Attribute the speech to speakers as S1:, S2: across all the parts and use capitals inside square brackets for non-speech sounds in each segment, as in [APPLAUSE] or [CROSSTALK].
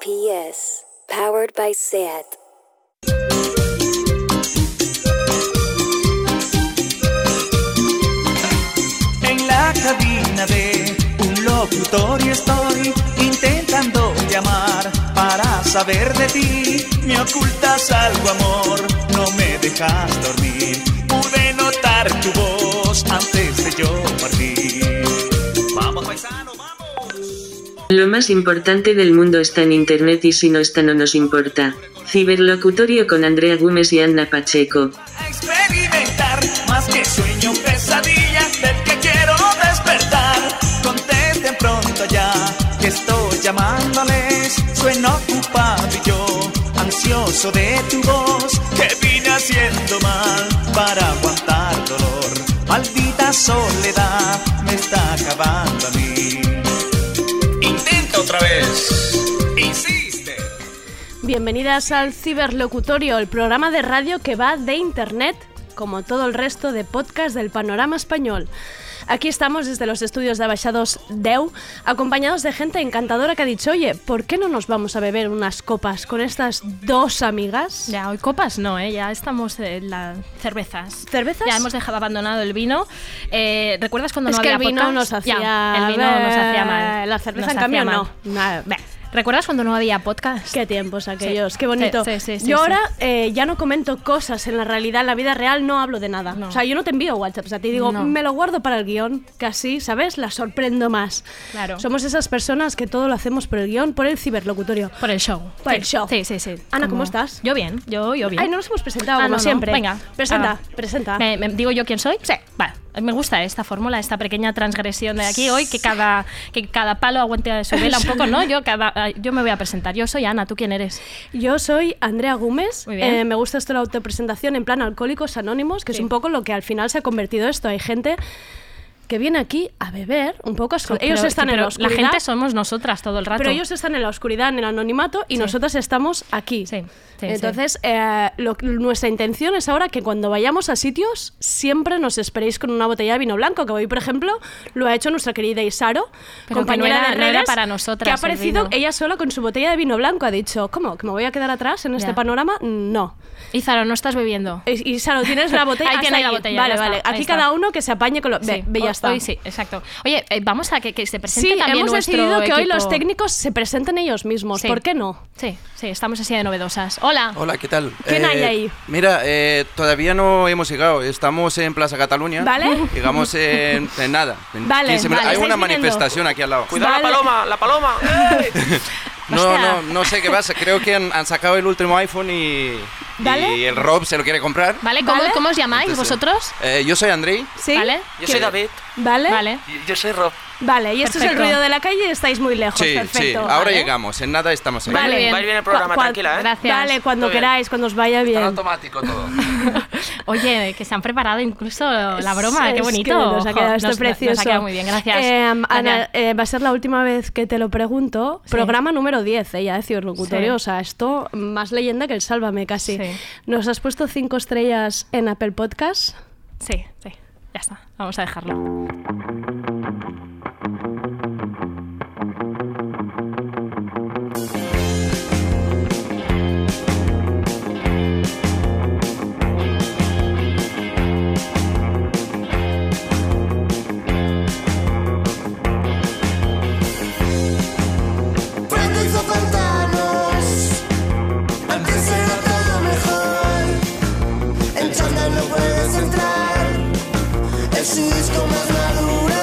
S1: PS. Powered by SAT.
S2: En la cabina de un locutorio estoy intentando llamar para saber de ti. Me ocultas algo, amor, no me dejas dormir. Pude notar tu voz antes de yo partir. Vamos, paisano, vamos.
S3: Lo más importante del mundo está en internet y si no está no nos importa. Ciberlocutorio con Andrea Gómez y Anna Pacheco.
S2: A experimentar más que sueño, pesadilla del que quiero despertar. Contesten pronto ya que estoy llamándoles. Sueno ocupado y yo, ansioso de tu voz. Que vine haciendo mal para aguantar dolor. Maldita soledad me está acabando a mí. Intenta otra vez. Insiste.
S4: Bienvenidas al Ciberlocutorio, el programa de radio que va de Internet, como todo el resto de podcasts del panorama español. Aquí estamos desde los estudios de Abaixados Deu, acompañados de gente encantadora que ha dicho, oye, ¿por qué no nos vamos a beber unas copas con estas dos amigas?
S5: Ya, hoy copas no, ¿eh? ya estamos en las cervezas.
S4: ¿Cervezas?
S5: Ya hemos dejado abandonado el vino. Eh, ¿Recuerdas cuando
S4: es
S5: no
S4: que
S5: había
S4: el vino
S5: podcast?
S4: nos hacía...
S5: Ya, el vino nos hacía mal.
S4: La cerveza,
S5: Nos
S4: en cambio,
S5: hacía
S4: no.
S5: mal.
S4: Nada, bah.
S5: ¿Recuerdas cuando no había podcast?
S4: Qué tiempos aquellos,
S5: Sí,
S4: qué bonito.
S5: sí, sí, sí,
S4: yo
S5: sí.
S4: ahora eh, ya no comento cosas en la realidad, en la vida real no hablo de nada.
S5: No.
S4: O sea, yo no te envío WhatsApps a ti, digo,
S5: No.
S4: me lo guardo para el guión, casi, ¿sabes? La sorprendo más.
S5: Claro.
S4: Somos esas personas que todo lo hacemos por el guión, por el ciberlocutorio.
S5: Por el show.
S4: Por
S5: Sí,
S4: el show.
S5: Sí, sí, sí.
S4: Ana, ¿cómo estás?
S5: Yo bien, yo, yo bien.
S4: Ay, no nos hemos presentado,
S5: Ah,
S4: como
S5: no, no.
S4: siempre.
S5: Venga.
S4: Presenta,
S5: Ah.
S4: presenta.
S5: ¿Me, me- digo yo quién soy? Sí. Vale. Me gusta esta fórmula, esta pequeña transgresión de aquí hoy, que cada, que cada palo aguante su vela un poco, ¿no? Yo, cada, ah, yo me voy a presentar. Yo soy Ana, ¿tú quién eres?
S4: Yo soy Andrea Gómez.
S5: Muy bien.
S4: Eh, me gusta esto de la autopresentación en plan Alcohólicos Anónimos, que es
S5: Sí.
S4: un poco lo que al final se ha convertido esto. Hay gente que viene aquí a beber, un poco a esconder. Ellos
S5: Pero-
S4: están en
S5: pero
S4: la
S5: La
S4: oscuridad.
S5: gente somos nosotras todo el rato.
S4: Pero ellos están en la oscuridad, en el anonimato, y
S5: Sí.
S4: nosotras estamos aquí.
S5: Sí, sí,
S4: Entonces, eh, lo- nuestra intención es ahora que cuando vayamos a sitios, siempre nos esperéis con una botella de vino blanco, que hoy, por ejemplo, lo ha hecho nuestra querida Isaro,
S5: Pero
S4: compañera
S5: que no era-
S4: de
S5: no era
S4: redes,
S5: para nosotras
S4: que ha
S5: el
S4: aparecido
S5: vino.
S4: ella sola con su botella de vino blanco. Ha dicho, ¿cómo? ¿Que me voy a quedar atrás en este
S5: Ya.
S4: panorama? No.
S5: Izaro, no estás bebiendo.
S4: Eh, Isaro, tienes la botella.
S5: [LAUGHS] Ahí
S4: Hasta
S5: tiene la
S4: allí.
S5: botella,
S4: Vale,
S5: ya
S4: vale.
S5: está, ahí
S4: Aquí
S5: está.
S4: cada uno que se apañe con lo. Ve, ve, ya
S5: hoy-
S4: está.
S5: Hoy sí, exacto. Oye, eh, vamos a que, que se presente
S4: Sí,
S5: también
S4: hemos
S5: nuestro
S4: decidido que hoy
S5: equipo.
S4: los técnicos se presenten ellos mismos.
S5: Sí.
S4: ¿Por qué no?
S5: Sí, sí, estamos así de novedosas. Hola.
S6: Hola, ¿qué tal? Eh,
S4: ¿Quién hay ahí?
S6: Mira, eh, todavía no hemos llegado. Estamos en Plaza Cataluña.
S4: Vale.
S6: Llegamos en, en nada.
S4: [LAUGHS]
S6: en
S4: Vale, vale,
S6: 15 minutos. Hay una
S4: estáis viniendo.
S6: manifestación aquí al lado.
S4: Cuidado, la Vale.
S6: paloma! ¡La paloma! No,
S5: Hostia.
S6: no, no sé qué pasa. Creo que han, han sacado el último iPhone y,
S4: Vale.
S6: y el Rob se lo quiere comprar.
S5: ¿Vale? ¿Cómo,
S4: ¿Vale? Pues
S5: cómo os llamáis
S6: Entonces,
S5: vosotros?
S6: eh, yo soy Andrei.
S4: ¿Sí?
S5: ¿Vale?
S7: Yo soy David.
S4: ¿Vale?
S5: Vale.
S7: Yo soy Rob.
S4: Vale, y este es el
S5: Perfecto.
S4: ruido de la calle y estáis muy lejos.
S6: Sí,
S4: perfecto.
S6: sí. Ahora
S4: Vale.
S6: llegamos. En nada estamos ahí.
S5: Vale.
S7: Va a ir bien el programa,
S4: Cua- cua-
S7: tranquila, ¿eh?
S5: Gracias.
S4: Vale, cuando
S7: Muy bien.
S4: queráis, cuando os vaya bien.
S6: automático todo.
S5: [LAUGHS] Oye, que se han preparado incluso la
S4: Es
S5: broma, qué
S4: que
S5: bonito.
S4: nos ha quedado
S5: Jo,
S4: esto
S5: nos-
S4: precioso.
S5: Nos ha quedado muy bien, gracias.
S4: Eh, Ana,
S5: Genial.
S4: eh, va a ser la última vez que te lo pregunto.
S5: Sí.
S4: Programa número 10, ella de Ciberlocutorio.
S5: Sí.
S4: O sea, esto más leyenda que el Sálvame casi.
S5: Sí.
S4: ¿Nos has puesto cinco estrellas en Apple Podcast?
S5: Sí, sí. Ya está, vamos a dejarlo.
S8: Prendo y zapatarnos Antes era todo mejor En Chanda no puedes entrar Es su disco más maduro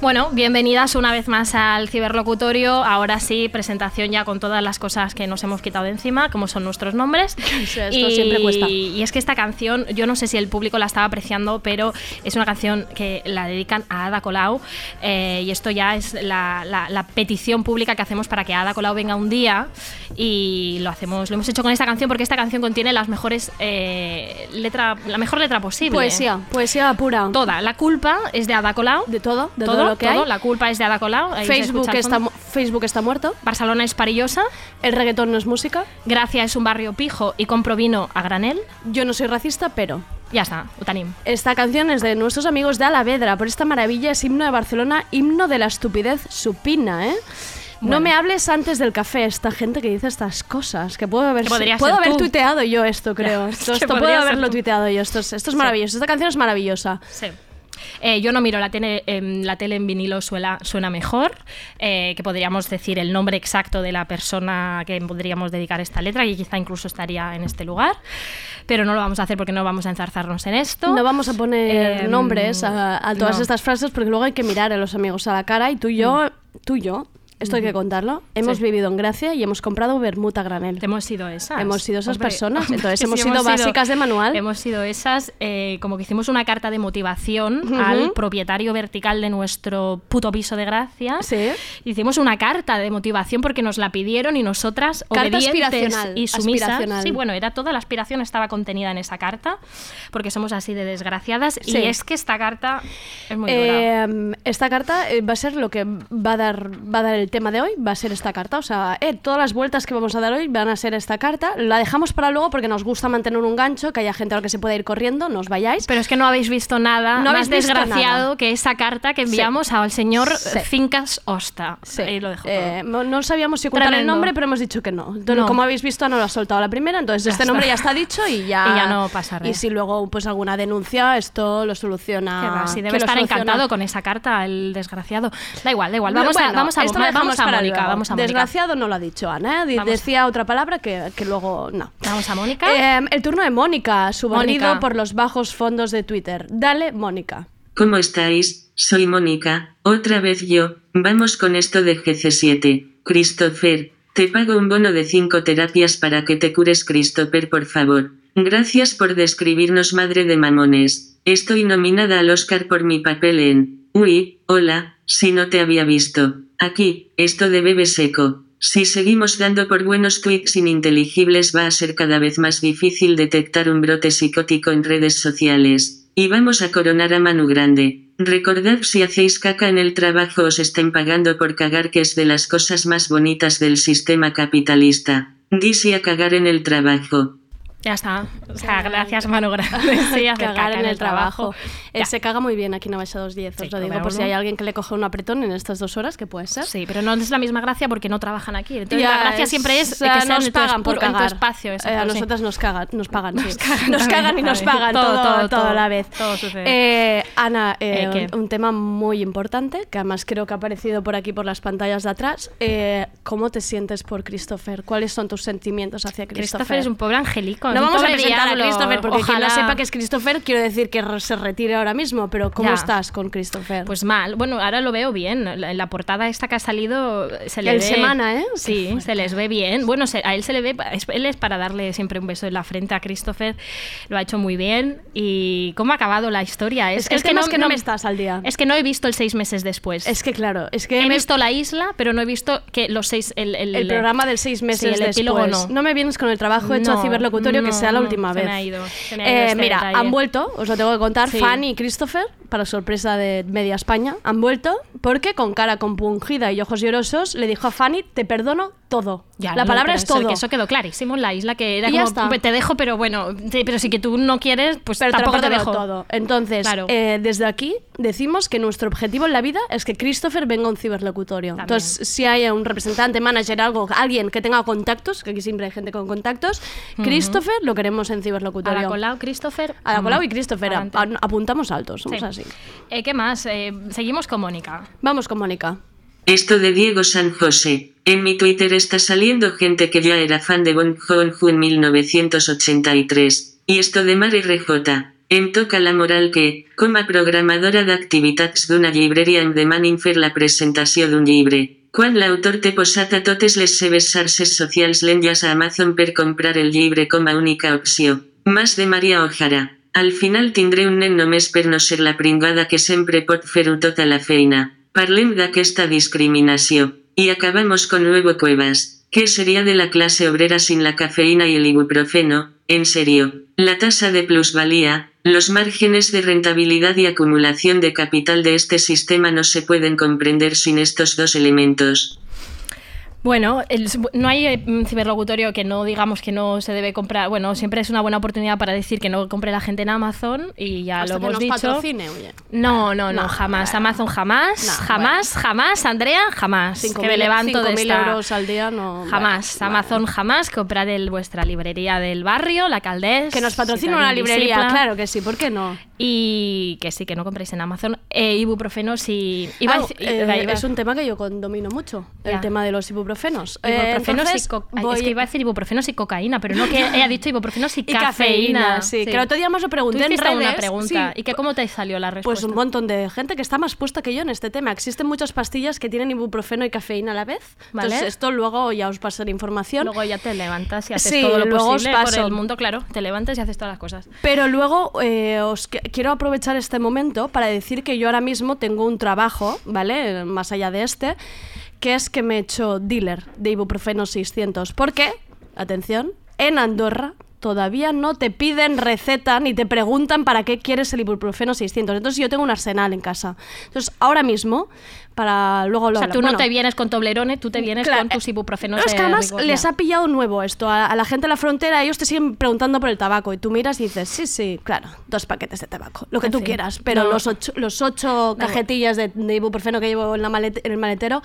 S5: Bueno, bienvenidas una vez más al ciberlocutorio. Ahora sí, presentación ya con todas las cosas que nos hemos quitado de encima, como son nuestros nombres.
S4: [LAUGHS] Eso, esto siempre cuesta.
S5: Y es que esta canción, yo no sé si el público la estaba apreciando, pero es una canción que la dedican a Ada Colau. eh, y esto ya es la, la- la petición pública que hacemos para que Ada Colau venga un día. Y lo hacemos, lo hemos hecho con esta canción porque esta canción contiene las mejores eh, letra, la mejor letra posible.
S4: Poesía, poesía pura.
S5: Toda. La culpa es de Ada Colau.
S4: De todo, de todo lo que hay.
S5: La culpa es de Ada Colau. Ahí se
S4: Facebook
S5: escucha al
S4: está,
S5: fondo.
S4: mu- Facebook está muerto.
S5: Barcelona es parillosa.
S4: El reggaetón no es música.
S5: Gracia es un barrio pijo y compro vino a granel.
S4: Yo no soy racista, pero.
S5: Ya está, Utanim.
S4: Esta canción es de nuestros amigos de Alavedra, pero esta maravilla es himno de Barcelona, himno de la estupidez supina, ¿eh? No
S5: Bueno.
S4: me hables antes del café, esta gente que dice estas cosas, que puedo haber,
S5: Que podría
S4: puedo
S5: ser
S4: haber
S5: tú.
S4: tuiteado yo esto, [LAUGHS] creo.
S5: Ya,
S4: Esto,
S5: que
S4: esto puedo
S5: podría ser
S4: haberlo
S5: tú.
S4: tuiteado yo, esto es, esto es maravilloso, esta canción es maravillosa.
S5: Sí. Eh, yo no miro la tele, em, la tele en vinilo suela- suena mejor, eh, que podríamos decir el nombre exacto de la persona que podríamos dedicar esta letra y quizá incluso estaría en este lugar, pero no lo vamos a hacer porque no vamos a enzarzarnos en esto.
S4: No vamos a poner
S5: Eh,
S4: nombres a, a todas
S5: no.
S4: estas frases porque luego hay que mirar a los amigos a la cara y tú y yo, tú y yo, esto hay que contarlo, hemos
S5: Mm. Sí.
S4: vivido en Gracia y hemos comprado Bermuda Granel.
S5: Hemos sido esas.
S4: Hemos sido esas personas, entonces hemos sido básicas de manual.
S5: Hemos sido esas, eh, como que hicimos una carta de motivación al propietario vertical de nuestro puto piso de gracia.
S4: Sí.
S5: Hicimos una carta de motivación porque nos la pidieron y nosotras,
S4: Carta
S5: obedientes
S4: aspiracional,
S5: y sumisas.
S4: aspiracional.
S5: Sí, bueno, era toda la aspiración estaba contenida en esa carta, porque somos así de desgraciadas.
S4: Sí.
S5: Y es que esta carta es muy dura.
S4: Eh, esta carta eh, va a ser lo que va a dar va a dar el tema de hoy, va a ser esta carta. O sea, eh, todas las vueltas que vamos a dar hoy van a ser esta carta. La dejamos para luego porque nos gusta mantener un gancho, que haya gente a la que se pueda ir corriendo, no os vayáis.
S5: Pero es que no habéis visto nada
S4: No
S5: más
S4: habéis visto
S5: desgraciado
S4: nada.
S5: que esa carta que enviamos al señor
S4: Sí.
S5: Fincas Osta.
S4: Sí.
S5: Ahí lo dejo todo.
S4: Eh, no no sabíamos si ocultar el
S5: Tremendo.
S4: nombre, pero hemos dicho que no. Entonces,
S5: No.
S4: Como habéis visto, no lo ha soltado la primera, entonces este
S5: está.
S4: nombre ya está dicho y ya,
S5: Y ya no pasa res.
S4: Y si luego pues alguna denuncia, esto lo soluciona.
S5: Que va, sí, debe
S4: que lo
S5: estar
S4: soluciona-
S5: encantado con esa carta, el desgraciado. Da igual, da igual. Vamos a,
S4: Bueno,
S5: vamos a,
S4: esto lo
S5: vamos
S4: dejamos
S5: a
S4: para
S5: Mónica,
S4: luego.
S5: vamos a Mónica.
S4: Desgraciado no lo ha dicho Ana, ¿eh? Di-
S5: Vamos.
S4: decía otra palabra que, que luego no.
S5: Vamos a Mónica.
S4: Eh, el turno de Mónica, subarrido
S5: Mónica.
S4: por los bajos fondos de Twitter. Dale, Mónica.
S3: ¿Cómo estáis? Soy Mónica, otra vez yo. Vamos con esto de GC7. Christopher, te pago un bono de 5 terapias para que te cures, Christopher, por favor. Gracias por describirnos, madre de mamones. Estoy nominada al Oscar por mi papel en. Uy, hola, si no te había visto. Aquí, esto de bebe seco. Si seguimos dando por buenos tweets ininteligibles va a ser cada vez más difícil detectar un brote psicótico en redes sociales. Y vamos a coronar a Manu Grande. Recordad si hacéis caca en el trabajo os estén pagando por cagar que es de las cosas más bonitas del sistema capitalista. Dice a cagar en el trabajo.
S5: Ya está. O sea, gracias, mano grande. [LAUGHS] Sí, hacer
S4: Cagar
S5: caca
S4: en el trabajo.
S5: Ya.
S4: Eh, [LAUGHS] se caga muy bien aquí en Abaixa 210, os
S5: Sí,
S4: lo
S5: lo
S4: digo,
S5: veo,
S4: por si
S5: ¿no?
S4: hay alguien que le coge un apretón en estas dos horas, que puede ser.
S5: Sí, pero no es la misma gracia porque no trabajan aquí. Entonces,
S4: Ya,
S5: la gracia siempre es
S4: o sea,
S5: que sean
S4: nos
S5: en tu
S4: pagan por
S5: espur- en tu
S4: cagar. Eh,
S5: espacio.
S4: a
S5: exacto, sí.
S4: nosotras nos, cagan, nos pagan, sí. nos
S5: cagan también,
S4: y nos
S5: también.
S4: pagan todo,
S5: Todo,
S4: todo,
S5: todo,
S4: a la
S5: todo.
S4: vez.
S5: Todo sucede.
S4: Eh, Ana, eh,
S5: Eh, ¿qué?
S4: un, un tema muy importante, que además creo que ha aparecido por aquí por las pantallas de atrás. Eh, ¿Cómo te sientes por Christopher? ¿Cuáles son tus sentimientos hacia Christopher?
S5: Christopher es un pobre angelico. es
S4: no
S5: un
S4: vamos a
S5: pobre
S4: presentar
S5: diablo.
S4: a Christopher porque quien no
S5: Ojalá.
S4: sepa que es Christopher quiero decir que re- se retire ahora mismo, pero ¿cómo
S5: Ya.
S4: estás con Christopher?
S5: Pues mal. Bueno, ahora lo veo bien. La, la portada esta que ha salido se le
S4: El
S5: ve-
S4: Semana, ¿eh? Qué
S5: Sí,
S4: fuerte.
S5: se les ve bien. Bueno, se- a él se le ve... es- Él es para darle siempre un beso en la frente a Christopher. Lo ha hecho muy bien. ¿Y cómo ha acabado la historia?
S4: Es que el tema es que no me estás al día.
S5: Es que no he visto el seis meses después.
S4: es que claro, es que
S5: He
S4: me-
S5: visto la isla, pero no he visto que los seis... El, el-
S4: el programa del seis meses
S5: el epílogo
S4: después.
S5: no.
S4: me vienes con el trabajo hecho a
S5: No,
S4: ciberlocutorio que
S5: no,
S4: sea la
S5: no,
S4: última
S5: se
S4: vez.
S5: me ha ido, se me ha ido
S4: Eh,
S5: este
S4: mira,
S5: detalle.
S4: han vuelto, os lo tengo que contar,
S5: Sí.
S4: Fanny y Christopher, para sorpresa de media España, han vuelto porque con cara compungida y ojos llorosos le dijo a Fanny, te perdono todo.
S5: Ya,
S4: la
S5: no,
S4: palabra
S5: pero
S4: es
S5: eso-
S4: todo.
S5: que Eso quedó clarísimo en la isla, que era
S4: Y ya
S5: como, "Pues
S4: está.
S5: te dejo, pero bueno, te- pero si que tú no quieres, pues
S4: Pero
S5: tampoco te
S4: perdono
S5: dejo.
S4: todo. Entonces,
S5: Claro.
S4: eh, desde aquí decimos que nuestro objetivo en la vida es que Christopher venga a un ciberlocutorio.
S5: También.
S4: Entonces, si hay un representante, manager, algo, alguien que tenga contactos, que aquí siempre hay gente con contactos, Christopher lo queremos en
S5: A
S4: ciberlocutorio.
S5: la Colau, Christopher.
S4: A la Colau y
S5: Mm.
S4: Christopher,
S5: Adelante.
S4: a- apuntamos altos, somos
S5: Sí.
S4: así.
S5: Eh, ¿Qué más? Eh, seguimos con Mónica.
S4: Vamos con Mónica.
S3: Esto de Diego San José. En mi Twitter está saliendo gente que ya era fan de Bon Joon-ho en 1983. Y esto de Mare RJ. Em toca la moral que, com a programadora d'activitats d'una llibreria em demanin fer la presentació d'un llibre, quan l'autor té posat a totes les seves xarxes socials l'enllaç a Amazon per comprar el llibre com a única opció. Más de Maria O'Hara. Al final tindré un nen només per no ser la pringada que sempre pot fer-ho tota la feina. Parlem d'aquesta discriminació. Y acabamos con Nuevo Cuevas. ¿Qué sería de la clase obrera sin la cafeína y el ibuprofeno? En serio, la tasa de plusvalía, los márgenes de rentabilidad y acumulación de capital de este sistema no se pueden comprender sin estos dos elementos.
S5: Bueno, el- no hay eh, mm, ciberlocutorio que no digamos que no se debe comprar. Bueno, siempre es una buena oportunidad para decir que no compre la gente en Amazon y ya
S4: Hasta
S5: lo
S4: que
S5: hemos
S4: nos
S5: dicho.
S4: patrocine, oye.
S5: No, no, no,
S4: No,
S5: jamás.
S4: bueno.
S5: Amazon jamás,
S4: No,
S5: jamás, jamás, Andrea, jamás. que me
S4: 5.000
S5: levanto de
S4: 5.000
S5: esta-
S4: e- euros al día no...
S5: Jamás,
S4: bueno,
S5: Amazon jamás, comprad en vuestra librería del barrio, la Caldés.
S4: bueno. Que nos patrocina
S5: Ciudad
S4: una librería,
S5: Invisipla.
S4: claro que sí, ¿por qué no?
S5: Y que sí, que no compréis en Amazon. Eh, ibuprofeno si...
S4: Ah, eh, es un tema que yo condomino mucho,
S5: Ya.
S4: el tema de los ibuprofenos. Eh,
S5: Ibuprofenos y
S4: entonces,
S5: co- ay,
S4: voy-
S5: Es que iba a decir ibuprofenos y cocaína, pero no
S4: [LAUGHS]
S5: que ella ha dicho ibuprofenos y,
S4: y cafeína. sí. Que el otro día más lo
S5: Tú
S4: pregunté en
S5: hiciste
S4: redes.
S5: una pregunta.
S4: sí,
S5: ¿Y qué, cómo te salió la respuesta?
S4: Pues un montón de gente que está más puesta que yo en este tema. Existen muchas pastillas que tienen ibuprofeno y cafeína a la vez.
S5: Vale.
S4: Entonces esto luego ya os pasaré información.
S5: Luego ya te levantas y haces
S4: Sí,
S5: todo lo
S4: luego os
S5: posible por
S4: paso.
S5: el mundo, claro. Te levantas y haces todas las cosas.
S4: Pero luego eh, os qui- quiero aprovechar este momento para decir que yo ahora mismo tengo un trabajo, ¿vale? Más allá de este, que es que me he hecho dealer de ibuprofeno 600. Porque, atención, en Andorra todavía no te piden receta ni te preguntan para qué quieres el ibuprofeno 600. Entonces yo tengo un arsenal en casa. Entonces ahora mismo, para luego lo
S5: o sea,
S4: habla-
S5: tú no
S4: bueno,
S5: te vienes con toblerones, tú te vienes
S4: Claro,
S5: con tus
S4: eh,
S5: ibuprofenos.
S4: no, es
S5: de
S4: que además
S5: rigor,
S4: les
S5: ya.
S4: ha pillado nuevo esto. A, a la gente de la frontera, ellos te siguen preguntando por el tabaco y tú miras y dices, sí, sí, claro, dos paquetes de tabaco, lo que
S5: En
S4: tú
S5: fin,
S4: quieras, pero
S5: no.
S4: los ocho, los ocho cajetillas de, de ibuprofeno que llevo en, la malete- en el maletero.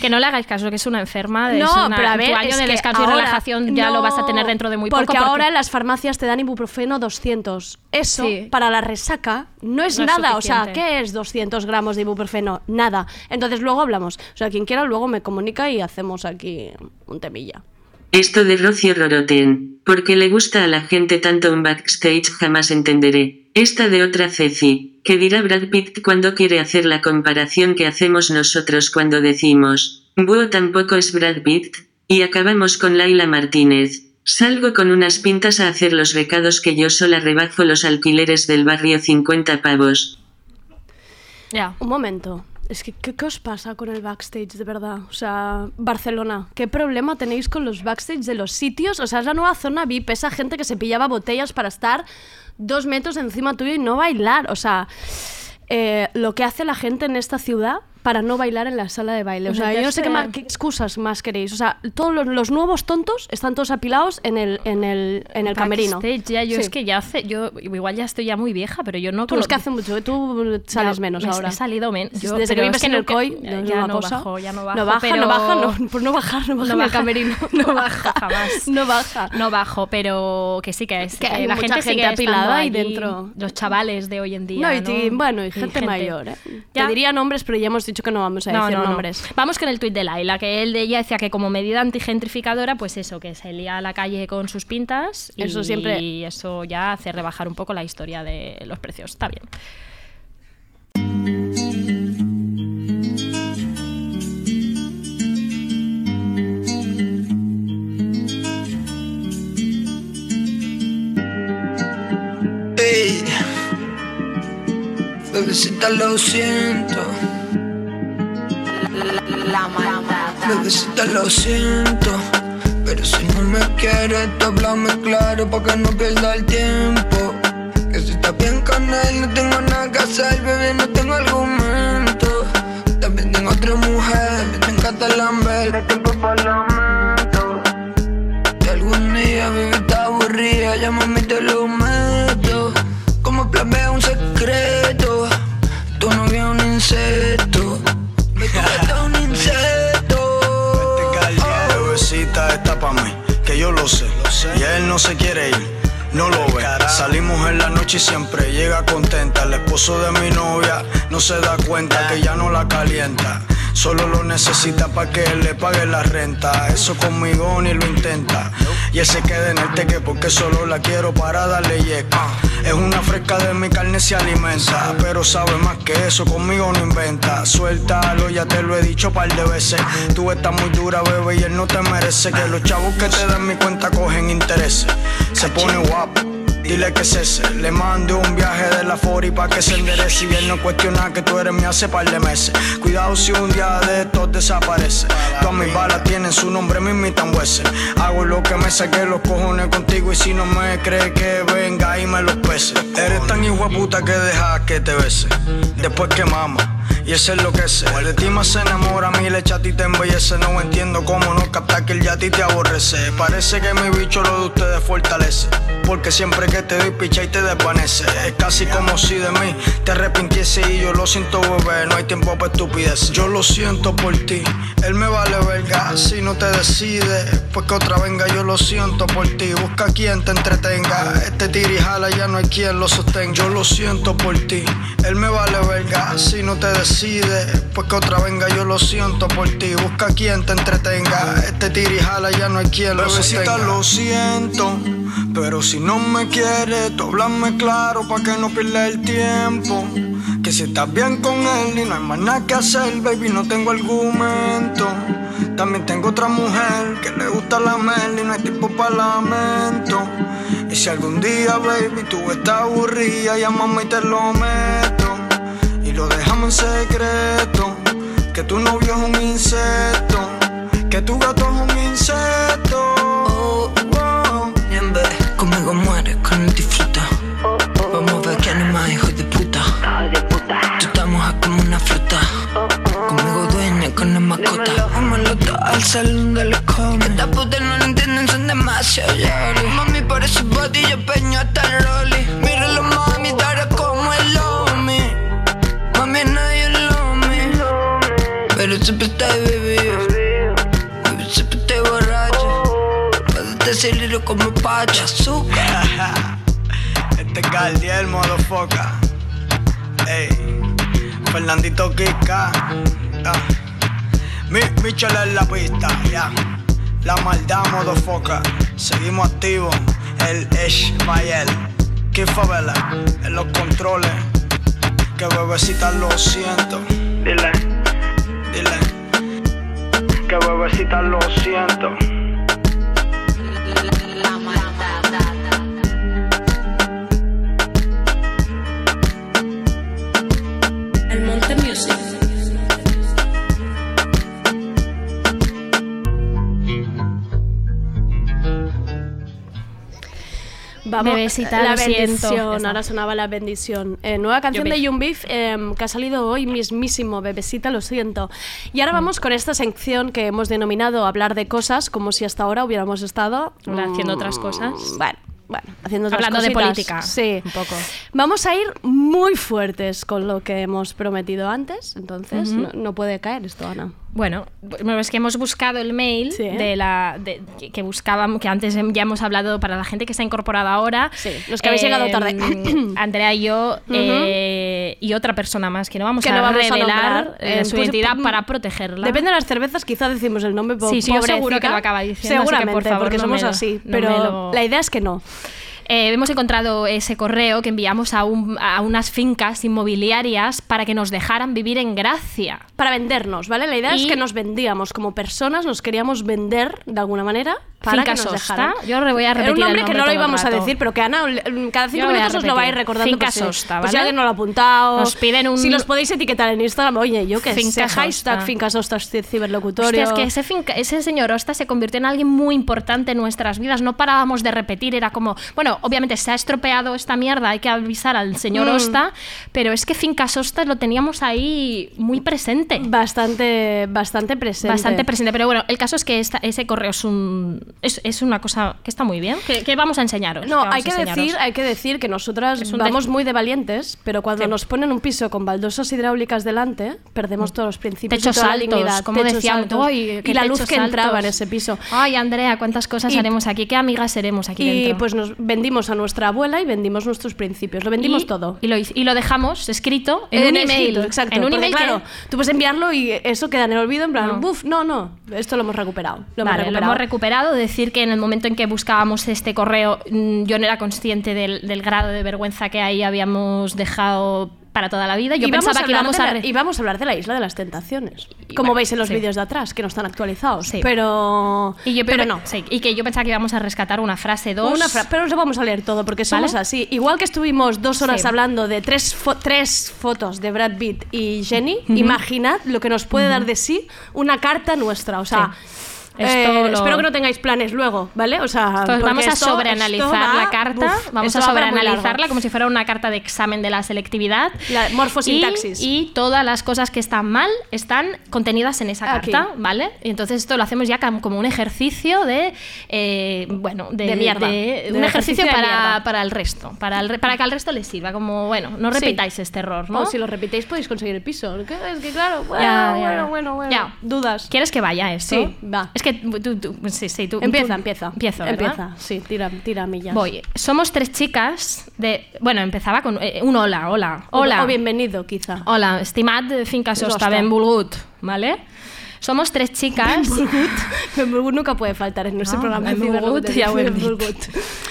S5: Que no le hagáis caso, que es una enferma. es
S4: no,
S5: Ah, una-
S4: pero a
S5: tu
S4: ver,
S5: año
S4: es
S5: de
S4: que
S5: descanso
S4: ahora-
S5: y relajación ya lo vas a tener
S4: no,
S5: dentro de muy
S4: porque
S5: poco.
S4: ahora en las farmacias te dan ibuprofeno 200. Eso,
S5: Sí.
S4: para la resaca, no es
S5: No es
S4: nada. o sea,
S5: suficiente.
S4: ¿qué es 200 gramos de ibuprofeno? Nada. Entonces luego hablamos. O sea, quien quiera luego me comunica y hacemos aquí un temilla.
S3: Esto de Rocio Roroten, porque le gusta a la gente tanto un backstage jamás entenderé. Esta de otra Ceci, que dirá Brad Pitt cuando quiere hacer la comparación que hacemos nosotros cuando decimos, Búho tampoco es Brad Pitt, y acabamos con Laila Martínez. Salgo con unas pintas a hacer los recados que yo sola rebajo los alquileres del barrio 50 pavos.
S5: Ya.
S4: Un momento. Es que, ¿qué, qué os pasa con el backstage, de verdad? O sea, Barcelona, ¿qué problema tenéis con los backstage de los sitios? O sea, es la nueva zona VIP, esa gente que se pillaba botellas para estar dos metros encima tuyo y no bailar. O sea, eh, lo que hace la gente en esta ciudad para no bailar en la sala de baile. O sea, yo no sé qué, más- qué excusas más queréis. O sea, todos los, los nuevos tontos están todos apilados en el, en el, en el camerino.
S5: Backstage, ya, yo
S4: Sí.
S5: es que ya hace. Yo igual ya estoy ya muy vieja, pero yo no.
S4: Tú, es que
S5: conozco-
S4: hace mucho, tú sales
S5: Ya,
S4: menos
S5: me-
S4: ahora.
S5: He salido menos.
S4: Desde que vives en el COI,
S5: ya,
S4: no es
S5: ya
S4: una
S5: no
S4: cosa.
S5: bajo, ya no bajo.
S4: No baja,
S5: pero-
S4: no baja, no, [LAUGHS] por no bajar, no baja.
S5: No
S4: en el [LAUGHS]
S5: baja, [LAUGHS]
S4: camerino.
S5: no baja jamás.
S4: No baja.
S5: No bajo, pero que sí que es.
S4: Que
S5: eh,
S4: hay
S5: la
S4: mucha
S5: gente,
S4: gente
S5: sigue estando
S4: apilada ahí
S5: allí,
S4: dentro.
S5: Los chavales de hoy en día.
S4: No,
S5: No,
S4: y ti- bueno, y, gente, mayor, ¿eh?
S5: Ya.
S4: Te diría nombres, pero ya hemos dicho que no vamos a decir nombres.
S5: Vamos con el tuit de Laila, que él de ella decía que como medida antigentrificadora, pues eso, que se lía a la calle con sus pintas. Y
S4: Eso siempre.
S5: Y eso ya hace rebajar un poco la historia de los precios. Está bien.
S8: Ey, bebecita, lo siento. Bebecita, lo siento. Pero si no me quieres, tú háblame claro para que no pierda el tiempo. Que si estás bien con él, no tengo nada que hacer, bebé, no tengo argumento. También tengo otra mujer, me encanta lamber. No tengo parlamento. Si algún día baby está aburrida, llámame y te lo meto. Como plan B, un secreto. Tu novia es un insecto. Mi corazón es un insecto.
S7: Bebecita está pa' mí, que yo lo sé. Y él no se quiere ir, no lo ve. Salimos en la noche y siempre llega contenta. El esposo de mi novia no se da cuenta que ya no la calienta. Solo lo necesita pa' que le pague la renta. Eso conmigo ni lo intenta. Y ese quede en el teque porque solo la quiero para darle yeca. Es una fresca de mi carne se alimenta, pero sabe más que eso, conmigo no inventa. Suéltalo, ya te lo he dicho par de veces. Tú estás muy dura, bebé, y él no te merece. Que los chavos que te dan mi cuenta cogen intereses. Se pone guapo. Dile que cese, le mande un viaje de la Fori pa' que se enderece y él no cuestiona que tú eres mi hace par de meses. Cuidado si un día de estos desaparece. Todas mis balas tienen su nombre, me imitan hueses. Hago lo que me saqué los cojones contigo y si no me cree que venga y me los pese. Eres tan hijo de puta que dejas que te bese. Después que mama. Y ese es lo que sé. De ti más se enamora, mi leche a ti te embellece. No entiendo cómo no captar que el ya a ti te aborrece. Parece que mi bicho lo de ustedes fortalece. Porque siempre que te doy picha y te desvanece. Es casi como si de mí te arrepintiese y yo lo siento, bebé. No hay tiempo para estupidez. Yo lo siento por ti, él me vale verga. Si no te decides, pues que otra venga. Yo lo siento por ti, busca quien te entretenga. Este tira y jala, ya no hay quien lo sostenga. Yo lo siento por ti, él me vale verga. Si no te decides, pues que otra venga. Yo lo siento por ti, busca quien te entretenga. Este tira y jala, ya no hay quien lo sostenga. lo siento, pero si no me quieres, tú háblame claro pa' que no pierda el tiempo. Que si estás bien con él y no hay más nada que hacer, baby, no tengo argumento. También tengo otra mujer que le gusta la mel y no hay tiempo para lamento. Y si algún día, baby, tú estás aburrida, llámame y te lo meto. Y lo dejamos en secreto, que tu novio es un insecto, que tu gato es un insecto. Oh.
S8: Niembe, conmigo mueres, con él disfruta. Vamos a ver quién es más hijo de puta. Tú estás mojada como una fruta. Conmigo dueña, con la mascota. Vámonos todos al salón de los comes. Estas putas no lo entienden, son demasiado llori. Mami, por ese body yo peño hasta el rolly. Míralo, mami, dara como el lomi. Mami, nadie lo me. Pero siempre está bebido. Baby, Siempre estoy borracho. Puedes decirlo como pacha, azúcar.
S9: [LAUGHS]
S7: Este es Galdiel, motherfucker. Ey, Fernandito Kika. ah. Mi, Michel en la pista, ya. La maldad, motherfucker. Seguimos activos. El Esh Mayel. Que favela en los controles. Que bebecita lo siento. Dile, dile. Que bebecita lo siento.
S10: El Monte Music.
S4: Vamos,
S5: Bebesita,
S4: la
S5: lo siento. Ya
S4: bendición,
S5: está.
S4: ahora sonaba la bendición. Eh, nueva canción
S5: Yo vi.
S4: de Young Beef em, que ha salido hoy mismísimo, Bebesita, lo siento. Y ahora vamos con esta sección que hemos denominado hablar de cosas, como si hasta ahora hubiéramos estado mm,
S5: Ahora haciendo otras cosas.
S4: Bueno, bueno, haciendo otras
S5: Hablando de
S4: cositas.
S5: política,
S4: Sí.
S5: un poco.
S4: Vamos a ir muy fuertes con lo que hemos prometido antes, entonces no, no puede caer esto, Ana.
S5: Bueno, bueno, es que hemos buscado el mail
S4: Sí.
S5: de la de- que, que buscábamos, que antes hem- ya hemos hablado para la gente que está incorporada ahora. Em,
S4: Sí, los que habéis llegado tarde. [CLEARS THROAT]
S5: Andrea y yo eh, y otra persona más que no vamos
S4: Que
S5: a
S4: no vamos a
S5: revelar
S4: nombrar,
S5: eh,
S4: eh,
S5: su
S4: pues,
S5: identidad
S4: mm,
S5: para protegerla.
S4: Depende de las cervezas, quizá decimos el nombre. po-
S5: Sí, sí, yo seguro
S4: pobrecita.
S5: que lo acaba diciendo, así que, por
S4: Seguramente,
S5: favor,
S4: porque
S5: no me
S4: somos
S5: lo-
S4: así.
S5: no
S4: pero
S5: me lo-
S4: la idea es que no.
S5: Eh, hemos encontrado ese correo que enviamos a, un- a unas fincas inmobiliarias para que nos dejaran vivir en Gracia.
S4: Para vendernos, ¿vale? La idea
S5: Y-
S4: es que nos vendíamos como personas, nos queríamos vender de alguna manera para
S5: Finca
S4: que nos
S5: Sosta.
S4: dejaran.
S5: Yo le voy a repetir
S4: Era un nombre
S5: el
S4: que
S5: nombre
S4: no lo
S5: todo el
S4: íbamos a
S5: rato.
S4: decir, pero que Ana, mm, cada
S5: Yo
S4: cinco
S5: lo voy a
S4: minutos os lo va a ir
S5: repetir.
S4: recordando.
S5: Finca
S4: por si-
S5: Sosta,
S4: por si
S5: ¿vale?
S4: alguien no lo ha apuntado.
S5: Nos piden un-
S4: Si los podéis etiquetar en Instagram, oye, yo qué
S5: Finca
S4: sé, hashtag
S5: Sosta.
S4: Finca Sosta
S5: Hostia,
S4: Ciberlocutorio.
S5: es que ese, finca- ese señor Osta se convirtió en alguien muy importante en nuestras vidas. No parábamos de repetir, era como, bueno, obviamente se ha estropeado esta mierda, hay que avisar al
S4: Mm.
S5: señor Osta, pero es que Fincas Osta lo teníamos ahí muy presente.
S4: Bastante, bastante presente.
S5: Bastante presente, pero bueno, el caso es que esta- ese correo es, un, es, es una cosa que está muy bien, que, que vamos a enseñaros.
S4: No,
S5: vamos
S4: hay
S5: a
S4: que,
S5: enseñaros.
S4: decir, hay que decir que nosotras
S5: Es un
S4: vamos
S5: de-
S4: muy de valientes, pero cuando
S5: Sí.
S4: nos ponen un piso con baldosas hidráulicas delante, perdemos todos los principios
S5: Mm. Techos
S4: y toda
S5: altos,
S4: la dignidad.
S5: como
S4: techos
S5: decíamos,
S4: altos.
S5: "Ay, qué
S4: y la luz
S5: techos
S4: que entraba en
S5: altos".
S4: ese piso.
S5: Ay, Andrea, cuántas cosas
S4: Y-
S5: haremos aquí, qué amigas seremos aquí
S4: Y
S5: dentro.
S4: pues nos vendimos a nuestra abuela y vendimos nuestros principios. Lo vendimos
S5: Y-
S4: todo.
S5: Y lo, hic- y lo dejamos escrito en, un email.
S4: escrito, exacto.
S5: En un
S4: porque,
S5: email que-
S4: claro, tú puedes enviarlo y eso queda en el olvido, en plan,
S5: No.
S4: buf, no, no, esto lo hemos recuperado. Lo
S5: Vale,
S4: hemos recuperado.
S5: lo hemos recuperado decir que en el momento en que buscábamos este correo, mm, yo no era consciente del, del grado de vergüenza que ahí habíamos dejado para toda la vida. Yo
S4: y vamos
S5: pensaba
S4: a
S5: que
S4: hablar
S5: íbamos
S4: de
S5: a...
S4: la-
S5: re-
S4: y vamos a hablar de la isla de las tentaciones.
S5: Y
S4: como
S5: bueno,
S4: veis en los
S5: sí.
S4: vídeos de atrás, que no están actualizados.
S5: Sí.
S4: Pero.
S5: Y yo,
S4: pero
S5: pero no, sí, y que yo pensaba que íbamos a rescatar una frase, dos.
S4: Una fra- pero nos lo vamos a leer todo porque somos
S5: Pues ¿Vale?
S4: así. Igual que estuvimos dos horas
S5: Sí.
S4: hablando de tres, fo- tres fotos de Brad Pitt y Jenny, imaginad lo que nos puede dar de sí una carta nuestra. O sea,
S5: Sí. Esto
S4: eh,
S5: lo-
S4: espero que no tengáis planes luego, ¿vale? O sea,
S5: Entonces,
S4: porque
S5: vamos a
S4: esto-
S5: sobreanalizar
S4: esto va-
S5: la carta,
S4: uf,
S5: vamos
S4: esto
S5: a
S4: va para muy largo.
S5: sobreanalizarla como si fuera una carta de examen de la selectividad.
S4: La morfosintaxis.
S5: Y, y todas las cosas que están mal están contenidas en esa
S4: Aquí.
S5: carta, ¿vale? Y entonces esto lo hacemos ya cam- como un ejercicio de, eh, bueno, de,
S4: De mierda.
S5: de-
S4: De
S5: un
S4: ejercicio
S5: ejercicio
S4: de
S5: para,
S4: mierda.
S5: para el resto, para, el re- para que al resto les sirva, como, bueno, no
S4: Sí.
S5: repitáis este error, ¿no?
S4: O si lo repitéis podéis conseguir el piso. ¿Qué? Es que claro, bueno,
S5: Ya, ya.
S4: bueno, bueno, bueno.
S5: Ya.
S4: Dudas.
S5: ¿Quieres que vaya esto?
S4: Sí, va.
S5: Es que tú, tú- tú- sí, sí, tú-
S4: Empieza,
S5: tú-
S4: empieza.
S5: Empiezo, ¿verdad?
S4: Empieza, sí, tira, tira millas.
S5: Voy. Somos tres chicas de. Bueno, empezaba con eh, un hola, hola.
S4: O-
S5: Hola.
S4: O, bienvenido, quizá.
S5: Hola, estimat finca sosta,
S4: Sosta.
S5: benvolgut, ¿vale? Somos tres chicas.
S4: [LAUGHS] Benvolgut nunca puede faltar en nuestro
S5: No,
S4: programa. de
S5: Benvolgut
S4: ciberlocutorio.
S5: Ah, ya vuelve.
S4: Benvolgut.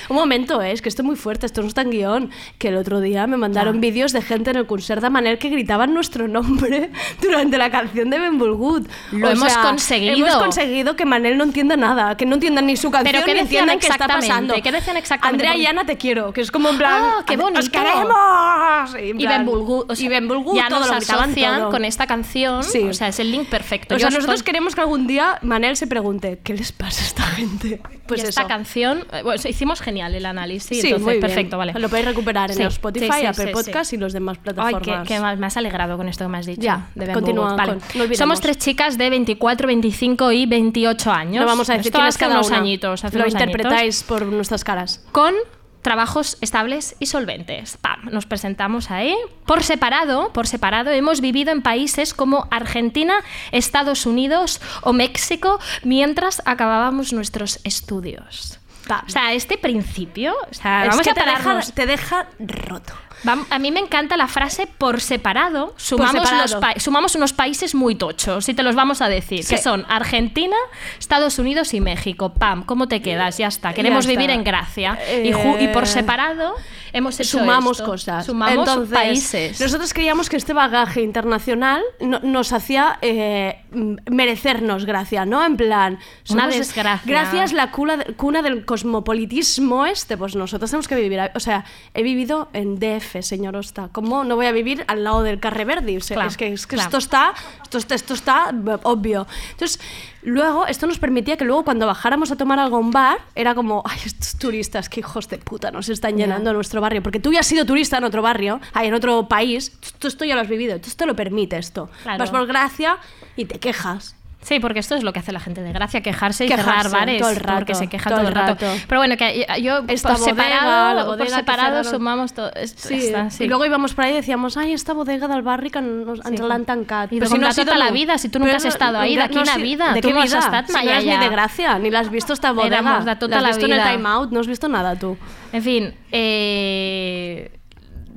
S4: Un momento, eh, es que esto es muy fuerte, esto no está en guión. Que el otro día me mandaron
S5: Ah.
S4: vídeos de gente en el concert de Manel que gritaban nuestro nombre [LAUGHS] durante la canción de Benvolgut.
S5: Lo hemos conseguido.
S4: Hemos conseguido que Manel no entienda nada, que no entiendan ni su canción,
S5: ¿qué
S4: ni
S5: decían
S4: entiendan qué está
S5: exactamente?
S4: pasando.
S5: ¿Qué decían exactamente?
S4: Andrea y Ana, te quiero, que es como en plan...
S5: Ah, qué
S4: "Os
S5: bonito".
S4: queremos! Y, en
S5: Y
S4: plan-
S5: Benvolgut, o sea,
S4: y Benvolgut,
S5: ya
S4: todo
S5: nos
S4: lo gritaban
S5: asocian
S4: todo.
S5: con esta canción.
S4: Sí.
S5: O sea, es el link perfecto.
S4: O
S5: Yo
S4: sea,
S5: estoy-
S4: nosotros queremos que algún día Manel se pregunte, ¿qué les pasa a esta gente? Pues
S5: y
S4: eso.
S5: esta canción. eh, Bueno, hicimos genial el análisis.
S4: Sí,
S5: entonces,
S4: muy bien.
S5: perfecto, vale.
S4: Lo podéis recuperar en
S5: Sí,
S4: Spotify,
S5: sí, sí,
S4: Apple
S5: sí, sí.
S4: Podcast y los demás
S5: Ay,
S4: plataformas.
S5: que, me has alegrado con esto que me has dicho.
S4: Ya,
S5: de Ben
S4: continúa,
S5: Burwood. Vale.
S4: con- no olvidemos.
S5: Somos tres chicas de 24, 25 y 28 años.
S4: no vamos a decir
S5: esto
S4: quién es
S5: hace
S4: cada
S5: unos
S4: una.
S5: añitos. hace
S4: Lo
S5: unos añitos.
S4: interpretáis por nuestras caras.
S5: Con trabajos estables y solventes. Pam, nos presentamos ahí. Por separado, por separado, hemos vivido en países como Argentina, Estados Unidos o México mientras acabábamos nuestros estudios.
S4: Pam.
S5: O sea, este principio, o sea,
S4: Es
S5: vamos
S4: que
S5: a
S4: te deja,
S5: pararnos.
S4: te deja roto.
S5: Vam- a mí me encanta la frase por separado. Sumamos,
S4: separado.
S5: los pa- sumamos unos países muy tochos, si te los vamos a decir, que son Argentina, Estados Unidos y México. Pam, ¿cómo te quedas? Ya está. Queremos
S4: está.
S5: vivir en gracia. Y, ju- y
S4: Eh,
S5: por separado hemos hecho
S4: Sumamos
S5: esto.
S4: cosas.
S5: Sumamos
S4: Entonces,
S5: países.
S4: Nosotros creíamos que este bagaje internacional no- nos hacía eh, m- merecernos gracia, ¿no? En plan.
S5: Una
S4: somos-
S5: desgracia.
S4: Gracias la cuna, de- cuna del cosmopolitismo este. Pues nosotros tenemos que vivir. a- O sea, he vivido en DF, señor Osta. ¿Cómo no voy a vivir al lado del Carre Verdi? O sea,
S5: Claro,
S4: es que, es que
S5: claro.
S4: esto está. Esto, está- esto está b- obvio. Entonces. Luego, esto nos permitía que luego cuando bajáramos a tomar algo a un bar, era como, ay, estos turistas, qué hijos de puta, nos están llenando nuestro barrio. Porque tú ya has sido turista en otro barrio, ay, en otro país, tú, tú esto ya lo has vivido, entonces te lo permite esto.
S5: Claro.
S4: Vas por gracia y te quejas.
S5: Sí, porque esto es lo que hace la gente de gracia, quejarse y
S4: Quejarse
S5: cerrar bares,
S4: todo el rato,
S5: porque se queja
S4: todo
S5: todo,
S4: el
S5: el rato.
S4: rato.
S5: Pero bueno, que eh, yo
S4: Esta
S5: por
S4: bodega,
S5: separado,
S4: la bodega
S5: por
S4: que
S5: separado
S4: cerraron.
S5: sumamos todo. esto, esta, sí.
S4: Y luego íbamos por ahí y decíamos, ay, esta bodega del barri que nos, ens
S5: Sí.
S4: l'han tancat.
S5: I de com de tota la vida, si tu nunca has estado ahí, de quina vida?
S4: De
S5: Tu
S4: qué
S5: no has
S4: vida?
S5: estat
S4: Si
S5: mai
S4: no eres ni
S5: allà.
S4: de gracia, ni la has visto esta bodega.
S5: Éramos de tota
S4: la has
S5: la
S4: visto en
S5: vida.
S4: el time out, no has visto nada tú.
S5: En fin, eh,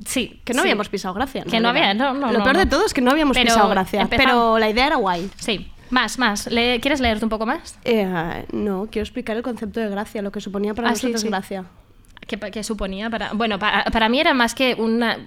S5: sí.
S4: Que no
S5: sí.
S4: habíamos pisado gracia. en
S5: Que no
S4: realidad.
S5: había, no, no,
S4: Lo
S5: no,
S4: peor
S5: no.
S4: de todo es que no habíamos
S5: Pero
S4: pisado gracia.
S5: empezamos.
S4: Pero la idea era guay.
S5: Sí, más, más. Le- ¿Quieres leerte un poco más?
S4: Eh, no, quiero explicar el concepto de gracia, lo que suponía para
S5: Ah, sí,
S4: nosotros
S5: sí.
S4: gracia.
S5: ¿Qué, pa- qué suponía? Para, bueno, para, para mí era más que una...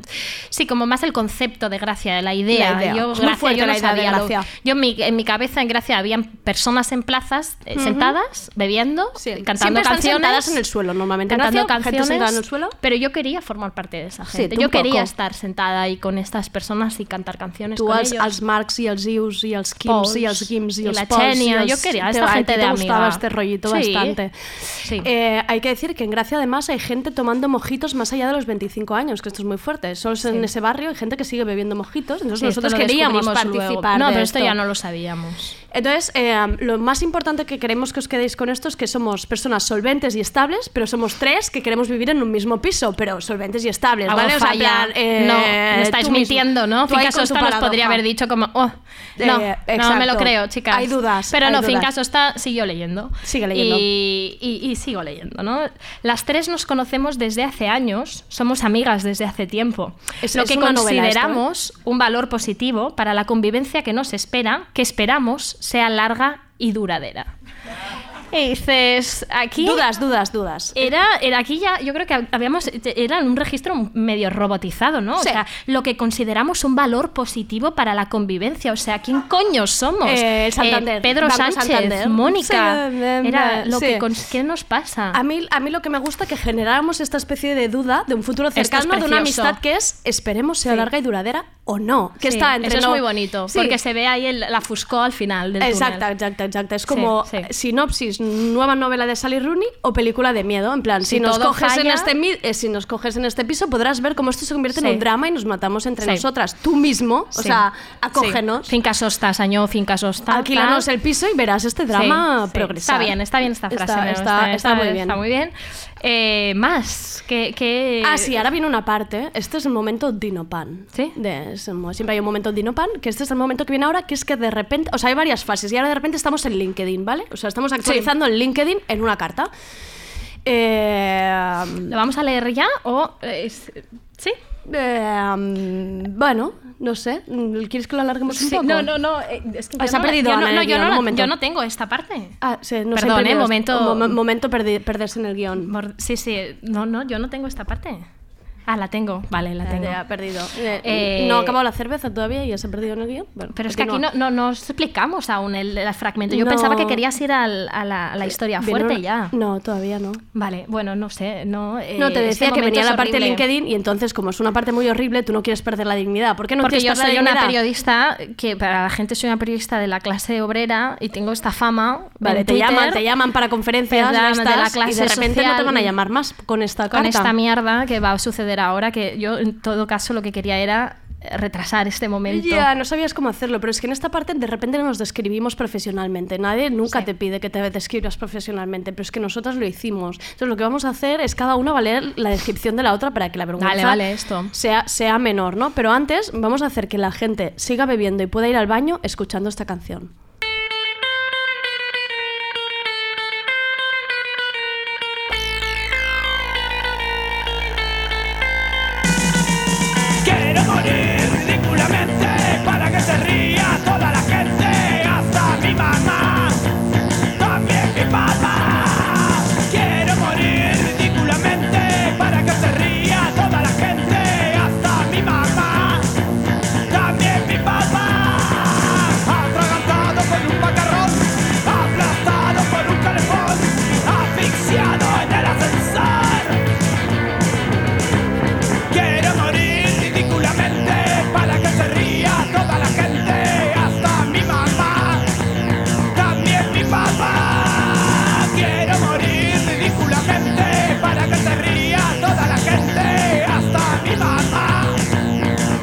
S5: Sí, como más el concepto de gracia, la idea.
S4: La idea.
S5: Yo,
S4: Es muy
S5: gracia,
S4: fuerte
S5: yo no
S4: la idea de
S5: sabía lo-
S4: gracia.
S5: yo en mi, en mi cabeza, en gracia, habían personas en plazas, eh, sentadas, bebiendo, cantando
S4: Siempre están
S5: canciones.
S4: sentadas en el suelo, normalmente.
S5: Cantando
S4: Gracia, gente
S5: canciones,
S4: sentada en el suelo.
S5: pero yo quería formar parte de esa
S4: Sí,
S5: gente.
S4: tú
S5: yo
S4: un poco.
S5: quería estar sentada ahí con estas personas y cantar canciones
S4: Tu
S5: con
S4: els,
S5: ellos.
S4: els Marx i els Ius i els Kims
S5: Pols,
S4: i els Gims i
S5: y
S4: els
S5: la
S4: Pols
S5: Xenia,
S4: i els...
S5: yo quería a
S4: Te-
S5: esta
S4: a ti
S5: gente
S4: te
S5: de
S4: gustaba
S5: amiga.
S4: este rollito
S5: Sí.
S4: bastante.
S5: Sí.
S4: Eh, hay que decir que en Gracia además hay gente tomando mojitos más allá de los 25 años, que esto es muy fuerte. Solo es en ese barrio hay gente que sigue bebiendo mojitos, entonces
S5: Sí, esto
S4: nosotros
S5: lo
S4: queríamos
S5: descubrimos
S4: participar
S5: luego. No,
S4: de
S5: pero esto
S4: esto.
S5: ya no lo sabíamos.
S4: Entonces, eh, lo más importante que queremos que os quedéis con esto es que somos personas solventes y estables, pero somos tres que queremos vivir en un mismo piso, pero solventes y estables,
S5: Algo
S4: ¿vale? O sea,
S5: falla.
S4: plan, eh,
S5: no, me estáis
S4: tú mismo.
S5: mintiendo, ¿no?
S4: Tú ahí
S5: Finca
S4: con tu
S5: Sosta nos
S4: paradoja.
S5: podría haber dicho como, oh,
S4: Eh,
S5: no, no me
S4: exacto.
S5: lo creo, chicas.
S4: Hay dudas,
S5: Pero
S4: hay
S5: no,
S4: dudas.
S5: Finca Sosta siguió leyendo.
S4: Sigue leyendo.
S5: Y, y- y sigo leyendo, ¿no? Las tres nos conocemos desde hace años, somos amigas desde hace tiempo.
S4: Es-
S5: lo
S4: es
S5: que
S4: una novela esto, ¿eh?
S5: consideramos un valor positivo para la convivencia que nos espera, que esperamos sea larga y duradera. Y dices, aquí...
S4: Dudas, dudas, dudas.
S5: Era, era aquí ya, yo creo que habíamos, era un registro medio robotizado, ¿no?
S4: Sí.
S5: O sea, lo que consideramos un valor positivo para la convivencia. O sea, ¿quién coño somos?
S4: Eh, el Santander,
S5: Pedro
S4: Banco
S5: Sánchez,
S4: Santander.
S5: Mónica.
S4: Sí, eh,
S5: era lo
S4: sí.
S5: que cons- ¿Qué nos pasa?
S4: A mí, a mí lo que me gusta es que generáramos esta especie de duda de un futuro
S5: Esto es
S4: cercano, de una
S5: precioso.
S4: amistad que es, esperemos, sea
S5: Sí.
S4: larga y duradera o no. Que
S5: Sí,
S4: está entre
S5: eso
S4: no-
S5: es muy bonito,
S4: Sí.
S5: porque se ve ahí el- la Fusco al final del
S4: Exacto,
S5: túnel.
S4: exacto, exacto. Es como
S5: Sí, sí.
S4: sinopsis, nueva novela de Sally Rooney o película de miedo. En plan, si,
S5: Si
S4: nos
S5: todo
S4: coges en
S5: falla-
S4: este mi- eh, si nos coges en este piso, podrás ver cómo esto se convierte en
S5: Sí.
S4: un drama y nos matamos entre
S5: Sí.
S4: nosotras. Tú mismo, o
S5: Sí.
S4: sea,
S5: Sí.
S4: acógenos,
S5: Fincas hostas, año fincas hostas.
S4: alquilanos el piso y verás este drama
S5: Sí, sí.
S4: progresar.
S5: Está bien, está bien esta frase.
S4: Está,
S5: me
S4: está-
S5: gusta,
S4: está muy bien.
S5: Está muy bien. Eh, más, que... que-
S4: Ah, sí, ahora viene una parte. Este es el momento Dinopan.
S5: ¿Sí?
S4: De, es como- siempre hay un momento Dinopan, que este es el momento que viene ahora, que es que de repente, o sea, hay varias fases y ahora de repente estamos en LinkedIn, ¿vale? O sea, estamos actualizando el LinkedIn en una carta. Eh,
S5: ¿Lo vamos a leer ya o...? eh, es- ¿Sí?
S4: eh, bueno, no sé. ¿Quieres que lo alarguemos Pues un
S5: Sí,
S4: poco?
S5: No, no, no. eh, Es que
S4: Ah,
S5: yo
S4: se ha
S5: no-
S4: perdido
S5: yo no,
S4: Ana en
S5: no,
S4: el
S5: yo,
S4: guión,
S5: no,
S4: un
S5: la-
S4: momento.
S5: yo no tengo esta parte.
S4: Ah, sí, nos
S5: Perdón,
S4: han
S5: eh,
S4: perdido-
S5: momento-
S4: un mo- momento perdi- perderse en el guión.
S5: Mor- Sí, sí. No, no, yo no tengo esta parte. Ah, la tengo. Vale, la tengo.
S4: Eh, ha perdido. Eh,
S5: Eh,
S4: no ha acabado la cerveza todavía y ya se ha perdido en el guión. Bueno,
S5: Pero es que aquí
S4: continúa.
S5: no, no, no explicamos aún el, el fragmento. Yo
S4: No. Eh,
S5: pensaba que querías ir al- a la, a la historia
S4: Viene
S5: fuerte
S4: una-
S5: ya.
S4: No, todavía no.
S5: Vale, bueno, no sé. No, eh,
S4: No, te
S5: este
S4: decía que
S5: momento
S4: venía
S5: es
S4: la parte de
S5: horrible.
S4: LinkedIn y entonces, como es una parte muy horrible, tú no quieres perder la dignidad. ¿Por qué no
S5: Porque yo
S4: quieres perder
S5: soy
S4: la
S5: una
S4: dignidad?
S5: periodista que para la gente soy una periodista de la clase obrera y tengo esta fama.
S4: Vale,
S5: en
S4: te
S5: Twitter.
S4: llaman, te llaman para conferencias
S5: Te llaman
S4: de,
S5: de la
S4: estas, y
S5: clase
S4: de repente no te
S5: social.
S4: van a llamar más con esta carta.
S5: con esta mierda que va a suceder ahora, que yo en todo caso lo que quería era eh, retrasar este momento.
S4: Ya, no sabías cómo hacerlo, pero es que en esta parte de repente nos describimos profesionalmente. Nadie nunca te pide que te describas profesionalmente, pero es que nosotras lo hicimos. Entonces lo que vamos a hacer es cada una valer la descripción de la otra para que la vergüenza
S5: Vale, vale, esto.
S4: Sea, sea menor, ¿no? Pero antes vamos a hacer que la gente siga bebiendo y pueda ir al baño escuchando esta canción.
S2: Quiero morir ridículamente para que se ría toda la gente, hasta mi mamá, también mi papá. Quiero morir ridículamente para que se ría toda la gente, hasta mi mamá, también mi papá. Atragantado por un macarrón, aplastado por un calefón, asfixiado en el ascensor. Quiero morir ridículamente para que se ría toda la gente, hasta mi mamá, también mi papá. Quiero morir ridículamente para que se ría toda la gente, hasta mi mamá,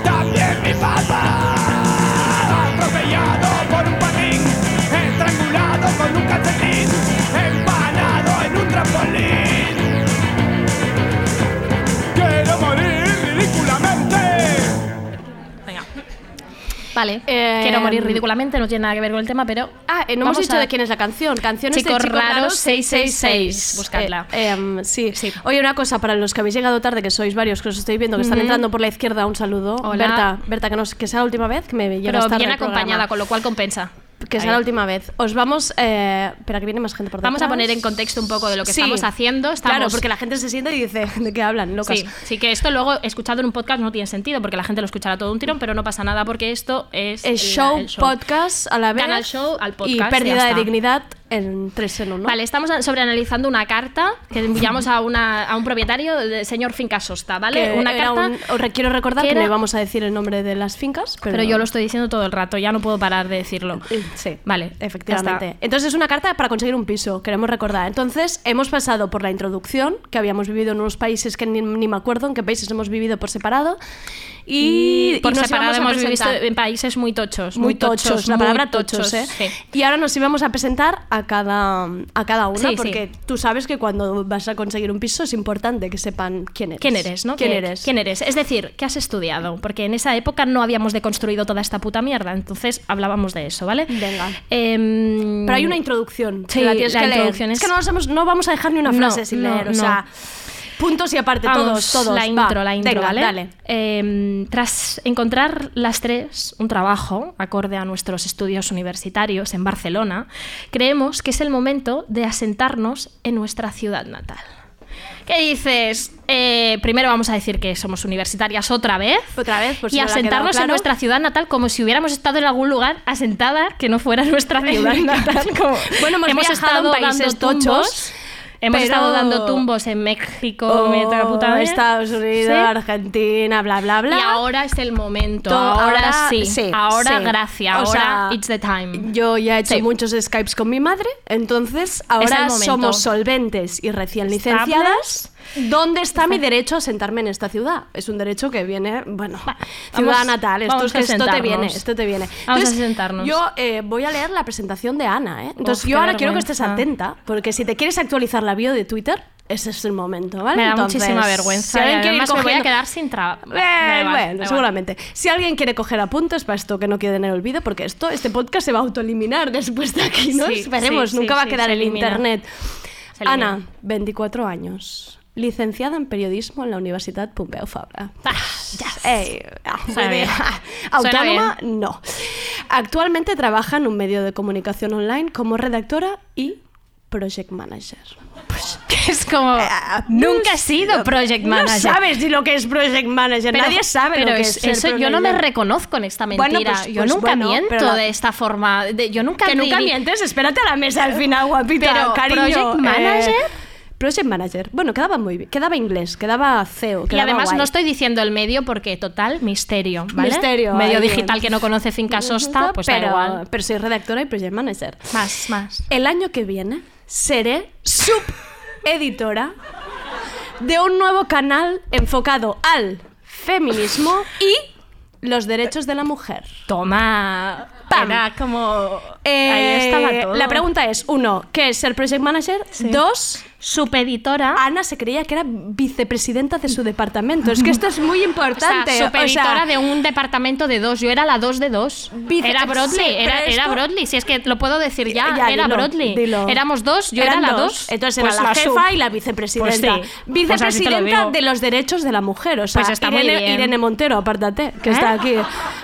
S2: también mi papá. Atropellado por un patín, estrangulado con un calcetín, empanado en un trampolín. Quiero morir ridículamente.
S5: Venga. Vale,
S4: Eh,
S5: quiero morir ridículamente, no tiene nada que ver con el tema, pero.
S4: Ah, eh, no
S5: vamos
S4: hemos dicho
S5: a-
S4: de quién es la canción. Canciones de
S5: Chicos
S4: Chicos
S5: Raros
S4: Raros
S5: 666.
S4: 666.
S5: Buscadla.
S4: Eh, em, sí.
S5: Sí.
S4: Oye, una cosa, para los que habéis llegado tarde, que sois varios, que os estoy viendo, que están
S5: Ujú.
S4: entrando por la izquierda, un saludo.
S5: Hola.
S4: Berta, Berta, que, nos, que sea la última vez que me llegas
S5: Pero
S4: tarde
S5: bien
S4: al programa.
S5: acompañada, con lo cual compensa.
S4: Que sea
S5: Ahí.
S4: la última vez. Os vamos... Eh, espera, que viene más gente por
S5: Vamos a
S4: detrás.
S5: poner en contexto un poco de lo que
S4: Sí.
S5: estamos haciendo. Estamos...
S4: Claro, porque la gente se sienta y dice, [LAUGHS] ¿de qué hablan, locas?
S5: Sí, sí que esto luego escuchado en un podcast no tiene sentido porque la gente lo escuchará todo un tirón, pero no pasa nada porque esto es
S4: El
S5: la-
S4: Eh, show,
S5: el
S4: podcast a la vez.
S5: Canal show al podcast,
S4: Y
S5: ya
S4: pérdida de
S5: está.
S4: dignidad en tres en uno.
S5: Vale, estamos a- sobreanalizando una carta que enviamos a, una, a un propietario, de señor Fincasosta, ¿vale?
S4: Que
S5: una
S4: era
S5: carta.
S4: un- os re- quiero recordar
S5: que
S4: que,
S5: era-
S4: no íbamos a decir el nombre de las fincas, pero,
S5: Pero, yo lo estoy diciendo todo el rato, ya no puedo parar de decirlo.
S4: Eh, Sí,
S5: Vale, ya
S4: efectivamente.
S5: está.
S4: Entonces es una carta para conseguir un piso, queremos recordar. Entonces hemos pasado por la introducción, que habíamos vivido en unos países que ni, ni me acuerdo en qué países hemos vivido por separado. Y,
S5: por
S4: y nos
S5: separado
S4: íbamos a
S5: hemos vivido
S4: presentar.
S5: en países muy tochos.
S4: muy tochos, la
S5: muy
S4: palabra tochos, ¿eh?
S5: sí.
S4: Y ahora nos íbamos a presentar a cada, a cada una,
S5: Sí,
S4: porque
S5: sí.
S4: tú sabes que cuando vas a conseguir un piso es importante que sepan quién eres.
S5: ¿Quién eres, no?
S4: ¿Quién
S5: ¿Qué-
S4: eres?
S5: ¿Quién eres? Es decir, ¿qué has estudiado? Porque en esa época no habíamos deconstruido toda esta puta mierda, entonces hablábamos de eso, ¿vale?
S4: Venga.
S5: Em,
S4: Pero hay una introducción. que
S5: Sí,
S4: la tienes
S5: la
S4: que leer.
S5: introducción
S4: Es...
S5: es-
S4: que no, nos hemos- no vamos a dejar ni una
S5: No, [LAUGHS]
S4: frase sin
S5: no,
S4: leer. O
S5: no.
S4: sea, puntos y aparte
S5: Vamos,
S4: todos, todos.
S5: La
S4: va.
S5: intro, la intro,
S4: Venga,
S5: ¿vale?
S4: Dale.
S5: Eh, tras encontrar las tres un trabajo acorde a nuestros estudios universitarios en Barcelona, creemos que es el momento de asentarnos en nuestra ciudad natal. ¿Qué dices? Eh, primero vamos a decir que somos universitarias otra vez.
S4: Otra vez, por si
S5: y
S4: no le ha quedado
S5: asentarnos en
S4: claro.
S5: nuestra ciudad natal como si hubiéramos estado en algún lugar asentada que no fuera
S4: [LAUGHS]
S5: nuestra ciudad natal. como-
S4: Bueno, hemos viajado en países
S5: dando tumbos,
S4: tochos,
S5: Hemos
S4: pero-
S5: estado dando tumbos en México, me trae la puta
S4: Oh,
S5: madre.
S4: Estados Unidos,
S5: Sí.
S4: Argentina, bla, bla, bla.
S5: Y ahora es el momento.
S4: To-
S5: ahora, sí. Ahora
S4: sí.
S5: gracias.
S4: O
S5: Ahora
S4: sea,
S5: it's the time.
S4: Yo ya he hecho
S5: Sí.
S4: muchos Skypes con mi madre, entonces
S5: Es el
S4: ahora
S5: momento.
S4: somos solventes y recién licenciadas. ¿Dónde está mi derecho a sentarme en esta ciudad? Es un derecho que viene, bueno, ciudad
S5: vamos-
S4: natal, esto,
S5: vamos
S4: es que
S5: a
S4: esto te
S5: sentarnos.
S4: viene, esto te viene.
S5: Vamos a sentarnos.
S4: Yo eh, voy a leer la presentación de Ana, ¿eh? Entonces
S5: Uf,
S4: yo
S5: qué
S4: ahora quiero que estés
S5: vergüenza.
S4: atenta, porque si te quieres actualizar la bio de Twitter, ese es el momento, ¿vale?
S5: me da
S4: Entonces,
S5: muchísima
S4: si
S5: vergüenza. y
S4: alguien quiere ir
S5: además me voy a
S4: cogiendo-
S5: quedar sin trabajo.
S4: bueno, bueno, seguramente. Si alguien quiere coger apuntes para esto que no quede en el olvido, porque esto, este podcast se va a autoeliminar después de aquí, ¿no?
S5: Sí,
S4: Esperemos,
S5: sí,
S4: nunca
S5: sí,
S4: va a
S5: sí,
S4: quedar
S5: se
S4: el
S5: elimina.
S4: internet.
S5: Se elimina.
S4: Ana, 24 años, licenciada en periodismo en la Universidad Pompeu Fabra. Ey, ah, muy bien.
S5: Suena
S4: [LAUGHS]
S5: bien.
S4: Autónoma, no. Actualmente trabaja en un medio de comunicación online como redactora y project
S5: [LAUGHS]
S4: manager. Eh,
S5: es como. Nunca he sido project manager.
S4: No sabes ni lo que es project manager.
S5: Pero-
S4: Nadie sabe
S5: pero
S4: lo que
S5: es-
S4: es. ser
S5: eso yo no me
S4: project
S5: reconozco en esta mentira
S4: Bueno, pues-
S5: yo
S4: pues
S5: nunca
S4: bueno,
S5: miento
S4: pero la-
S5: de esta forma de- yo nunca
S4: Que nunca
S5: diri-
S4: mientes, espérate a la mesa al final, guapita,
S5: Pero,
S4: cariño. eh,
S5: ¿project manager?
S4: Project Manager. Bueno, quedaba muy bien. Quedaba inglés, quedaba CEO.
S5: y
S4: quedaba
S5: además
S4: guay.
S5: no estoy diciendo el medio porque total misterio ¿vale?
S4: Misterio,
S5: medio
S4: ahí bien.
S5: digital que no conoce finca sosta pues
S4: pero,
S5: da igual
S4: Pero soy redactora y Project Manager.
S5: más más
S4: El año que viene seré subeditora de un nuevo canal enfocado al feminismo y los derechos de la mujer.
S5: Toma.
S4: Pam.
S5: Era como.
S4: Eh,
S5: Ahí estaba todo.
S4: La pregunta es, uno, ¿qué es ser project manager? Dos,
S5: Supeditora.
S4: Ana se creía que era vicepresidenta de su departamento. Es que esto es muy
S5: o sea,
S4: importante.
S5: supeditora de un departamento de dos. Yo era la dos de dos.
S4: Vice-
S5: era
S4: sí,
S5: Broadly.
S4: pero
S5: era, era
S4: esto-
S5: Broadly. Si es que lo puedo decir ya.
S4: Ya,
S5: era
S4: dilo,
S5: Broadly.
S4: dilo.
S5: Éramos dos. Yo
S4: Eran
S5: era la dos.
S4: Entonces
S5: Pues
S4: era la, jefa
S5: sub.
S4: y la vicepresidenta.
S5: Pues sí. Pues así te lo
S4: Vicepresidenta
S5: digo.
S4: de los derechos de la mujer. O sea,
S5: Pues está muy
S4: Irene,
S5: bien.
S4: Irene Montero, apártate, que
S5: ¿Eh?
S4: está aquí.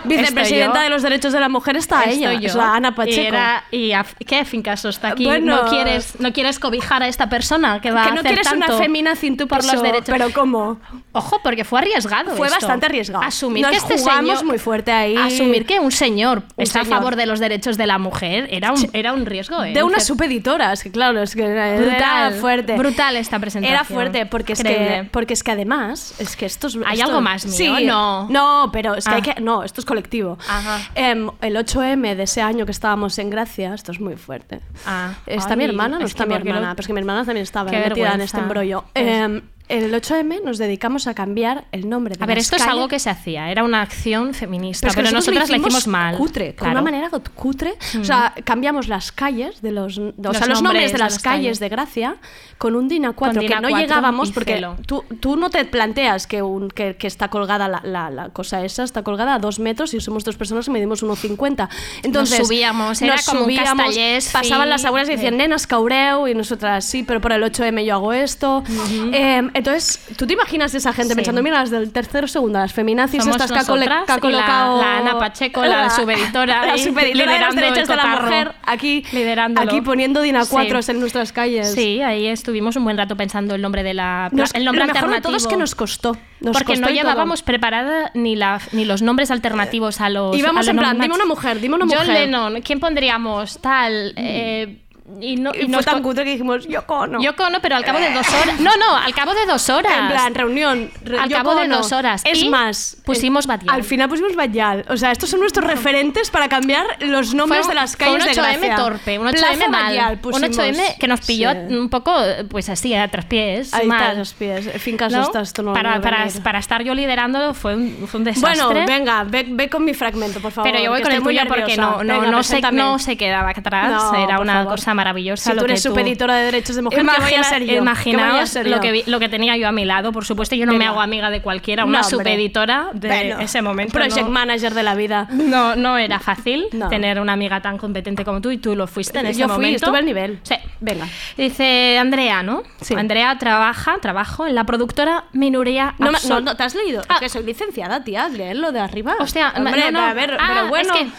S4: Vicepresidenta
S5: yo.
S4: de los derechos de la mujer está
S5: Estoy
S4: ella.
S5: yo.
S4: Es la Ana Pacheco.
S5: Y, era- y a- ¿Qué fincaso está aquí?
S4: Bueno.
S5: ¿No, quieres, ¿No quieres cobijar a esta persona que va
S4: que
S5: a
S4: no
S5: hacer
S4: quieres una
S5: tanto
S4: feminazi en tu
S5: por los
S4: piso,
S5: derechos?
S4: Pero ¿cómo?
S5: Ojo, porque fue arriesgado.
S4: Fue
S5: esto.
S4: bastante arriesgado.
S5: Asumir
S4: Nos
S5: que este
S4: jugamos
S5: señor-
S4: muy fuerte ahí.
S5: Asumir que un señor está
S4: señor.
S5: a favor de los derechos de la mujer era un, era un riesgo. ¿eh?
S4: De una
S5: Cer-
S4: supeditora, es que claro, es que era- era
S5: Brutal,
S4: fuerte.
S5: brutal esta presentación.
S4: Era fuerte, porque es, que,
S5: Increíble.
S4: porque es que además, es que esto es...
S5: ¿Hay
S4: esto-
S5: algo más mío?
S4: Sí,
S5: No.
S4: No, pero es que
S5: Ah.
S4: hay que... No, esto es colectivo.
S5: Ajá.
S4: Em, el 8M de ese año que estábamos en Gracia, esto es muy fuerte.
S5: Ah.
S4: ¿Está
S5: Ay,
S4: mi hermana? No
S5: es
S4: está
S5: que
S4: mi
S5: porque lo-
S4: hermana, pero es que mi hermana también estaba
S5: Qué
S4: metida en
S5: vergüenza.
S4: este embrollo.
S5: Es-
S4: Em, el 8M nos dedicamos a cambiar el nombre de
S5: A ver,
S4: las
S5: esto es algo
S4: calles-
S5: que se hacía, era una acción feminista,
S4: Em, es que
S5: pero, nosotras
S4: lo
S5: la hicimos mal.
S4: Cutre, con
S5: claro. Mm.
S4: una manera got- cutre. O sea, cambiamos las calles de los, de- o
S5: Los
S4: sea, los nombres
S5: nombres
S4: de
S5: de
S4: las
S5: las
S4: calles
S5: calles.
S4: de Gracia con un Dina 4
S5: Dina
S4: que no
S5: 4
S4: llegábamos
S5: y
S4: porque
S5: celo.
S4: tú, tú no te planteas que, un, que, que está colgada la, la- la cosa esa, está colgada a dos metros y somos dos personas que medimos 1,50. Entonces
S5: subíamos, era
S4: nos
S5: como un
S4: subíamos,
S5: castellers,
S4: pasaban
S5: sí,
S4: las abuelas y decían,
S5: sí.
S4: nenas, caureu, y nosotras, sí, pero por el 8M yo hago esto. Eh, entonces, ¿tú te imaginas esa gente
S5: Sí.
S4: pensando, mira, las del tercer o segundo, las feminazis,
S5: Somos
S4: estas que ha cole-
S5: nosotras
S4: que ha
S5: y la-
S4: colocado...
S5: la Ana Pacheco, la subeditora
S4: [LAUGHS] La
S5: ahí,
S4: subeditora de los
S5: liderando el
S4: derechos de la
S5: cotarro.
S4: mujer, aquí,
S5: Liderándolo.
S4: aquí poniendo
S5: Sí.
S4: dinacuatros en nuestras calles.
S5: Sí, ahí estuvimos un buen rato pensando el nombre de la
S4: Nos-
S5: el nombre
S4: lo mejor de
S5: alternativo.
S4: todo es que nos costó. Nos
S5: porque
S4: costó
S5: no
S4: y todo.
S5: llevábamos preparada ni la ni los nombres alternativos a los
S4: Íbamos
S5: a los
S4: en plan,
S5: nombres
S4: dime una
S5: machos.
S4: mujer, dime una mujer.
S5: John Lennon, ¿quién pondríamos tal eh, y no
S4: Y,
S5: y
S4: fue
S5: nos
S4: tan
S5: co-
S4: cutre que dijimos, yo cono.
S5: Yo cono, pero al cabo de dos horas. No, no, al cabo de dos horas.
S4: En plan, reunión. re-
S5: Al
S4: yo
S5: cabo de
S4: cono.
S5: dos horas.
S4: Es
S5: Y
S4: más.
S5: pusimos
S4: eh,
S5: Badial.
S4: Al final pusimos Badial. O sea, estos son nuestros referentes para cambiar los nombres
S5: Fue-
S4: de las
S5: fue
S4: calles de
S5: un 8M
S4: Gracia.
S5: torpe, un
S4: Plaza
S5: 8M
S4: Badial
S5: mal. Un
S4: pusimos.
S5: 8M que nos pilló
S4: Sí.
S5: un poco, pues así, a traspiés.
S4: Ahí
S5: mal.
S4: está, los pies. Fincas
S5: ¿no?
S4: estas, esto no lo
S5: para,
S4: veo
S5: para,
S4: venir.
S5: para estar yo liderándolo fue un, fue un desastre.
S4: Bueno, venga, ve, ve con mi fragmento, por favor.
S5: Pero yo voy
S4: que
S5: con el
S4: estoy muy
S5: tuyo porque
S4: nerviosa.
S5: no, no,
S4: Venga,
S5: no, se,
S4: preséntame.
S5: no se quedaba atrás,
S4: No,
S5: era
S4: por
S5: una
S4: favor.
S5: cosa maravillosa.
S4: Si
S5: lo
S4: tú eres
S5: que tú-
S4: subeditora de derechos de mujer, ¿qué voy a
S5: Imagina-
S4: hacer yo? ¿Qué
S5: imaginaos
S4: voy a hacer
S5: lo,
S4: yo?
S5: que vi- lo que tenía yo a mi lado, por supuesto, yo no me
S4: Venga.
S5: hago amiga de cualquiera,
S4: No,
S5: una
S4: hombre.
S5: subeditora de
S4: Bueno,
S5: ese momento.
S4: project
S5: no-
S4: manager de la vida.
S5: No, no era fácil
S4: No.
S5: tener una amiga tan competente como tú y tú lo fuiste en ese
S4: Yo fui,
S5: momento.
S4: estuve al nivel.
S5: Sí.
S4: Venga.
S5: Dice Andrea, ¿no?
S4: Sí.
S5: Andrea trabaja, trabajo en la productora Minoría
S4: No, me- no,
S5: Absol-
S4: no, ¿te has leído?
S5: Ah.
S4: Que soy licenciada, tía, leen lo de arriba.
S5: Hostia, no,
S4: Hombre,
S5: no, no.
S4: a ver,
S5: Ah,
S4: pero bueno.
S5: es que-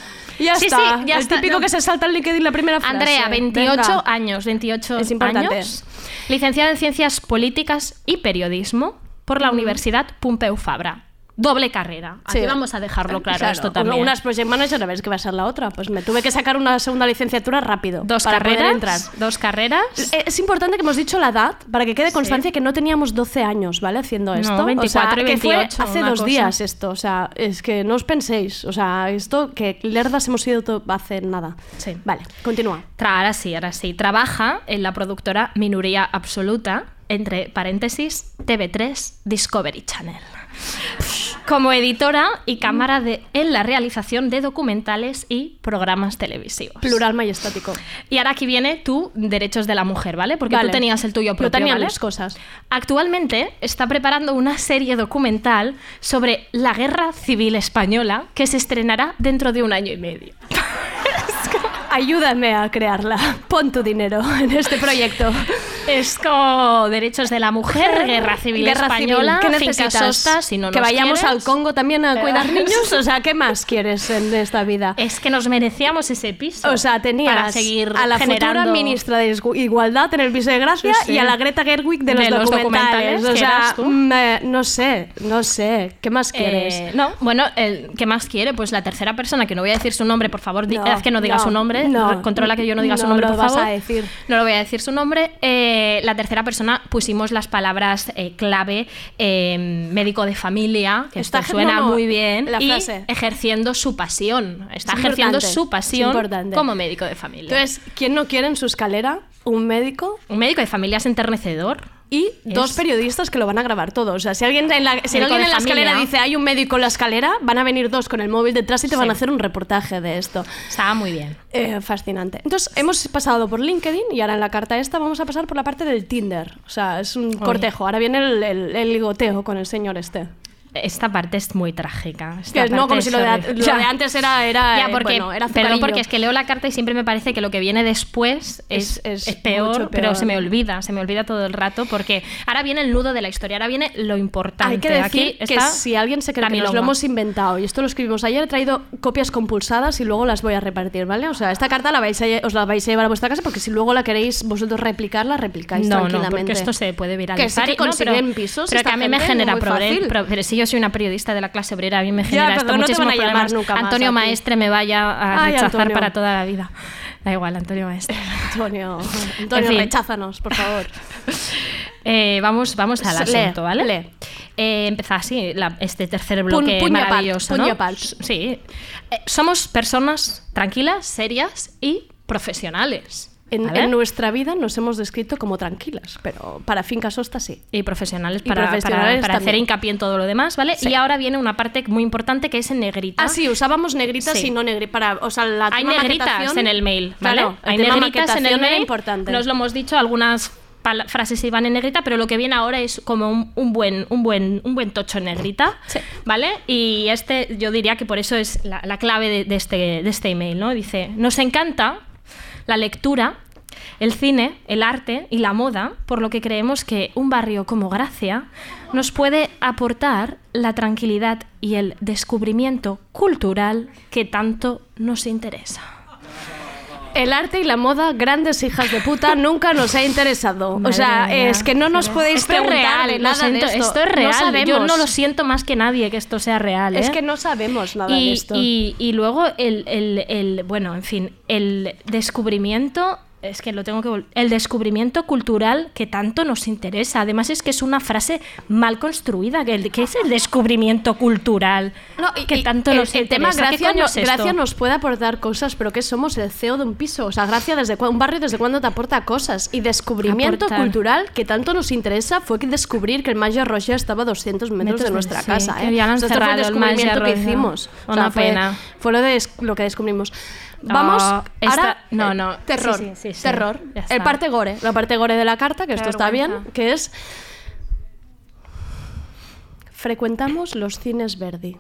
S4: Ya
S5: Sí,
S4: está.
S5: sí, ya
S4: el
S5: está,
S4: típico
S5: no.
S4: que se salta en LinkedIn la primera frase.
S5: Andrea, 28
S4: Venga.
S5: años, 28
S4: Es importante.
S5: años. Licenciada en Ciencias Políticas y Periodismo por la Universidad Pompeu Fabra. Doble carrera.
S4: Mm. Sí.
S5: Aquí vamos a dejarlo claro, esto
S4: uno-
S5: también.
S4: Unas project manager, a ver qué va a ser la otra. Pues me tuve que sacar una segunda licenciatura rápido.
S5: dos
S4: para poder
S5: carreras,
S4: entrar.
S5: dos carreras.
S4: Eh, Es importante que hemos dicho la edad para que quede constancia que no teníamos 12 años, ¿vale? Haciendo esto. O sea,
S5: 24 y
S4: que fue
S5: 28,
S4: hace
S5: una
S4: dos
S5: cosa.
S4: días esto. O sea, es que no os penséis. O sea, esto que lerdas hemos sido to- hace nada.
S5: Sí.
S4: Vale, continúa.
S5: Tra- ahora sí, ahora sí. Trabaja en la productora Minoría Absoluta, entre paréntesis, TV3 Discovery Channel. Como editora y cámara de, en la realización de documentales y programas televisivos.
S4: Plural majestático.
S5: Y ahora aquí viene tu derechos de la mujer, ¿vale? Porque
S4: Vale.
S5: tú tenías el tuyo
S4: Yo
S5: propio,
S4: tenía
S5: ¿vale?
S4: mis cosas.
S5: Actualmente está preparando una serie documental sobre la Guerra Civil Española que se estrenará dentro de un año y medio.
S4: Ayúdame a crearla. [LAUGHS] Pon tu dinero en este proyecto.
S5: Es como derechos de
S4: [LAUGHS]
S5: la mujer, Guerra Civil
S4: Guerra civil.
S5: Española,
S4: ¿Qué
S5: fincas
S4: necesitas?
S5: hostas, si no
S4: que
S5: nos
S4: vayamos
S5: quieres.
S4: al Congo también a cuidar
S5: [LAUGHS]
S4: niños. O sea, ¿qué más quieres en esta vida?
S5: Es que nos merecíamos ese piso.
S4: O sea, tenías
S5: para seguir
S4: a la
S5: generando...
S4: futura ministra de Isgu- Igualdad en el Piso de Gracia
S5: Sí, sí.
S4: y a la Greta Gerwig de los
S5: De los
S4: documentales.
S5: documentales,
S4: o
S5: que
S4: sea,
S5: eras tú.
S4: mm, eh, no sé, no sé. ¿Qué más quieres?
S5: Eh, no, bueno, el, ¿qué más quiere? Pues la tercera persona, que no voy a decir su nombre, por favor, di-
S4: No,
S5: haz que no diga
S4: no,
S5: su nombre,
S4: no,
S5: re- controla que yo no diga su
S4: no
S5: nombre,
S4: lo
S5: por
S4: vas
S5: favor.
S4: a decir.
S5: No lo voy a decir su nombre. Eh, la tercera persona pusimos las palabras eh, clave, eh, médico de familia, que
S4: Está
S5: esto
S4: gen-
S5: suena
S4: no, no,
S5: muy bien,
S4: la
S5: y
S4: frase.
S5: ejerciendo su pasión. Está
S4: Es
S5: ejerciendo
S4: importante,
S5: su
S4: es
S5: pasión
S4: importante.
S5: como médico de familia.
S4: Entonces, ¿quién no quiere en su escalera un médico
S5: un médico de familia es enternecedor.
S4: y dos
S5: Es-
S4: periodistas que lo van a grabar todo? O sea, si alguien en la, si
S5: Médico
S4: alguien
S5: de
S4: en la escalera
S5: familia.
S4: dice hay un médico en la escalera, van a venir dos con el móvil detrás y te van a hacer un reportaje de esto.
S5: Estaba muy bien.
S4: Eh, fascinante. Entonces, hemos pasado por LinkedIn y ahora en la carta esta vamos a pasar por la parte del Tinder. O sea, es un cortejo. Ahora viene el, el- el ligoteo con el señor este.
S5: Esta parte es muy trágica. esta
S4: Que no,
S5: parte
S4: como
S5: es
S4: si lo de, a-
S5: horrible.
S4: lo de antes era, era,
S5: Ya,
S4: eh,
S5: porque,
S4: bueno, era
S5: perdón,
S4: azucarillo.
S5: porque es que leo la carta y siempre me parece que lo que viene después es,
S4: Es- es
S5: es peor,
S4: mucho
S5: pero
S4: peor.
S5: se me olvida, se me olvida todo el rato porque ahora viene el nudo de la historia, ahora viene lo importante.
S4: Hay que decir
S5: Aquí
S4: que
S5: está
S4: si alguien se cree
S5: la
S4: que nos lo
S5: milonga.
S4: hemos inventado y esto lo escribimos ayer, he traído copias compulsadas y luego las voy a repartir, ¿vale? O sea, esta carta la vais a lle- os la vais a llevar a vuestra casa porque si luego la queréis vosotros replicarla, replicáis
S5: No, no,
S4: tranquilamente.
S5: porque esto se puede viralizar.
S4: Que sí que
S5: y- no, pero-
S4: consiguen pisos
S5: Pero que
S4: esta
S5: a mí me
S4: gente,
S5: genera
S4: muy
S5: problemas.
S4: fácil.
S5: Pero, pero si yo soy una periodista de la clase obrera, a mí me genera esto
S4: pero no te van a
S5: muchísimos
S4: llamar
S5: problemas.
S4: nunca más
S5: Antonio
S4: aquí.
S5: Maestre me vaya a
S4: Ay,
S5: rechazar
S4: Antonio.
S5: para toda la vida. Da igual,
S4: [LAUGHS]
S5: Antonio Maestre.
S4: Antonio, Antonio
S5: [LAUGHS] En fin.
S4: recházanos, por
S5: [LAUGHS]
S4: favor.
S5: Eh, vamos, vamos al
S4: Pues Lee,
S5: asunto, ¿vale?
S4: lee.
S5: Eh, empezá así la- este tercer bloque
S4: puño apart,
S5: maravilloso,
S4: puño
S5: ¿no?
S4: apart.
S5: S- Sí. Eh, somos personas tranquilas, serias y profesionales.
S4: En,
S5: ¿vale?
S4: en nuestra vida nos hemos descrito como tranquilas, pero para fincas hostas sí.
S5: Y profesionales
S4: Y
S5: para, para-
S4: profesionales
S5: para hacer
S4: también.
S5: hincapié en todo lo demás, ¿vale? Y ahora viene una parte muy importante que es en negrita.
S4: Ah, sí, usábamos negritas
S5: Sí.
S4: y no negritas. Para, o sea, la
S5: Hay
S4: tema
S5: negritas
S4: maquetación-
S5: en el mail, ¿vale?
S4: Claro, el
S5: Hay
S4: tema
S5: negritas en el
S4: maquetación era
S5: mail.
S4: importante.
S5: Nos lo hemos dicho, algunas pala- frases iban en negrita, pero lo que viene ahora es como un, un buen, un buen, un buen tocho en negrita,
S4: Sí.
S5: ¿vale? Y este, yo diría que por eso es la, la clave de, de este, de este email, ¿no? Dice, nos encanta la lectura, el cine, el arte y la moda, por lo que creemos que un barrio como Gracia nos puede aportar la tranquilidad y el descubrimiento cultural que tanto nos interesa.
S4: El arte y la moda, grandes hijas de puta, nunca nos ha interesado. o
S5: Madre
S4: sea,
S5: mía.
S4: es que no nos podéis
S5: Esto es
S4: preguntar
S5: real,
S4: de
S5: lo
S4: nada de
S5: siento,
S4: esto.
S5: es real.
S4: No sabemos.
S5: Yo no lo siento más que nadie que esto sea real.
S4: Es
S5: ¿eh?
S4: que no sabemos nada de
S5: y,
S4: esto.
S5: y- y luego el, el- el- bueno, en fin, el descubrimiento. Es que lo tengo que. vol- El descubrimiento cultural que tanto nos interesa. Además, es que es una frase mal construida. que el- ¿Qué es el descubrimiento cultural
S4: No, y-
S5: que
S4: y
S5: tanto
S4: el,
S5: nos
S4: el tema
S5: interesa? ¿Qué
S4: Gracia,
S5: coño
S4: no-
S5: es esto?
S4: Gracia nos puede aportar cosas, pero que somos el CEO de un piso. O sea, Gracia, desde cua- un barrio, ¿desde cuándo te aporta cosas? Y descubrimiento
S5: Aportar.
S4: cultural que tanto nos interesa fue que descubrir que el Mayo Roja estaba a 200 metros,
S5: Metros
S4: de
S5: de-
S4: nuestra
S5: sí,
S4: casa.
S5: que
S4: ¿eh?
S5: habían
S4: O sea, esto fue
S5: cerrado el Mayo
S4: descubrimiento que
S5: Roja.
S4: hicimos.
S5: Una
S4: fue-
S5: pena.
S4: Fue, lo, de, lo que descubrimos. Vamos.
S5: Ah, esta-
S4: ahora,
S5: no,
S4: eh,
S5: no. Sí,
S4: Terror.
S5: sí, sí, sí.
S4: terror.
S5: Ya está.
S4: El parte gore. La parte gore de la carta, que
S5: Qué
S4: esto está bien,
S5: vergüenza.
S4: que es. Frecuentamos los cines Verdi.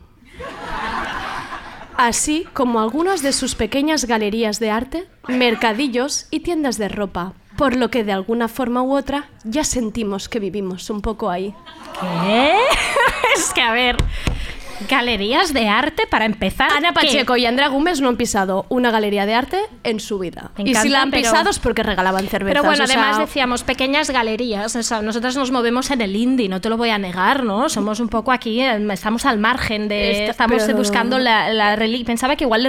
S4: Así como algunas de sus pequeñas galerías de arte, mercadillos y tiendas de ropa. Por lo que de alguna forma u otra ya sentimos que vivimos un poco ahí.
S5: ¿Qué? [LAUGHS] es que a ver. Galerías de arte para empezar.
S4: Ana
S5: ¿qué?
S4: Pacheco y Andrea Gómez no han pisado una galería de arte en su vida.
S5: Me
S4: y si
S5: encanta,
S4: la han
S5: pero-
S4: pisado es porque regalaban cervezas.
S5: Pero bueno,
S4: o sea,
S5: además decíamos pequeñas galerías. O sea, nosotras nos movemos en el indie, no te lo voy a negar, ¿no? Somos un poco aquí, em, estamos al margen de.
S4: Esta-
S5: estamos
S4: pero-
S5: buscando la, la reli- Pensaba que igual le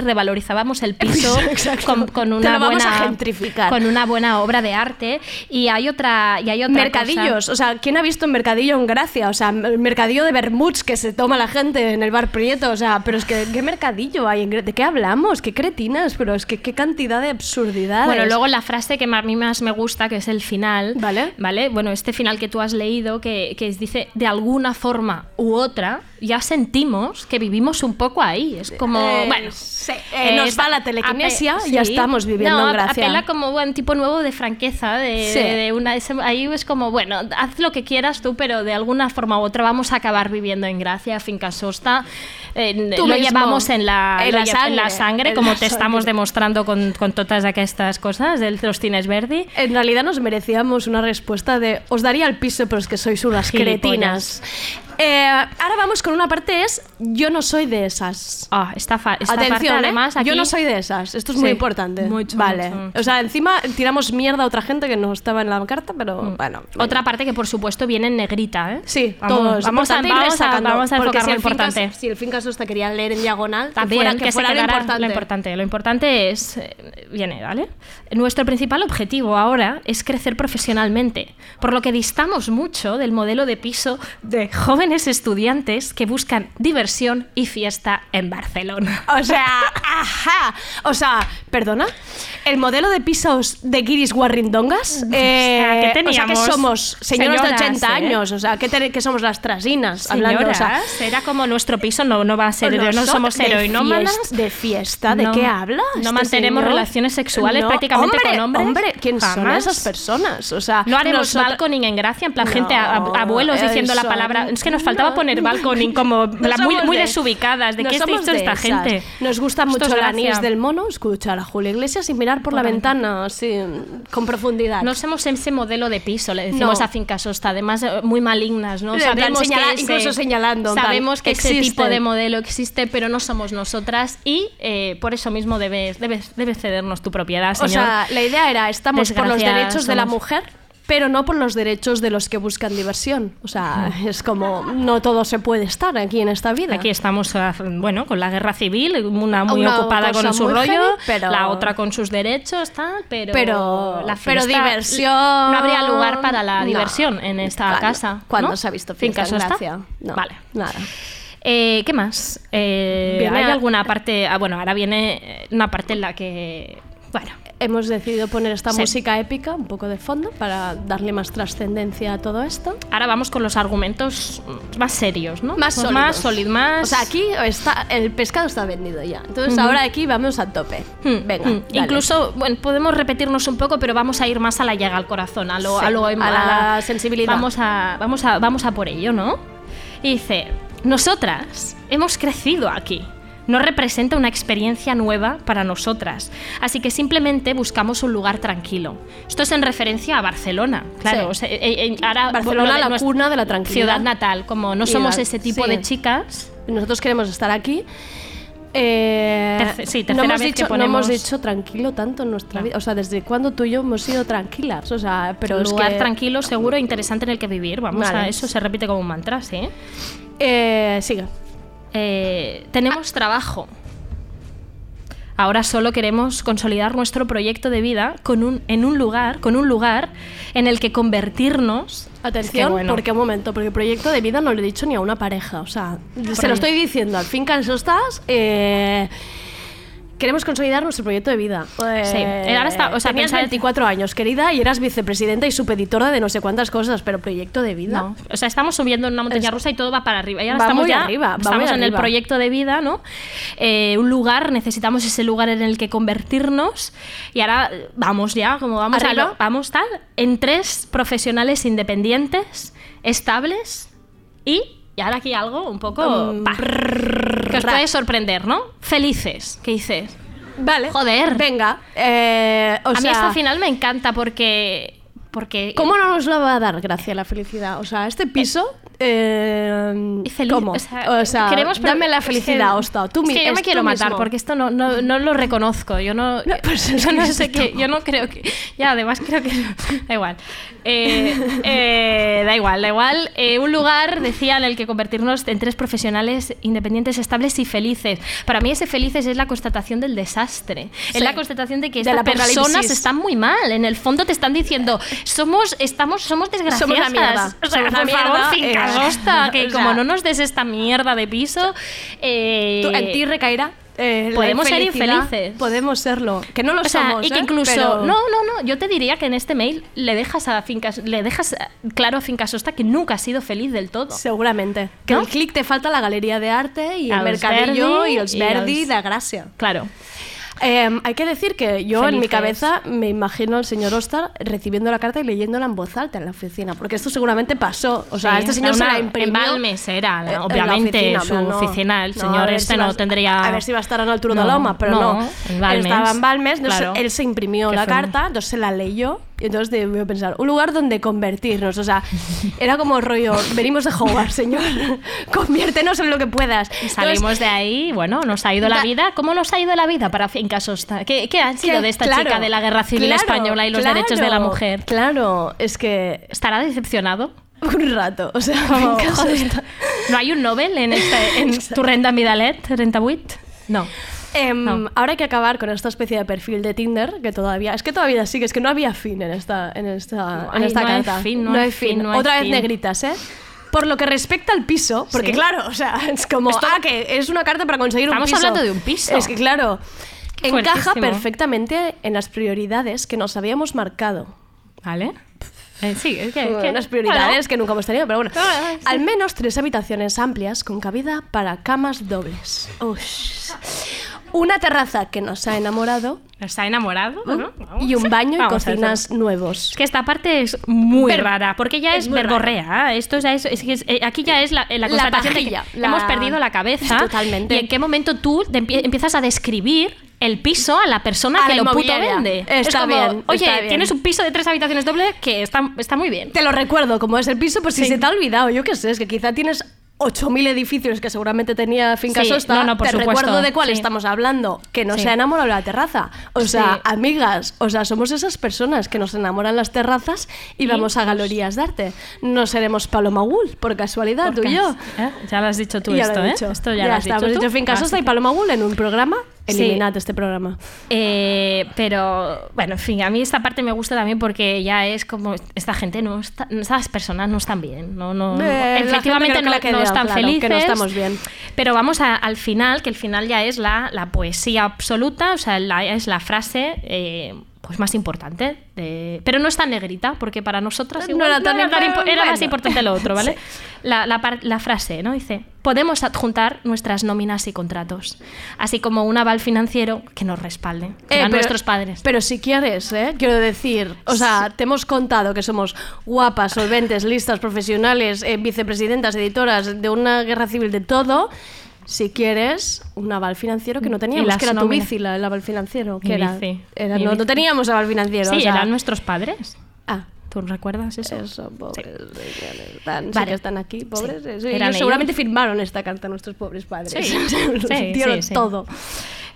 S4: [LAUGHS]
S5: revalorizábamos el piso
S4: Exacto.
S5: con, con
S4: Te
S5: una
S4: lo vamos
S5: buena.
S4: a gentrificar.
S5: Con una buena obra de arte. Y hay otra. Y hay otra
S4: mercadillos. O sea, ¿quién ha visto un mercadillo en Gracia? O sea, el mercadillo de Bermuds que se toma la gente en el bar Prieto. O sea, pero es que, ¿qué mercadillo hay? en Gre- ¿De qué hablamos? ¿Qué cretinas? Pero es que, ¿qué cantidad de absurdidades?
S5: Bueno, luego la frase que a mí más me gusta, que es el final.
S4: Vale.
S5: Bueno, este final que tú has leído, que, que dice, de alguna forma u otra, ya sentimos que vivimos un poco ahí. Es como,
S4: Eh,
S5: bueno.
S4: sí, eh, nos va la
S5: ape-
S4: telequinesia, ya estamos viviendo
S5: No,
S4: en gracia.
S5: apela como un tipo nuevo de franqueza, de,
S4: Sí.
S5: de- de una... ese- ahí es como, bueno, haz lo que quieras tú, pero de alguna forma u otra vamos a acabar viviendo en gracia, finca sosta. en-
S4: Tú
S5: lo
S4: mismo.
S5: llevamos en la,
S4: En
S5: lo
S4: la
S5: lle- en
S4: sangre,
S5: la sangre
S4: en
S5: como
S4: la
S5: te estamos
S4: sangre.
S5: demostrando con, con todas aquestas cosas de los cines verdi.
S4: En realidad nos merecíamos una respuesta de os daría el piso, pero es que sois unas
S5: Gilipollas.
S4: cretinas. Eh, ahora vamos con una parte es yo no soy de esas.
S5: Ah, esta, fa- esta parte
S4: Atención, ¿eh?
S5: además aquí-
S4: yo no soy de esas. Esto es muy
S5: Sí.
S4: importante.
S5: Mucho,
S4: vale.
S5: mucho, mucho.
S4: O sea, encima tiramos mierda a otra gente que no estaba en la carta, pero bueno.
S5: Mm. Otra parte que por supuesto viene en negrita, ¿eh?
S4: Sí,
S5: vamos,
S4: todo es
S5: vamos, a,
S4: importante y
S5: vamos, a,
S4: resacando,
S5: vamos a
S4: porque
S5: enfocar
S4: si
S5: lo
S4: el fincas-
S5: importante.
S4: si el Fincas os te quería leer en diagonal,
S5: También,
S4: que fuera, que
S5: se
S4: fuera lo
S5: quedara
S4: importante.
S5: Lo importante, lo importante es, eh, viene, ¿vale? Nuestro principal objetivo ahora es crecer profesionalmente, por lo que distamos mucho del modelo de piso de jóvenes estudiantes que buscan diversión y fiesta en Barcelona.
S4: O sea, ajá. Ah, O sea, perdona. El modelo de pisos de Guiris
S5: [LAUGHS]
S4: Guarrindongas.
S5: sea, ¿qué
S4: eh, o sea, que
S5: teníamos?
S4: somos señoras,
S5: Señoras,
S4: de 80
S5: ¿eh?
S4: años. O sea, que, te- que somos las trasinas. hablando, o sea,
S5: Señoras, era como nuestro piso, no, no va a ser, no,
S4: nosot-
S5: somos
S4: de
S5: heroinómanas.
S4: fies- ¿De fiesta? ¿De
S5: No.
S4: qué hablas?
S5: No
S4: este
S5: mantenemos
S4: señor?
S5: relaciones sexuales prácticamente
S4: hombre,
S5: con hombres.
S4: Hombre, ¿quién son
S5: Jamás.
S4: esas personas? O sea,
S5: No haremos
S4: nosotras-
S5: balconing en gracia, en plan
S4: No,
S5: gente, a- a- abuelos diciendo la
S4: eso,
S5: palabra. Es que nos faltaba
S4: no.
S5: poner balconing
S4: [LAUGHS]
S5: como
S4: No
S5: la- muy,
S4: somos
S5: muy
S4: de-
S5: desubicadas. ¿De
S4: no
S5: qué está
S4: somos
S5: hecho
S4: de
S5: esta
S4: esas.
S5: gente?
S4: Nos gusta
S5: Esto es
S4: mucho la
S5: gracia.
S4: anís del mono, escuchar a Julio Iglesias y mirar por, la
S5: ahí.
S4: ventana, así, con profundidad.
S5: No somos ese modelo de piso, le decimos
S4: No.
S5: a Finca Sosta, además eh, muy malignas, ¿no?
S4: En plan, señala- incluso señalando, en plan,
S5: Sabemos que ese
S4: existe.
S5: tipo de modelo existe, pero no somos nosotras y eh, por eso mismo debes, debes, debes cedernos tu propiedad,
S4: O
S5: señor.
S4: sea, la idea era, estamos por los
S5: Desgracia,
S4: derechos de la
S5: somos-
S4: mujer, pero no por los derechos de los que buscan diversión. O sea, es como, no todo se puede estar aquí en esta vida.
S5: Mm. Aquí estamos, ah, bueno, con la guerra civil, una muy
S4: Una
S5: ocupada
S4: cosa
S5: con su
S4: muy
S5: rollo,
S4: heavy, pero-
S5: la otra con sus derechos, tal, pero,
S4: Pero-
S5: la
S4: pero
S5: fiesta-
S4: diversión-
S5: No habría lugar para la
S4: No.
S5: diversión en esta
S4: Cuando-
S5: casa.
S4: cuando
S5: ¿no?
S4: se ha visto fiesta en
S5: Sosta?
S4: Gracia? No,
S5: Vale.
S4: nada.
S5: Eh, ¿Qué más? Eh,
S4: Viene
S5: ¿Hay
S4: a-
S5: alguna parte? ah, bueno, ahora viene eh, una parte en la que. Bueno,
S4: Hemos decidido poner esta
S5: Sí.
S4: música épica un poco de fondo para darle más trascendencia a todo esto.
S5: ahora vamos con los argumentos mm, más serios, ¿no?
S4: Más sólidos.
S5: Más sólidos, más.
S4: O sea, aquí está, el pescado está vendido ya. Entonces
S5: Ujú.
S4: ahora aquí vamos a tope.
S5: Mm,
S4: Venga.
S5: mm.
S4: dale.
S5: Incluso, bueno, podemos repetirnos un poco, pero vamos a ir más a la llaga, al corazón, a lo,
S4: Sí,
S5: a lo-
S4: a la sensibilidad.
S5: Vamos a, vamos, a, vamos a por ello, ¿no? Y dice, nosotras hemos crecido aquí. No representa una experiencia nueva para nosotras, así que simplemente buscamos un lugar tranquilo. Esto es en referencia a Barcelona, claro.
S4: Sí.
S5: o sea, eh, eh, ahora,
S4: Barcelona,
S5: lo de
S4: la
S5: nuestra
S4: cuna de la tranquilidad.
S5: Ciudad natal, como no somos
S4: Ciudad,
S5: ese tipo
S4: sí.
S5: de chicas,
S4: Nosotros queremos estar aquí. Eh,
S5: Terce- sí,
S4: no
S5: tercera
S4: hemos
S5: vez
S4: dicho,
S5: que
S4: no hemos
S5: ponemos-
S4: dicho tranquilo tanto en nuestra vida. O sea, desde cuándo tú y yo hemos sido tranquilas. O sea, pero
S5: un
S4: es
S5: lugar
S4: que-
S5: tranquilo, seguro, e interesante en el que vivir. Vamos
S4: Vale.
S5: a eso, se repite como un mantra, sí.
S4: Eh, sigue.
S5: Eh, tenemos trabajo. Ahora solo queremos consolidar nuestro proyecto de vida con un, en un lugar, con un lugar en el que convertirnos.
S4: Atención,
S5: Es que bueno.
S4: porque un momento, porque proyecto de vida no lo he dicho ni a una pareja. O sea, se lo estoy diciendo. Al fin, canso estás. eh, Queremos consolidar nuestro proyecto de vida. Eh,
S5: Sí. Ahora está- o sea,
S4: tenías
S5: pensad-
S4: 24 años, querida, y eras vicepresidenta y subeditora de no sé cuántas cosas, pero proyecto de vida.
S5: No. O sea, estamos subiendo en una montaña
S4: Es-
S5: rusa y todo va para arriba. Y ahora
S4: Va
S5: estamos
S4: muy
S5: ya-
S4: arriba, va
S5: estamos
S4: muy
S5: en el
S4: arriba.
S5: proyecto de vida, ¿no? Eh, un lugar, necesitamos ese lugar en el que convertirnos. Y ahora eh, vamos ya, como vamos a
S4: Arriba.
S5: lo- vamos tal, en tres profesionales independientes, estables y. Y ahora aquí algo un poco
S4: Um,
S5: pa, que os puede sorprender, ¿no? Felices, ¿qué dices?
S4: Vale.
S5: Joder.
S4: Venga. eh, o
S5: a
S4: sea,
S5: mí esta final me encanta porque porque
S4: ¿Cómo no nos lo va a dar gracia la felicidad? O sea, este piso. Eh,
S5: Feliz-
S4: ¿Cómo?
S5: o sea, queremos-
S4: dame la
S5: es que-
S4: felicidad, Osta. Tú
S5: es
S4: mi-
S5: que yo
S4: es
S5: me
S4: tú
S5: quiero matar
S4: mismo.
S5: porque esto no, no, no lo reconozco. Yo no. [LAUGHS]
S4: No, pues
S5: yo
S4: es que
S5: no
S4: es
S5: sé qué.
S4: esto.
S5: Yo no creo que. Ya, además creo que. [LAUGHS] Da igual. Eh, eh, da igual, da igual. Eh, un lugar, decía, en el que convertirnos en tres profesionales independientes, estables y felices. Para mí, ese felices es la constatación del desastre. Es
S4: Sí.
S5: la constatación de que
S4: Del
S5: estas
S4: apocalipsis.
S11: [LAUGHS]
S5: personas están muy mal. En el fondo te están diciendo, somos, estamos, somos desgraciadas.
S4: Somos la mierda.
S5: O sea,
S4: Somos la
S5: por
S4: mierda,
S5: favor, fincas,
S4: eh.
S5: hosta, que
S4: [LAUGHS] O
S5: como
S4: sea,
S5: no nos des esta mierda de piso, eh,
S4: Tú- en ti recaerá. eh, la
S5: podemos ser
S4: infelicidad.
S5: infelices.
S4: Podemos serlo. Que no lo
S5: o sea,
S4: somos.
S5: y que
S4: ¿eh?
S5: incluso
S4: Pero-
S5: no, no, no, yo te diría que en este mail le dejas a Fincas, le dejas claro a Fincas Hosta que nunca ha sido feliz del todo.
S4: Seguramente. Que
S5: ¿No?
S4: el clic te falta la galería de arte y el
S5: Els
S4: mercadillo
S5: Verdi
S4: y els
S5: i
S4: verdi
S5: els-
S4: de gracia.
S5: Claro.
S4: Eh, hay que decir que yo en mi
S5: Felices.
S4: cabeza me imagino al señor Ostar recibiendo la carta y leyéndola en voz alta en la oficina, porque esto seguramente pasó. O sea,
S5: Sí,
S4: este señor
S5: una-
S4: se la imprimió.
S5: en Balmes era,
S4: eh, en la
S5: obviamente,
S4: oficina,
S5: su
S4: pero no-
S5: oficina, el
S4: no, a
S5: señor
S4: ver
S5: este
S4: si
S5: no
S4: va-
S5: tendría-
S4: A ver si va a estar a la altura de
S5: No,
S4: la loma, pero no.
S5: no, en Balmes,
S4: Estaba en Balmes, entonces
S5: claro.
S4: él se imprimió
S5: Qué
S4: la
S5: feo.
S4: carta, entonces se la leyó, y entonces debió pensar, un lugar donde convertirnos. O
S5: [LAUGHS]
S4: sea, era como rollo, venimos de jugar, señor, conviértenos en lo que puedas.
S5: Salimos
S4: Entonces,
S5: de ahí, bueno, nos ha ido la
S4: Da-
S5: vida. ¿Cómo nos ha ido la vida para Fincas Hosta? ¿Qué, qué han sido
S4: que-
S5: de esta
S4: claro,
S5: chica de la guerra civil
S4: claro,
S5: española y los
S4: claro,
S5: derechos de la mujer?
S4: Claro, es que
S5: ¿Estará decepcionado?
S4: Un rato,
S5: [LAUGHS]
S4: o sea,
S5: Como,
S4: me encanta
S5: joder,
S4: esta-
S5: ¿No hay un Nobel en,
S4: [LAUGHS]
S5: este, en tu renda Midalet, renta Buit? No.
S4: Em,
S5: No.
S4: Ahora hay que acabar con esta especie de perfil de Tinder que todavía. Es que todavía sí, que es que no había fin en esta, en esta,
S5: No
S4: en
S5: hay-
S4: esta
S5: no hay
S4: carta.
S5: fin, no hay fin, no hay
S4: Otra
S5: fin.
S4: vez negritas, ¿eh? Por lo que respecta al piso, porque
S5: Sí.
S4: claro, o sea, es como.
S5: Esto-
S4: Ah, que es una carta para conseguir
S5: Estamos
S4: un piso.
S5: hablando de un piso.
S4: Es que claro,
S5: Qué
S4: encaja
S5: fuertísimo.
S4: perfectamente en las prioridades que nos habíamos marcado.
S5: ¿Vale? Eh, sí, es que...
S4: Bueno,
S5: que-
S4: unas prioridades
S5: Claro.
S4: que nunca hemos tenido, pero bueno.
S5: Ah, sí.
S4: Al menos tres habitaciones amplias con cabida para camas dobles. Ush. Una terraza que nos ha enamorado
S5: Nos ha enamorado, ¿no? Vamos.
S4: Uh, y un baño y
S5: Vamos a
S4: cocinas
S5: hacer-
S4: nuevos.
S5: Es que esta parte es muy
S4: Ver-
S5: rara, porque ya
S4: es
S5: es,
S4: muy rara.
S5: verborrea. Esto ya es, es que es- eh, aquí ya es la, eh,
S4: La
S5: la constatación de que
S4: pajilla, la-
S5: hemos perdido la cabeza.
S4: Totalmente.
S5: ¿Y en qué momento tú te empie- empiezas a describir el piso a la persona
S4: A
S5: que
S4: la
S5: lo puto
S4: inmobiliaria.
S5: vende? Es
S4: Está
S5: como,
S4: bien,
S5: Oye,
S4: está bien".
S5: tienes un piso de tres habitaciones doble que está, está muy bien.
S4: Te lo recuerdo, como es el piso, por si
S5: Sí.
S4: se te ha olvidado, yo qué sé, es que quizá tienes 8.000 edificios que seguramente tenía Finca
S5: Sí,
S4: Sosta.
S5: no, no, por
S4: te
S5: supuesto,
S4: recuerdo de cuál
S5: sí.
S4: estamos hablando, que nos
S5: Sí.
S4: ha enamorado la terraza. O sea,
S5: Sí.
S4: amigas, o sea, somos esas personas que nos enamoran las terrazas y,
S5: Y,
S4: vamos a
S5: pues,
S4: galerías de arte. No seremos Paloma Wool, por casualidad, tú y yo.
S5: ¿Eh? Ya lo has dicho tú
S4: Y ya lo
S5: esto,
S4: he
S5: ¿eh?
S4: dicho.
S5: Esto ya, lo has
S4: está,
S5: dicho
S4: hemos
S5: tú.
S4: dicho Finca
S5: Así
S4: Sosta y
S5: que-
S4: Paloma Wool en un programa.
S5: Sí.
S4: Eliminad este programa.
S5: Eh, pero bueno, en fin, a mí esta parte me gusta también porque ya es como esta gente no está, estas personas no están bien, no, no, no.
S4: Eh, la gente creo
S5: efectivamente
S4: que
S5: no,
S4: le ha quedado
S5: no están
S4: claro que no
S5: felices,
S4: estamos bien.
S5: Pero vamos a- al final, que el final ya es la, la poesía absoluta, o sea, la- es la frase. eh, pues más importante, de- pero no es tan negrita, porque para nosotras
S4: No
S5: igual
S4: era tan
S5: era,
S4: negra,
S5: impo- era más
S4: bueno.
S5: importante lo otro, ¿vale?
S4: [LAUGHS] Sí.
S5: la, la par- la frase, ¿no? Dice, podemos adjuntar nuestras nóminas y contratos, así como un aval financiero que nos respalde, que
S4: Eh,
S5: dan
S4: pero-
S5: nuestros padres.
S4: Pero si quieres, ¿eh? quiero decir, o sea, te hemos contado que somos guapas, solventes, listas, profesionales, eh, vicepresidentas, editoras de una guerra civil de todo. Si quieres, un aval financiero que no teníamos,
S5: las
S4: que era tu
S5: nóminas.
S4: bici, la- el aval financiero.
S5: Mi
S4: Que era,
S5: bici,
S4: era-
S5: mi
S4: no, no
S5: bici.
S4: teníamos aval financiero.
S5: sí,
S4: o sea-
S5: eran nuestros padres.
S4: Ah,
S5: ¿Tú recuerdas eso?
S4: eso, pobres. señores, Están, sí
S5: Vale.
S4: que están aquí, pobres.
S5: Sí.
S4: eso,
S5: Eran
S4: ellos
S5: ellos.
S4: seguramente firmaron esta carta nuestros pobres [LAUGHS] padres.
S5: Sí, sí,
S4: dieron
S5: sí, sí.
S4: todo.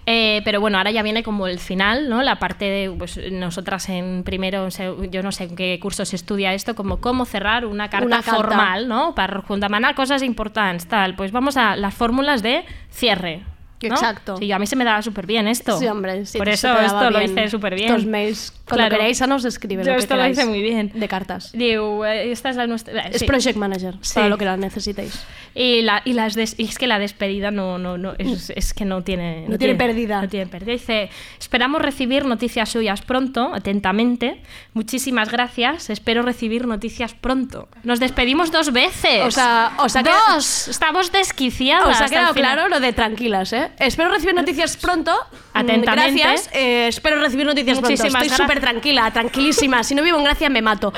S5: Eh, pero bueno, ahora ya viene como el final, ¿no? La parte de, pues nosotras en primero, en seg- yo no sé en qué curso se estudia esto, como cómo cerrar una carta
S4: Una carta.
S5: formal, ¿no? Para juntar maná, cosas importantes, tal. Pues vamos a las fórmulas de cierre. ¿no?
S4: Exacto.
S5: Sí, yo- a mí se me daba súper bien esto.
S4: Sí, hombre, sí,
S5: Por
S4: se
S5: eso
S4: te daba
S5: esto lo
S4: bien.
S5: hice súper bien.
S4: Estos mails, cuando
S5: Claro.
S4: queráis, a nos escriben.
S5: Yo
S4: lo que
S5: esto lo
S4: queráis.
S5: hice muy bien.
S4: De cartas.
S5: Digo, eh, esta es la nuestra. eh,
S4: Es
S5: sí.
S4: project manager,
S5: Sí.
S4: para lo que la necesitéis.
S5: Y, la, y, las des- y es que la despedida no, no, no es, es que no tiene,
S4: Mm. No tiene pérdida.
S5: No tiene pérdida. Dice, esperamos recibir noticias suyas pronto, atentamente. Muchísimas gracias, espero recibir noticias pronto. Nos despedimos dos veces.
S4: O sea- o sea que-
S5: dos. Estamos desquiciados.
S4: Os ha quedado claro lo de tranquilas, ¿eh? Espero recibir
S5: [LAUGHS]
S4: noticias pronto. Mm,
S5: Atentamente.
S4: Gracias. Eh, espero recibir noticias pronto.
S5: Muchísimas
S4: Estoy
S5: gracias.
S4: súper tranquila, tranquilísima. Si no vivo en Gracia, me
S5: [LAUGHS]
S4: mato.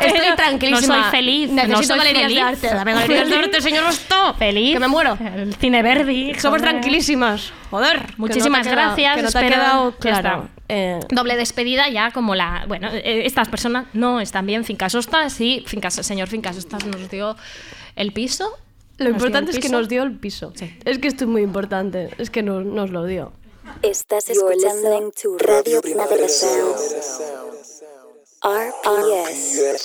S4: Estoy
S5: Pero
S4: tranquilísima.
S5: No soy feliz.
S4: Necesito
S5: no soy
S4: galerías
S5: feliz.
S4: de arte. Dame galerías de arte, señor Bostó.
S5: [LAUGHS] Feliz.
S4: Que me muero.
S5: El cine Verdi.
S4: Somos
S5: joder.
S4: tranquilísimas. Joder. que no te
S5: Muchísimas
S4: ha quedado-
S5: gracias.
S4: Que no te ha
S5: espero-
S4: quedado
S5: Ya
S4: claro.
S5: está.
S4: Eh,
S5: Doble despedida ya como la... Bueno, eh, estas personas no están bien Fincasostas y Fincas, señor Fincasostas nos dio el piso.
S4: Lo
S5: Nos
S4: importante
S5: dio
S4: es
S5: el
S4: que
S5: piso.
S4: nos dio el piso.
S5: Sí.
S4: Es que esto es muy importante. Es que no- nos lo dio.
S1: Estás escuchando to Radio Primavera Sound. RPS.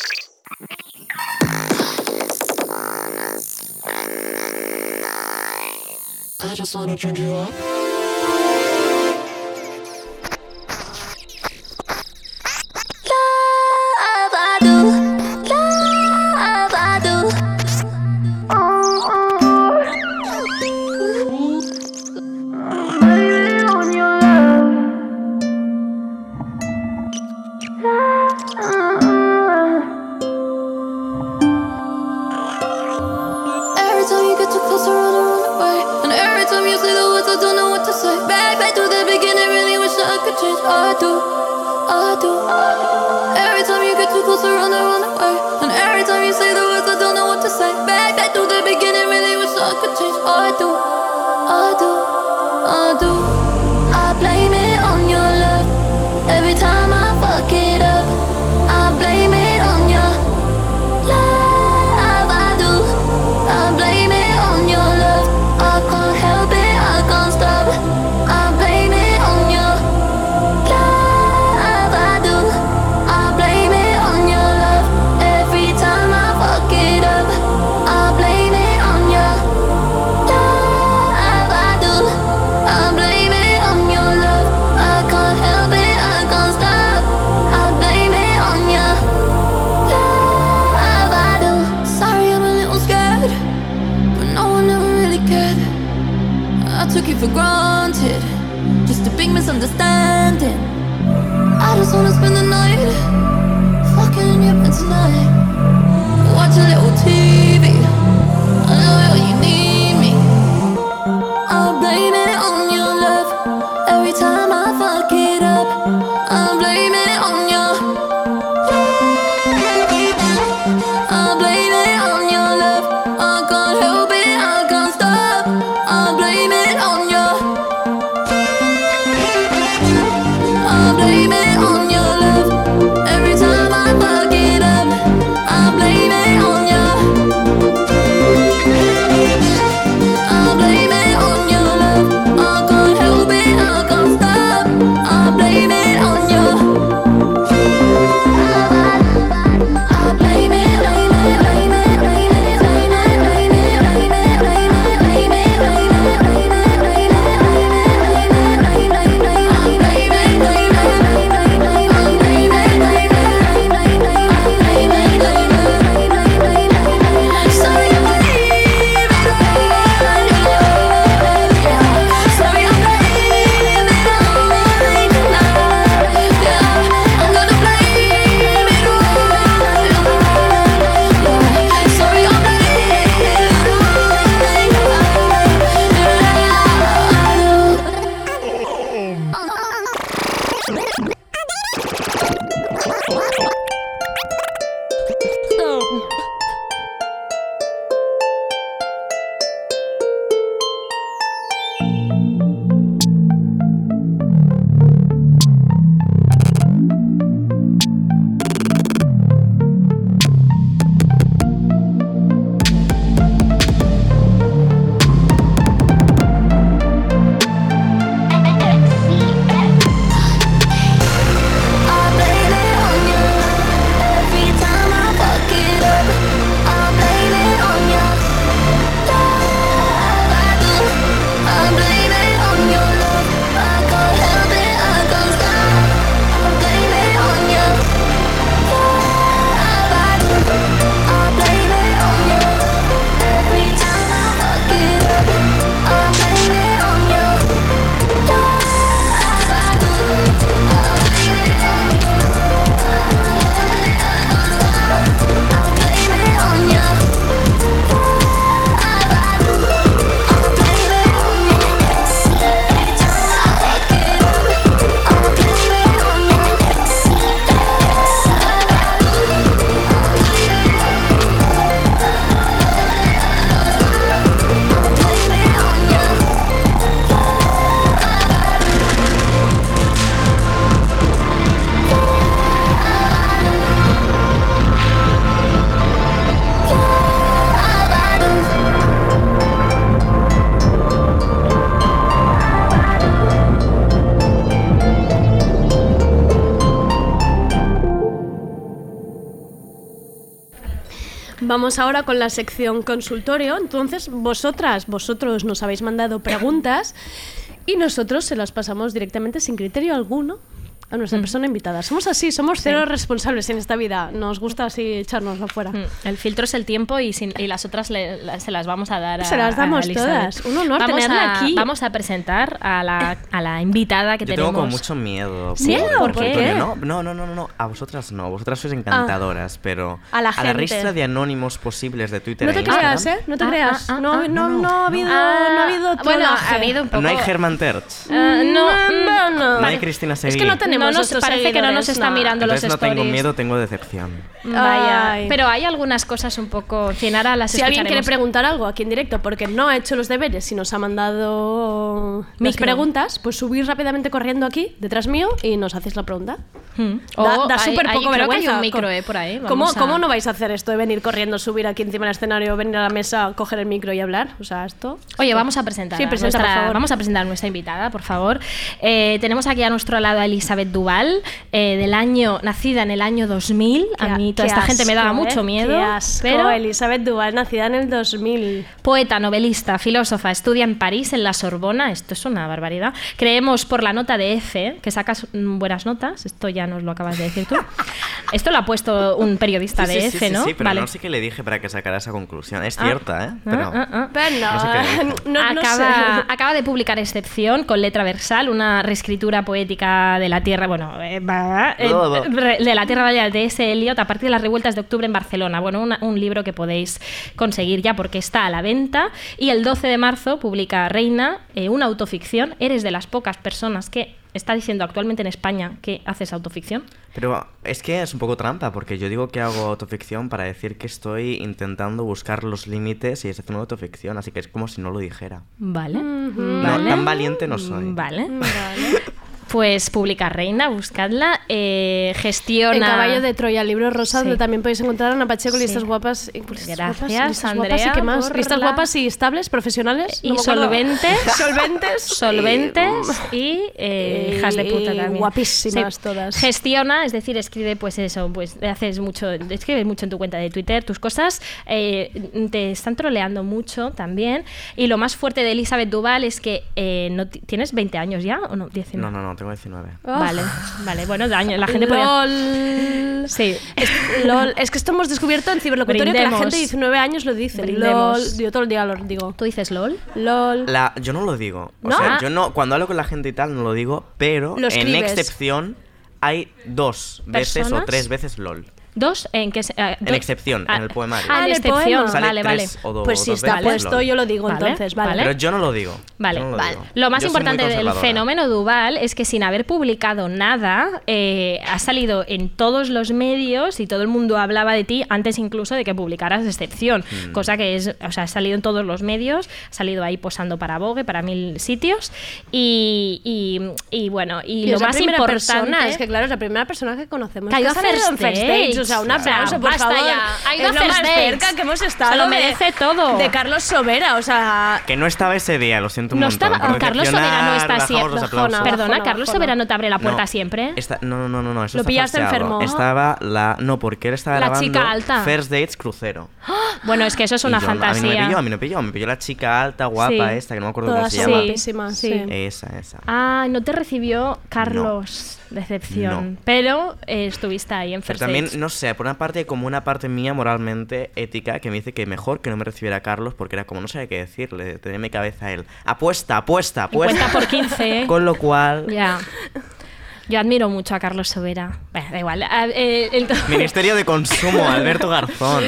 S9: Every time you get too close, I run, I run away. And every time you say the words, I don't know what to say. Back, back to the beginning, really wish that I could change. Oh, I do, oh, I do. Every time you get too close, I run, I run away. And every time you say the words, I don't know what to say. Back, back to the beginning, really wish that I could change. Oh, I do, oh, I do, oh, I do. I blame it on your love. Every time I fuck it up, I blame it on your love I do. I blame it on your love. I can't help it, I can't stop. I blame it on your love I do. I blame it on your love. Every time I fuck it up, I blame it on your love I do. I blame it on your love. I can't help it, I can't stop. I blame it on your love I do. Sorry, I'm a little scared, but no one ever really cared. I took it for granted, just a big misunderstanding. I just wanna spend the night fucking in your bed tonight. Watch a little TV. I know how you need me. I blame it on your love. Every time I fuck it up, I blame it on your. I blame it on Ah, your love. I can't help it, I can't stop. I blame it on your. I blame it on your love. Every time I fuck it up, I blame it on your.
S4: Vamos ahora con la sección consultorio. Entonces, vosotras, vosotros nos habéis mandado preguntas y nosotros se las pasamos directamente sin criterio alguno a
S5: Mm.
S4: nuestra persona invitada. Somos así, somos cero responsables en esta vida. Nos gusta así echarnos afuera.
S5: Mm, El filtro es el tiempo y, sin- y las otras le- la- se las vamos a dar a
S4: Se las damos
S5: a Elizabeth.
S4: todas. Un honor
S5: vamos
S4: tenerla
S5: a,
S4: aquí.
S5: Vamos a presentar a la, a la invitada que
S12: Yo
S5: tenemos.
S12: tengo como mucho miedo.
S5: ¿Sí?
S12: por-
S5: ¿Por
S12: por
S5: qué?
S12: Antonio. No, no, no, no, no, no, A vosotras no. Vosotras sois
S5: Ah.
S12: encantadoras, pero.
S4: A la gente.
S12: ristra de anónimos posibles de Twitter.
S4: No
S12: e
S4: te
S12: Instagram,
S4: creas, ¿eh? No te
S5: Ah,
S4: creas.
S5: ah, ah,
S4: no,
S5: ah,
S4: no, no, ha habido,
S5: Ah,
S4: no ha habido
S5: bueno, ha
S4: trolaje.
S5: habido un poco.
S12: No hay Germán
S5: Eh,
S12: Terz.
S5: no, no, no.
S12: No hay Cristina Seguí.
S4: Es que no tenemos
S5: No nos-
S4: otros
S5: parece que no nos
S4: seguidores,
S5: está mirando los
S12: Entonces no tengo
S5: stories.
S12: miedo, tengo decepción.
S5: Vaya.
S4: Ay.
S5: Pero hay algunas cosas un poco. En fin, ahora las
S4: Si alguien quiere
S5: escucharemos.
S4: preguntar algo aquí en directo porque no ha hecho los deberes y nos ha mandado mis
S5: Micro.
S4: preguntas, pues subís rápidamente corriendo aquí, detrás mío, y nos hacéis la pregunta.
S5: Hmm.
S4: Da,
S5: O
S4: da
S5: hay-
S4: súper
S5: hay-
S4: poco
S5: creo que hay
S4: vergüenza.
S5: un micro,
S4: Co-
S5: eh, por ahí.
S4: ¿Cómo,
S5: Vamos a-
S4: ¿Cómo no vais a hacer esto de venir corriendo, subir aquí encima del escenario, venir a la mesa, coger el micro y hablar? O sea, esto.
S5: Oye,
S4: esto-
S5: vamos a presentar.
S4: Sí,
S5: a
S4: presenta,
S5: nuestra-
S4: por favor.
S5: Vamos a presentar a nuestra invitada, por favor. Eh, tenemos aquí a nuestro lado a Elizabeth Duval, eh, del año, nacida en el año 2000.
S4: Qué-
S5: a mí toda
S4: qué
S5: esta gente me
S4: asco,
S5: daba
S4: ¿eh?
S5: mucho miedo.
S4: Qué asco,
S5: pero
S4: Elizabeth Duval, nacida en el 2000.
S5: Poeta, novelista, filósofa, estudia en París, en la Sorbona. Esto es una barbaridad. Creemos por la nota de F, que sacas mm, buenas notas. Esto ya nos lo acabas de
S4: [LAUGHS]
S5: decir tú. Esto lo ha puesto un periodista
S12: sí,
S5: de
S12: sí,
S5: F,
S12: sí,
S5: ¿no?
S12: Sí, pero no sé qué le dije para que sacara esa conclusión. Es
S5: Ah.
S12: cierta, ¿eh? Pero.
S5: Ah, ah, ah.
S12: no sé qué le dije.
S4: [LAUGHS] no- no
S5: acaba,
S4: sé.
S5: acaba de publicar Excepción con letra versal, una reescritura poética de la tierra, bueno, eh, va, eh,
S12: Bla, bla,
S5: re- de la tierra de de ese Eliot a partir de las revueltas de octubre en Barcelona. Bueno, una- un libro que podéis conseguir ya porque está a la venta. Y el 12 de marzo publica Reina, eh, una autoficción. Eres de las pocas personas que está diciendo actualmente en España que haces autoficción.
S12: Pero es que es un poco trampa, porque yo digo que hago autoficción para decir que estoy intentando buscar los límites y es haciendo autoficción, así que es como si no lo dijera.
S5: Vale.
S12: No,
S5: Vale.
S12: tan valiente no soy.
S5: Vale. Pues publica Reina, buscadla. eh, gestiona.
S4: El caballo de Troya, el libro rosa,
S5: Sí.
S4: donde también podéis encontrar a Ana Pacheco,
S5: Sí.
S4: listas guapas. y- pues,
S5: Gracias,
S4: guapas, listas Guapas y
S5: Andrea,
S4: qué más.
S5: por
S4: Listas
S5: la-
S4: guapas y estables, profesionales.
S5: Y
S4: Eh, no me acuerdo.
S5: solventes.
S4: [LAUGHS] solventes.
S5: Solventes y eh, hijas de puta
S4: Y
S5: también.
S4: guapísimas
S5: Sí.
S4: todas.
S5: Gestiona, es decir, escribe pues eso, pues haces mucho, escribes mucho en tu cuenta de Twitter, tus cosas eh, te están troleando mucho también. Y lo más fuerte de Elizabeth Duval es que eh, no ti- tienes 20 años ya o no, 19.
S12: No, no, no, tengo 19.
S4: Ah.
S5: Vale, vale, bueno, daño, la gente podría-
S4: [LAUGHS] LOL.
S5: Sí.
S4: Es, LOL. Es que esto hemos descubierto en ciberlocutorio que la
S5: Brindemos.
S4: gente de 19 años lo dice.
S5: Brindemos.
S4: LOL. Yo todo el día lo digo.
S5: ¿Tú dices LOL?
S4: LOL.
S12: La, yo no lo digo. O
S5: ¿No?
S12: sea,
S5: Ah.
S12: yo no, cuando hablo con la gente y tal, no lo digo, pero
S4: Lo
S12: en
S4: escribes.
S12: excepción hay dos veces
S5: Personas.
S12: o tres veces Lol.
S5: ¿Dos? ¿En qué? se- ah,
S12: En
S5: dos-
S12: excepción,
S5: ah,
S12: en el poemario.
S5: Ah, en
S4: el
S5: excepción,
S4: poema.
S12: Sale
S5: vale, vale.
S12: tres o do-
S4: Pues si
S12: dos
S4: está
S12: veces
S4: puesto,
S12: LOL.
S4: yo lo digo
S5: Vale,
S4: entonces. Vale.
S5: vale.
S12: Pero yo no lo digo.
S5: Vale,
S12: yo no lo
S5: vale.
S12: digo.
S5: Lo más
S12: Yo soy muy
S5: importante del
S12: conservadora.
S5: fenómeno Duval es que sin haber publicado nada, eh, has salido en todos los medios y todo el mundo hablaba de ti antes incluso de que publicaras Excepción,
S12: Mm.
S5: cosa que es, o sea, has salido en todos los medios, has salido ahí posando para Vogue, para mil sitios y, y- y bueno, y,
S4: Y
S5: lo
S4: es la
S5: más
S4: primera
S5: importante
S4: persona, es que claro, es la primera persona que conocemos.
S5: Que ha ido
S4: que
S5: a
S4: ha salido
S5: First
S4: en First
S5: Dates.
S4: Dates. O sea, un
S5: Claro.
S4: aplauso, por
S5: Basta
S4: favor.
S5: ya. Ha
S4: es
S5: ido a
S4: lo
S5: First
S4: más
S5: Dates.
S4: cerca que hemos estado.
S5: Se lo
S4: de-
S5: merece todo.
S4: De Carlos Sobera, o sea...
S12: Que no estaba ese día, lo siento un
S5: No
S12: montón.
S5: estaba,
S12: Por
S5: Carlos Sobera no está
S12: decepcionar, bajamos
S5: siempre.
S12: los aplausos.
S4: Bajona,
S5: Perdona,
S4: bajona,
S5: Carlos
S4: bajona.
S5: Sobera no te abre la puerta
S12: No,
S5: siempre.
S12: Está- no, no, no, no, eso
S4: Lo
S12: está
S4: pillaste
S12: falseado.
S4: enfermo.
S12: Estaba la... No, porque él estaba
S5: La
S12: grabando
S5: chica alta.
S12: First Dates Crucero.
S5: Bueno, es que eso es una
S12: Y yo- A mí no me
S5: fantasía.
S12: pilló, a mí no me pilló. Me pilló la chica alta, guapa,
S5: Sí.
S12: esta, que no me acuerdo cómo
S4: Todas
S12: se
S4: son
S12: llama.
S4: guapísimas, sí.
S5: Sí.
S12: Esa, esa.
S5: Ah, no te recibió Carlos. Decepción.
S12: No.
S5: Pero eh, estuviste ahí en
S12: Pero
S5: First
S12: también,
S5: Dates.
S12: no sé, por una parte, como una parte mía moralmente ética que me dice que mejor que no me recibiera Carlos porque era como no sabía qué decirle, tenía en mi cabeza él. Apuesta, apuesta, apuesta.
S5: Cuenta por
S12: [LAUGHS]
S5: 15. ¿eh?
S12: Con lo cual,
S5: Ya. Yo admiro mucho a Carlos Sobera. Bueno, da igual. Ah, eh, entonces- [LAUGHS]
S12: Ministerio de Consumo, Alberto Garzón.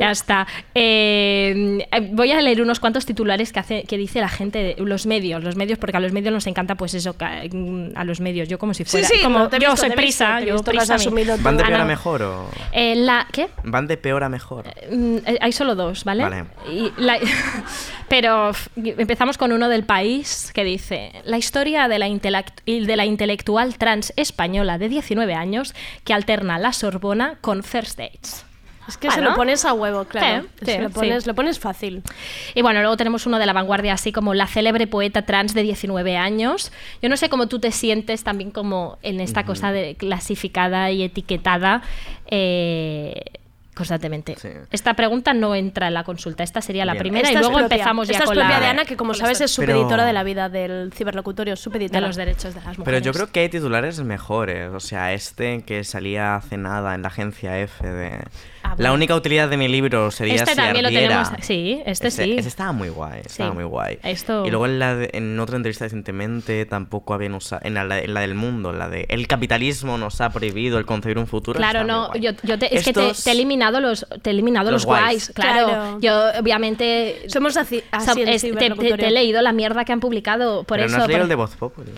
S5: Ya está. Eh, eh, voy a leer unos cuantos titulares que hace, que dice la gente, de- los medios, los medios, porque a los medios nos encanta, pues eso, ca- mm, a los medios. Yo como si fuera, como
S4: no, te he
S5: yo
S4: visto,
S5: soy
S4: te he visto,
S5: prisa,
S4: te he
S5: yo
S4: visto, lo has
S5: prisa a mí.
S4: asumido tú.
S12: ¿Van de
S5: Ah,
S12: peor a
S5: no.
S12: mejor o...?
S5: Eh, la, ¿Qué?
S12: Van de peor a mejor.
S5: Mm, eh, hay solo dos, ¿vale?
S12: Vale.
S5: Y la- [LAUGHS] pero f- empezamos con uno del país que dice, la historia de la, intelect- y de la intelectual trans española de 19 años que alterna la Sorbona con First Dates. Ah,
S4: Es que se
S5: Bueno.
S4: lo pones a huevo, claro.
S5: Sí,
S4: Se
S5: sí,
S4: lo, pones,
S5: sí.
S4: lo pones fácil.
S5: Y bueno, luego tenemos uno de la vanguardia, así como la célebre poeta trans de 19 años. Yo no sé cómo tú te sientes también como en esta cosa de clasificada y etiquetada eh, constantemente. Esta pregunta no entra en la consulta, esta sería la
S12: Bien.
S5: primera
S4: Esta
S5: y
S4: es
S5: luego
S4: propia.
S5: empezamos ya
S4: Esta es
S5: con
S4: propia
S5: la
S4: de Ana, que como
S5: con la
S4: sabes es
S5: historia.
S12: Pero-
S4: subeditora de la vida del ciberlocutorio, subeditora
S5: De los derechos de las mujeres.
S12: Pero yo creo que hay titulares mejores. O sea, este que salía hace nada en la agencia F de.
S5: Ah, bueno.
S12: La única utilidad de mi libro sería
S5: Este
S12: si
S5: también lo
S12: ardiera.
S5: tenemos- sí, este sí.
S12: Este estaba muy guay. Estaba
S5: Sí.
S12: muy guay.
S5: Esto-
S12: Y luego en, la de- en otra entrevista recientemente tampoco habían usado. En la, en la del mundo, la de. El capitalismo nos ha prohibido el concebir un futuro.
S5: Claro,
S12: estaba muy
S5: no,
S12: guay.
S5: yo, yo te- es que te,
S12: Estos-
S5: te he eliminado los, te he eliminado los,
S12: Los
S5: guays,
S12: guays.
S5: claro.
S4: Claro.
S5: Yo obviamente
S4: Somos así, así
S5: som-
S4: el
S5: es- te, te-
S4: ciberlocutorio.
S5: te he leído la mierda que han publicado, por
S12: Pero
S5: eso.
S12: no has leído
S5: por-
S12: el de Voz Populi.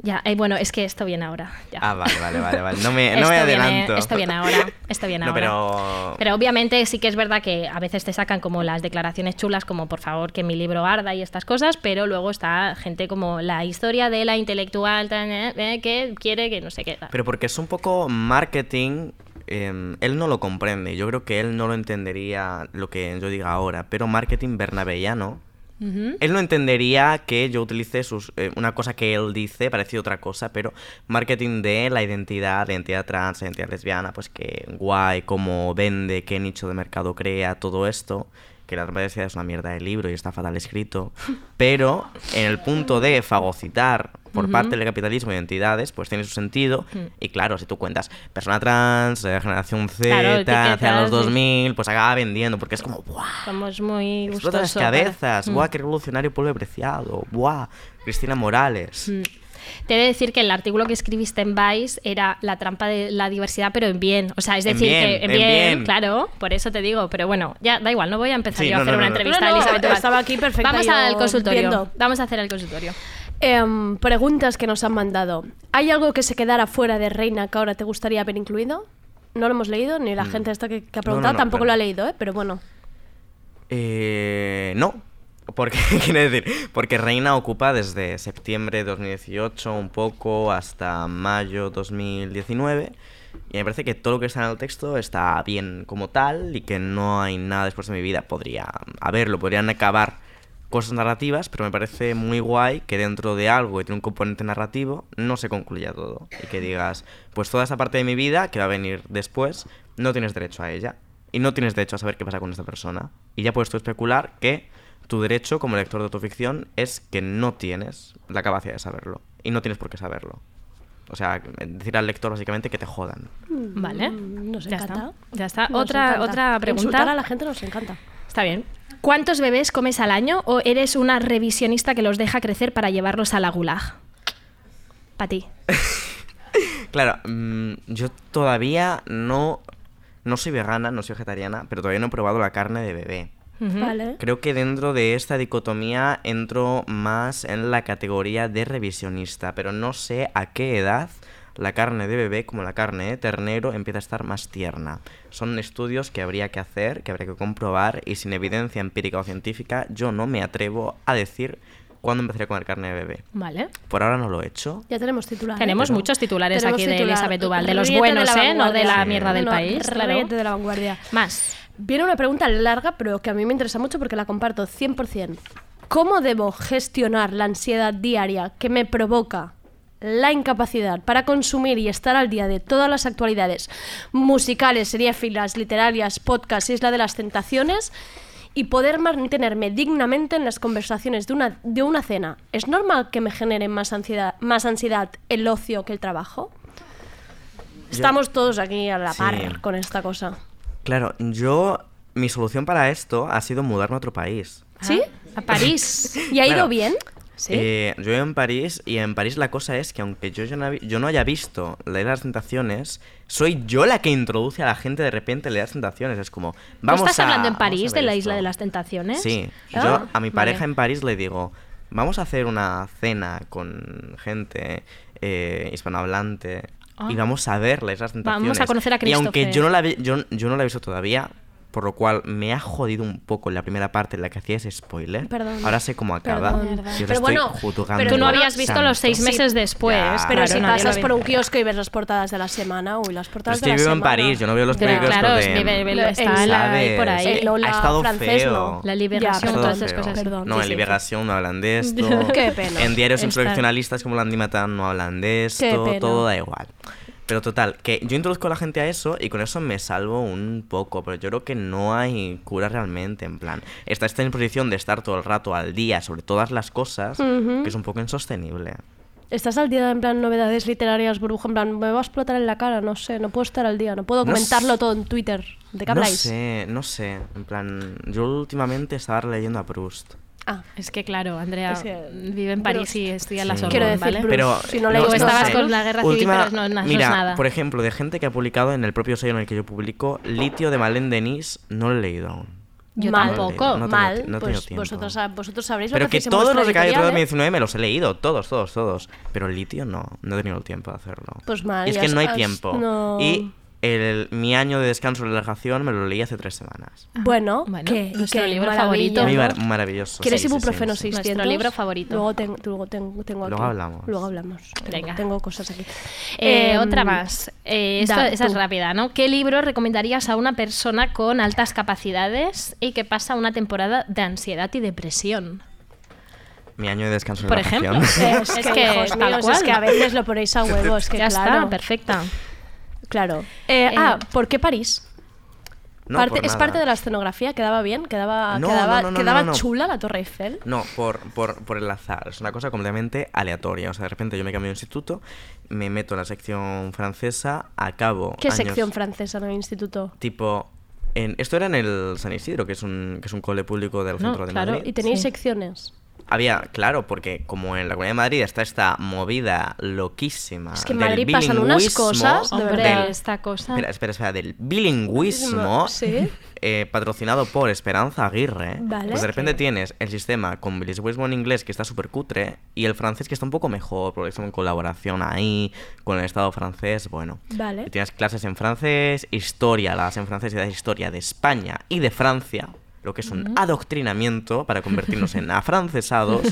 S5: Ya, eh, bueno, es que esto viene ahora. ya.
S12: Ah, vale, vale, vale. vale.
S5: [LAUGHS]
S12: No me, no me
S5: Esto viene-
S12: adelanto.
S5: esto viene ahora, esto viene
S12: [LAUGHS] No,
S5: ahora.
S12: pero.
S5: Pero obviamente sí que es verdad que a veces te sacan como las declaraciones chulas, como por favor que mi libro arda y estas cosas, pero luego está gente como la historia de la intelectual tan, eh, eh, que quiere que no sé qué. tal.
S12: Pero porque es un poco marketing, eh, él no lo comprende. Yo creo que él no lo entendería lo que yo diga ahora, pero marketing bernabellano.
S5: Ujú.
S12: Él no entendería que yo utilice sus, eh, una cosa que él dice, parece otra cosa, pero marketing de la identidad, la identidad trans, la identidad lesbiana, pues que guay, cómo vende, qué nicho de mercado crea, todo esto, que la transparencia es una mierda de libro y está
S5: [LAUGHS]
S12: fatal escrito, pero en el punto de fagocitar por
S13: Ujú.
S12: parte del capitalismo identidades, pues tiene su sentido,
S13: Mm.
S12: y claro, si tú cuentas persona trans, eh, generación Z,
S5: Claro, etiquetas,
S12: hacia los
S5: sí.
S12: 2000, pues acaba vendiendo, porque es como, ¡buah!
S5: Somos muy
S12: Explota las
S5: gustosos.
S12: cabezas.
S5: Mm.
S12: Buah, qué revolucionario pueblo preciado. Buah, Cristina Morales.
S5: Mm. Te he de decir que el artículo que escribiste en Vice era la trampa de la diversidad, pero en bien. O sea, es
S12: En
S5: decir,
S12: bien,
S5: que
S12: en bien.
S5: claro, por eso te digo. Pero bueno, ya da igual, no voy a empezar
S12: Sí,
S5: yo a
S12: no,
S5: hacer
S12: no,
S5: una
S12: no, no.
S5: entrevista
S4: No,
S5: a
S4: no,
S5: Elizabeth Duarte.
S4: estaba aquí perfecta
S5: Vamos
S4: yo
S5: al consultorio.
S4: viendo.
S5: Vamos a hacer el consultorio.
S4: Em, preguntas que nos han mandado. ¿Hay algo que se quedara fuera de Reina que ahora te gustaría haber incluido? No lo hemos leído, ni la
S12: Mm.
S4: gente esta que, que ha
S12: No,
S4: preguntado
S12: no, no,
S4: tampoco
S12: bueno.
S4: lo ha leído, ¿eh? pero bueno.
S12: Eh, no. Porque, [LAUGHS] quiere decir, porque Reina ocupa desde septiembre de 2018 un poco hasta mayo 2019. Y me parece que todo lo que está en el texto está bien como tal y que no hay nada después de mi vida. Podría haberlo, podrían acabar cosas narrativas, pero me parece muy guay que dentro de algo que tiene un componente narrativo no se concluya todo. Y que digas, pues toda esa parte de mi vida que va a venir después, no tienes derecho a ella. Y no tienes derecho a saber qué pasa con esta persona. Y ya puedes tú especular que tu derecho como lector de tu ficción es que no tienes la capacidad de saberlo. Y no tienes por qué saberlo. O sea, decir al lector básicamente que te jodan.
S5: Vale.
S4: Mm, Nos
S5: Ya
S4: encanta.
S5: está. Ya está.
S4: Nos
S5: Otra-
S4: encanta.
S5: otra pregunta.
S4: Insultar a la gente nos encanta.
S5: Está bien. ¿Cuántos bebés comes al año o eres una revisionista que los deja crecer para llevarlos a la gulag? Para ti.
S12: Claro, mm, yo todavía no, no soy vegana, no soy vegetariana, pero todavía no he probado la carne de bebé.
S5: Ujú.
S4: Vale.
S12: Creo que dentro de esta dicotomía entro más en la categoría de revisionista, pero no sé a qué edad la carne de bebé como la carne de ternero empieza a estar más tierna. Son estudios que habría que hacer, que habría que comprobar y sin evidencia empírica o científica yo no me atrevo a decir cuándo empezaré a comer carne de bebé.
S5: Vale.
S12: Por ahora no lo he hecho.
S4: Ya tenemos titular.
S5: Tenemos
S4: ¿eh?
S5: muchos titulares
S4: Tenemos
S5: aquí de
S4: titular.
S5: Elizabeth Duval, de los
S4: Ríete
S5: buenos,
S4: la
S5: ¿eh? No de la
S4: vanguardia.
S5: mierda del
S4: No,
S5: país. claro.
S4: ríete de la vanguardia.
S5: Más.
S4: Viene una pregunta larga, pero que a mí me interesa mucho porque la comparto 100%. ¿Cómo debo gestionar la ansiedad diaria que me provoca la incapacidad para consumir y estar al día de todas las actualidades musicales, seriéfilas, literarias, podcast, Isla de las Tentaciones? Y poder mantenerme dignamente en las conversaciones de una, de una cena. ¿Es normal que me genere más ansiedad, más ansiedad el ocio que el trabajo? Estamos todos aquí a la
S12: Sí.
S4: par con esta cosa.
S12: Claro, yo... Mi solución para esto ha sido mudarme a otro país.
S4: ¿Sí? A
S12: [LAUGHS]
S4: París. ¿Y ha ido
S12: Claro.
S4: bien? Sí.
S12: Eh, yo vivo en París y en París la cosa es que aunque yo, ya no, hab- yo no haya visto la Isla de las Tentaciones, soy yo la que introduce a la gente de repente en la Isla de las Tentaciones. Es como,
S5: ¿No
S12: vamos
S5: estás
S12: a-
S5: hablando en
S12: vamos a
S5: París, de
S12: ver
S5: la
S12: esto.
S5: isla de las tentaciones?
S12: Sí,
S5: Ah,
S12: yo a mi
S5: vale.
S12: pareja en París le digo, vamos a hacer una cena con gente eh, hispanohablante
S5: Ah.
S12: y vamos a ver la Isla de las
S5: Vamos a
S12: Tentaciones.
S5: conocer a
S12: Y aunque
S5: Christopher.
S12: yo no, la vi- yo, yo no la he visto todavía... Por lo cual me ha jodido un poco la primera parte en la que hacía ese spoiler.
S4: Perdón.
S12: Ahora sé cómo acaba.
S4: Perdón.
S12: Yo te
S4: Pero
S12: estoy
S4: bueno,
S12: juzgando.
S5: Pero tú no habías visto
S12: Santo.
S5: los seis
S4: Sí.
S5: meses después.
S12: Ya.
S4: Pero
S5: claro,
S4: si
S5: nadie lo
S4: pasas
S5: ve.
S4: por un kiosco y ves las portadas de la semana, uy, las portadas
S12: Pero
S4: de
S12: es
S4: la
S12: que vivo en
S4: semana.
S12: París, yo no veo los
S5: Claro,
S12: periódicos
S5: claro,
S12: de-
S5: es nivel- nivel-
S4: El-
S5: está la-
S12: ¿sabes?
S5: por ahí.
S4: El Eh, Lola
S12: ha estado
S4: francés,
S12: feo.
S4: no.
S5: La
S12: Ha
S5: liberación,
S12: estado
S5: todas esas
S12: feo.
S5: cosas.
S4: Perdón,
S12: no,
S4: sí,
S12: en
S4: sí,
S12: Liberación no hablan de esto.
S4: [LAUGHS] Qué pena.
S12: En diarios
S4: Está-
S12: insurreccionalistas como el Andimatán no hablan de
S4: Qué
S12: esto.
S4: pena.
S12: Todo da igual. Pero total, que yo introduzco a la gente a eso y con eso me salvo un poco, pero yo creo que no hay cura realmente, en plan. Está esta imposición de estar todo el rato al día sobre todas las cosas,
S4: Ujú.
S12: que es un poco insostenible.
S4: Estás al día en plan novedades literarias, brujo, en plan, me va a explotar en la cara, no sé, no puedo estar al día, no puedo
S12: No
S4: comentarlo
S12: sé.
S4: todo en Twitter. ¿De qué
S12: no
S4: habláis?
S12: sé, no sé, en plan, yo últimamente estaba leyendo a Proust.
S4: Ah,
S5: Es que claro, Andrea
S4: Es que-
S5: vive en París
S4: Brust.
S5: y estudia en la
S12: Sí.
S5: Sorbona,
S4: Quiero decir
S5: ¿vale?
S4: Brust.
S12: Pero
S4: Si no lees,
S5: Tú
S4: no
S5: estabas
S4: sé.
S5: con la guerra civil,
S12: Última-
S5: pero no, no- no
S12: mira,
S5: es nada.
S12: por ejemplo, de gente que ha publicado en el propio sello en el que yo publico, Litio de Malén Denis, no lo he leído aún.
S4: Yo
S12: No lo he
S4: tampoco,
S12: leído, no he tenido
S4: mal,
S12: ti- no he tenido
S4: pues
S12: tiempo.
S4: vosotros, sab- vosotros sabréis
S12: Pero
S4: lo que,
S12: que
S4: hacéis en
S12: todos
S4: vuestra
S12: los de Calle
S4: editorial,
S12: Trueba
S4: ¿eh?
S12: 2019 me los he leído, todos, todos, todos. Pero el litio no, no he tenido el tiempo de hacerlo.
S4: Pues mal,
S12: Y es
S4: ya
S12: que
S4: has-
S12: no hay
S4: has-
S12: tiempo.
S4: no.
S12: Y el, mi año de descanso y relajación me lo leí hace tres semanas.
S4: Bueno,
S5: Bueno,
S4: que
S5: nuestro
S4: que
S5: libro
S4: maravilla,
S5: favorito.
S12: Muy
S4: ¿no?
S12: mar- maravilloso.
S4: ¿Quieres
S12: sí, sí, sí,
S4: ibuprofeno
S12: sí.
S4: 600?
S5: Nuestro libro favorito.
S4: Luego tengo, luego tengo, tengo aquí.
S12: Luego hablamos.
S4: Luego hablamos. Tengo,
S5: Venga.
S4: tengo cosas aquí.
S5: Eh,
S4: Em,
S5: otra más. Eh, esto-
S4: da,
S5: esa es
S4: tú.
S5: rápida, ¿no? ¿Qué libro recomendarías a una persona con altas capacidades y que pasa una temporada de ansiedad y depresión?
S12: Mi año de descanso y
S5: Por
S12: relajación.
S5: ejemplo.
S4: Eh, [LAUGHS] Es,
S5: Es
S4: que,
S5: que,
S4: hijos
S5: tal
S4: míos, es
S5: cual.
S4: que a veces lo ponéis a huevos, que
S5: ya
S4: claro.
S5: está, perfecta.
S4: Ah, Claro. Eh,
S5: Eh,
S4: ah, ¿por qué París?
S12: [LAUGHS] No,
S4: Parte-
S12: por
S4: es
S12: nada.
S4: parte de la escenografía, quedaba bien, quedaba,
S12: No,
S4: quedaba,
S12: no, no, no,
S4: quedaba
S12: no, no.
S4: chula la Torre Eiffel.
S12: No, por, por, por el azar. Es una cosa completamente aleatoria. O sea, de repente yo me cambio de instituto, me meto en la sección francesa, acabo.
S4: ¿Qué
S12: años-
S4: sección francesa en el instituto?
S12: Tipo. En, esto era en el San Isidro, que es un, que es un cole público del centro de Madrid.
S4: ¿Y tenéis
S5: Sí.
S4: secciones?
S12: Había, claro, porque como en la Comunidad de Madrid está esta movida loquísima.
S4: Es que en
S12: del
S4: Madrid pasan unas
S12: bilingüismo-
S4: cosas, de
S12: del-
S4: verdad.
S5: esta cosa.
S12: Espera, espera, espera, del bilingüismo
S4: Sí.
S12: eh, patrocinado por Esperanza Aguirre.
S4: Vale.
S12: Pues de repente tienes el sistema con bilingüismo en inglés que está súper cutre y el francés que está un poco mejor, porque es una colaboración ahí con el Estado francés, bueno.
S4: Vale.
S12: Y tienes clases en francés, historia, las en francés y das historia de España y de Francia, lo que es un adoctrinamiento para
S4: [LAUGHS]
S12: convertirnos en afrancesados.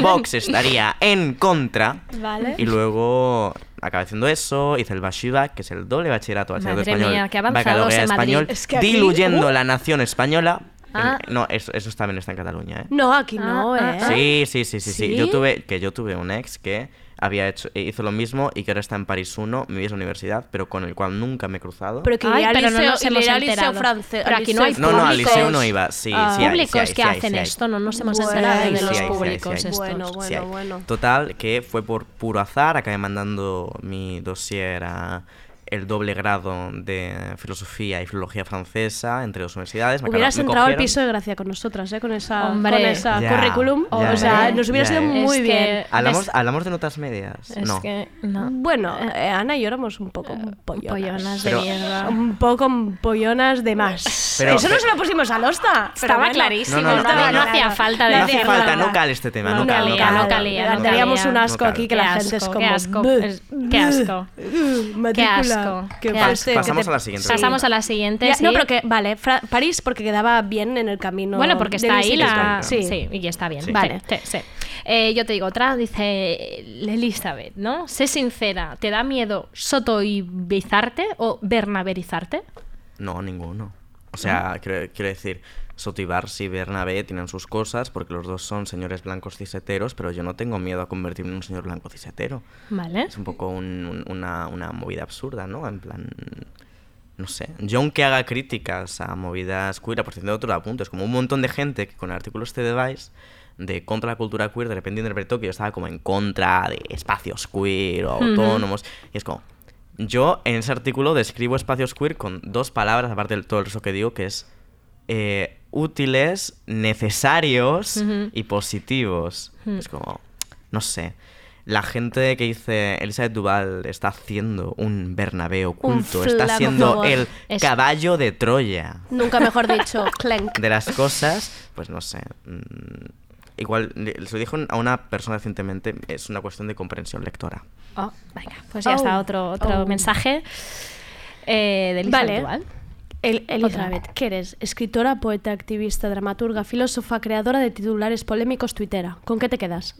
S12: Vox estaría en contra.
S4: Vale.
S12: Y luego acabé haciendo eso, hice el Bashiva, que es el doble bachillerato de
S5: Madre
S12: español,
S5: mía, qué avanzados
S12: baccalaureado
S5: en Madrid.
S12: español,
S4: Es que aquí-
S12: diluyendo
S4: ¡Uh!
S12: la nación española.
S5: Ah.
S12: En- no, eso, eso también está en Cataluña, ¿eh?
S4: No, aquí
S5: Ah,
S4: no,
S5: ah,
S4: ¿eh?
S5: ah.
S12: Sí, sí, sí, sí, sí. Yo
S4: ¿Sí?
S12: tuve, que yo tuve un ex que había hecho, eh, hizo lo mismo y que ahora está en París 1, mi misma universidad, pero con el cual nunca me he cruzado.
S4: Pero que
S5: Ay,
S4: iría al
S5: pero no
S4: liceo-
S5: nos hemos
S4: iría al liceo
S5: enterado.
S4: francés.
S5: Pero
S4: al
S5: aquí no hay
S4: liceo
S12: no, no, al
S4: público.
S12: liceo no iba. Sí,
S4: Ah.
S12: sí, hay, sí, hay,
S5: públicos
S12: sí,
S5: que
S12: hay, sí,
S5: hacen
S12: hay.
S5: esto, no nos hemos
S4: Bueno,
S5: enterado
S4: sí,
S5: de los
S4: sí, sí,
S5: públicos
S12: sí.
S5: estos.
S4: Bueno, bueno.
S12: Sí, hay. Total, que fue por puro azar, acabé mandando mi dossier a el doble grado de filosofía y filología francesa entre dos universidades. Me
S4: Hubieras
S12: acabaron- me
S4: entrado al
S12: cogieron.
S4: piso de gracia con nosotras, ¿eh? Con esa,
S5: Hombre.
S4: con esa
S12: Ya,
S4: currículum.
S12: ya,
S4: o sea,
S12: eh,
S4: nos hubiera
S12: ya,
S4: sido
S12: eh.
S4: muy
S5: Es
S4: bien.
S5: que-
S12: Hablamos,
S5: Es-
S12: hablamos de notas medias.
S5: Es
S12: no.
S5: que no. Eh,
S4: Bueno, eh, Ana y yo éramos un poco pollonas.
S5: Pollonas de
S12: Pero-
S5: mierda.
S4: Un poco pollonas de más.
S12: Pero-
S4: Eso no
S12: pero-
S4: se lo pusimos a Losta. pero
S5: Estaba
S4: bueno.
S5: clarísimo,
S12: No, no, no,
S5: estaba-
S12: no, no.
S5: hacía falta
S12: No
S5: de
S12: hace
S5: decirlo.
S12: falta, no cale este tema. No,
S5: No
S12: cale, no
S5: calía,
S12: cale.
S5: no calía, no calía.
S4: Daríamos un asco
S12: No
S4: aquí que
S5: Qué
S4: la
S5: asco,
S4: gente es
S5: qué
S4: como.
S5: asco,
S4: "Buh,
S5: es- qué asco".
S4: buh,
S5: Qué
S4: matrícula,
S5: asco.
S4: que
S5: qué
S4: fuerte,
S5: asco.
S4: que
S12: Pasamos
S4: te-
S12: a la siguiente.
S5: Pasamos a la siguiente.
S4: Ya,
S5: sí.
S4: No, pero que, vale, Fra- París porque quedaba bien en el camino.
S5: Bueno, porque
S4: del
S5: está ahí la.
S4: instituto. Sí.
S5: Sí. y está bien.
S12: Sí.
S5: Vale. sí, sí. Eh, yo te digo otra, dice Elizabeth, ¿no? Sé sincera, ¿te da miedo sotoibizarte o bernaberizarte?
S12: No, ninguno. O sea, quiero, quiero decir, Sotibars y Bernabé tienen sus cosas porque los dos son señores blancos ciseteros, pero yo no tengo miedo a convertirme en un señor blanco cisetero.
S5: Vale.
S12: Es un poco un- un- una, una movida absurda, ¿no? En plan. No sé. Yo, aunque haga críticas a movidas queer, por cierto, otro apunto, es como un montón de gente que con artículos de Vice de contra la cultura queer, de repente interpretó que yo estaba como en contra de espacios queer o autónomos. Y es como. Yo en ese artículo describo espacios queer con dos palabras, aparte del todo el resto que digo, que es eh, útiles, necesarios
S5: Ujú.
S12: y positivos.
S5: Mm.
S12: Es como, no sé. La gente que dice Elizabeth Duval está haciendo un Bernabé oculto, está
S4: flaco
S12: haciendo
S4: favor.
S12: el
S5: Es-
S12: caballo de Troya
S4: Nunca mejor dicho, [LAUGHS] clank.
S12: de las cosas, pues no sé. mm, Igual, le- se lo dijo a una persona recientemente, es una cuestión de comprensión lectora.
S5: Oh, venga, pues ya está
S4: Oh,
S5: otro, otro
S4: oh.
S5: mensaje eh, de Elizabeth
S4: Vale.
S5: Dual.
S4: El, Elizabeth, ¿qué eres? Escritora, poeta, activista, dramaturga, filósofa, creadora de titulares polémicos, tuitera. ¿Con qué te quedas?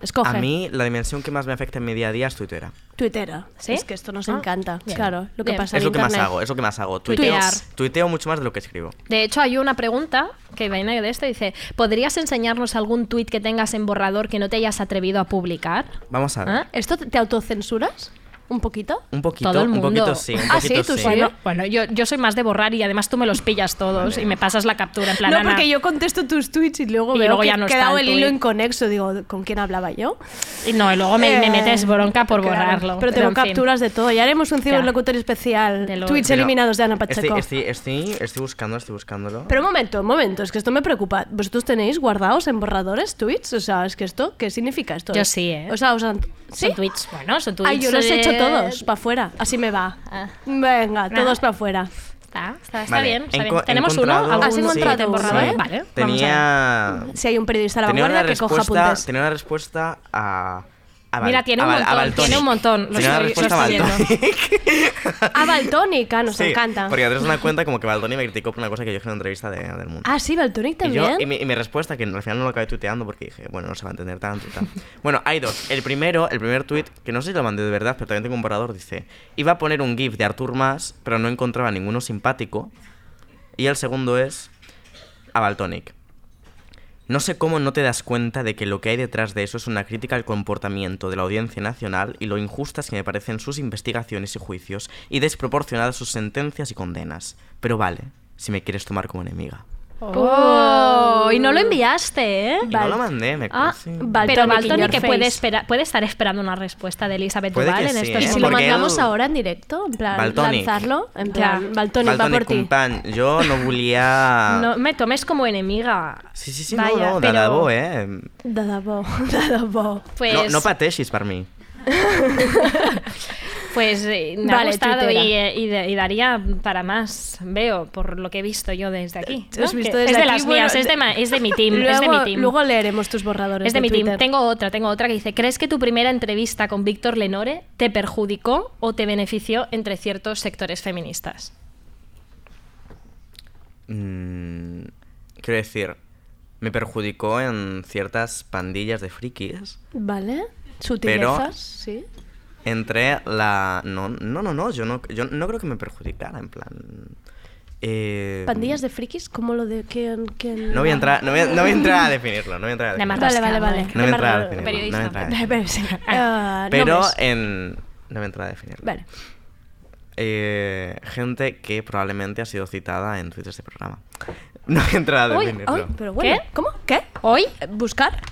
S4: Escoge.
S12: A mí, la dimensión que más me afecta en mi día a día es Twittera.
S4: Tuitera.
S5: ¿Sí?
S4: Es que esto nos
S5: Ah,
S4: encanta.
S5: bien.
S4: Claro, lo que
S5: Bien.
S4: pasa
S12: Es
S4: en
S12: lo que más
S4: Internet.
S12: hago, eh. es lo que más hago. Tuiteo,
S5: Tuitear.
S12: tuiteo mucho más de lo que escribo.
S5: De hecho, hay una pregunta que viene de esto. Dice, ¿podrías enseñarnos algún tuit que tengas en borrador que no te hayas atrevido a publicar?
S12: Vamos a ver.
S5: ¿Ah?
S4: ¿Esto te te autocensuras? ¿Un poquito?
S12: Un poquito,
S5: Todo el
S12: un
S5: mundo.
S12: poquito sí. Un
S5: ah, sí,
S12: poquito,
S5: tú sí. Bueno, bueno, yo, yo soy más de borrar y además tú me los pillas todos y me pasas la captura en plan.
S4: no,
S5: Ana,
S4: porque yo contesto tus tweets y luego
S5: Y
S4: veo
S5: luego
S4: que
S5: ya no
S4: he
S5: está
S4: quedado
S5: el
S4: el hilo
S5: tuit.
S4: inconexo. Digo, ¿con quién hablaba yo?
S5: Y no, y luego me, me
S4: Eh,
S5: metes bronca por
S4: claro,
S5: borrarlo.
S4: Pero tengo capturas de todo. Ya haremos un ciberlocutor especial. Tweets
S12: Pero
S4: eliminados de Ana Pacheco.
S12: Estoy, estoy, estoy, estoy buscándolo, estoy buscándolo.
S4: Pero un momento, un momento, es que esto me preocupa. ¿Vosotros tenéis guardados en borradores tweets? O sea, es que esto, ¿qué significa esto?
S5: Yo sí, ¿eh?
S4: O sea, os han- ¿sí?
S5: Son tweets, bueno, son tweets.
S4: Ay, yo los he
S5: eh,
S4: hecho todos, para afuera. Así me va.
S5: Ah.
S4: Venga,
S5: Nada.
S4: todos para afuera.
S5: Está, está, está
S12: Vale,
S5: bien, está
S12: he
S5: bien.
S12: enco- he
S5: ¿Tenemos uno?
S12: encontrado-
S5: ¿Algún
S12: sí,
S5: siguiente
S12: sí.
S5: borrador? Vale, vamos a ver.
S12: Tenía.
S4: Si hay un periodista a la
S12: Tenía una
S4: vanguardia que coja
S12: respuesta, ah,
S4: apuntes.
S12: tenía una respuesta a. a Val-
S5: Mira, tiene
S12: a
S5: un
S12: Val- a
S5: montón,
S12: Valtonic.
S5: tiene un montón. Lo
S12: Tenía una
S5: estoy, lo
S12: respuesta a
S5: estoy
S12: [LAUGHS] Valtonic.
S5: viendo. [LAUGHS]
S4: Ah, Baltónica, nos
S12: Sí,
S4: encanta.
S12: Porque te das una cuenta como que Valtoni me criticó por una cosa que yo hice en una entrevista de, del mundo.
S4: Ah, sí, Baltónica
S12: Y, yo,
S4: también.
S12: y, mi, y mi respuesta, que al final no lo acabé tuiteando porque dije, bueno, no se va a entender tanto y tal. [LAUGHS] Bueno, hay dos. El primero, el primer tuit, que no sé si lo mandé de verdad, pero también tengo un borrador, dice, iba a poner un GIF de Artur Mas, pero no encontraba ninguno simpático. Y el segundo es a Baltonic. No sé cómo no te das cuenta de que lo que hay detrás de eso es una crítica al comportamiento de la Audiencia Nacional y lo injustas que me parecen sus investigaciones y juicios y desproporcionadas sus sentencias y condenas. Pero vale, si me quieres tomar como enemiga.
S5: Oh, y no lo enviaste, ¿eh?
S12: Y no lo mandé, me
S5: Ah,
S12: sí.
S4: Baltonic
S5: pero
S4: in
S5: Baltoni
S4: your
S5: que
S4: face.
S5: puede, espera- puede estar esperando una respuesta de Elizabeth
S12: Puede
S5: Duval
S12: que
S5: en
S12: sí,
S5: estos
S12: ¿eh?
S4: ¿Y si
S5: momentos.
S4: lo
S12: porque
S4: mandamos
S12: él-
S4: ahora en directo? En plan,
S12: Baltónic.
S4: lanzarlo. En plan,
S5: Ya.
S4: Baltónica va por
S12: Baltonic,
S4: ti.
S12: compan, yo no bulía...
S5: [LAUGHS] No me tomes como enemiga.
S12: Sí, sí, sí,
S5: Vaya,
S12: no, no,
S5: pero-
S12: Dadabo, eh.
S4: [LAUGHS] Dadabo, dadabo.
S5: Pues,
S12: No, no patexis para mí.
S5: [LAUGHS] pues eh, me
S4: Vale,
S5: ha gustado y,
S4: tuitera.
S5: eh, y de- y daría para más, veo, por lo que he visto yo desde aquí.
S4: Te has
S5: ¿no?
S4: visto
S5: Que
S4: desde
S5: es de
S4: aquí,
S5: las
S4: bueno,
S5: mías, es de, ma- es de mi team, es de mi team.
S4: Luego leeremos tus borradores.
S5: Es de mi team.
S4: Twitter.
S5: Tengo otra, tengo otra que dice, ¿crees que tu primera entrevista con Víctor Lenore te perjudicó o te benefició entre ciertos sectores feministas?
S12: Mm, quiero decir, me perjudicó en ciertas pandillas de frikis.
S4: Vale. Sutilezas, sí.
S12: Entre la... No, no, no, no, yo no, yo no creo que me perjudicara, en plan... eh,
S4: Pandillas de frikis, ¿cómo lo de quién? quién-
S12: No voy a entrar, no voy a, no voy a entrar a definirlo, no voy a entrar
S5: [LAUGHS]
S12: a
S5: Nada más
S4: Vale,
S12: definirlo.
S4: vale, vale.
S5: rascado, ¿eh?
S12: No voy a entrar a
S5: Nada más
S12: definirlo, no voy a entrar a definirlo.
S4: Ah,
S12: Pero
S4: nombres.
S12: en... No voy a entrar a definirlo.
S4: Vale.
S12: Eh, gente que probablemente ha sido citada en Twitter de este programa. [LAUGHS] No voy a entrar a
S4: Hoy,
S12: definirlo.
S4: hoy, pero bueno,
S5: ¿Qué?
S4: ¿Cómo? ¿Qué?
S5: ¿Hoy?
S4: Eh,
S5: [LAUGHS]
S4: ¿Buscar?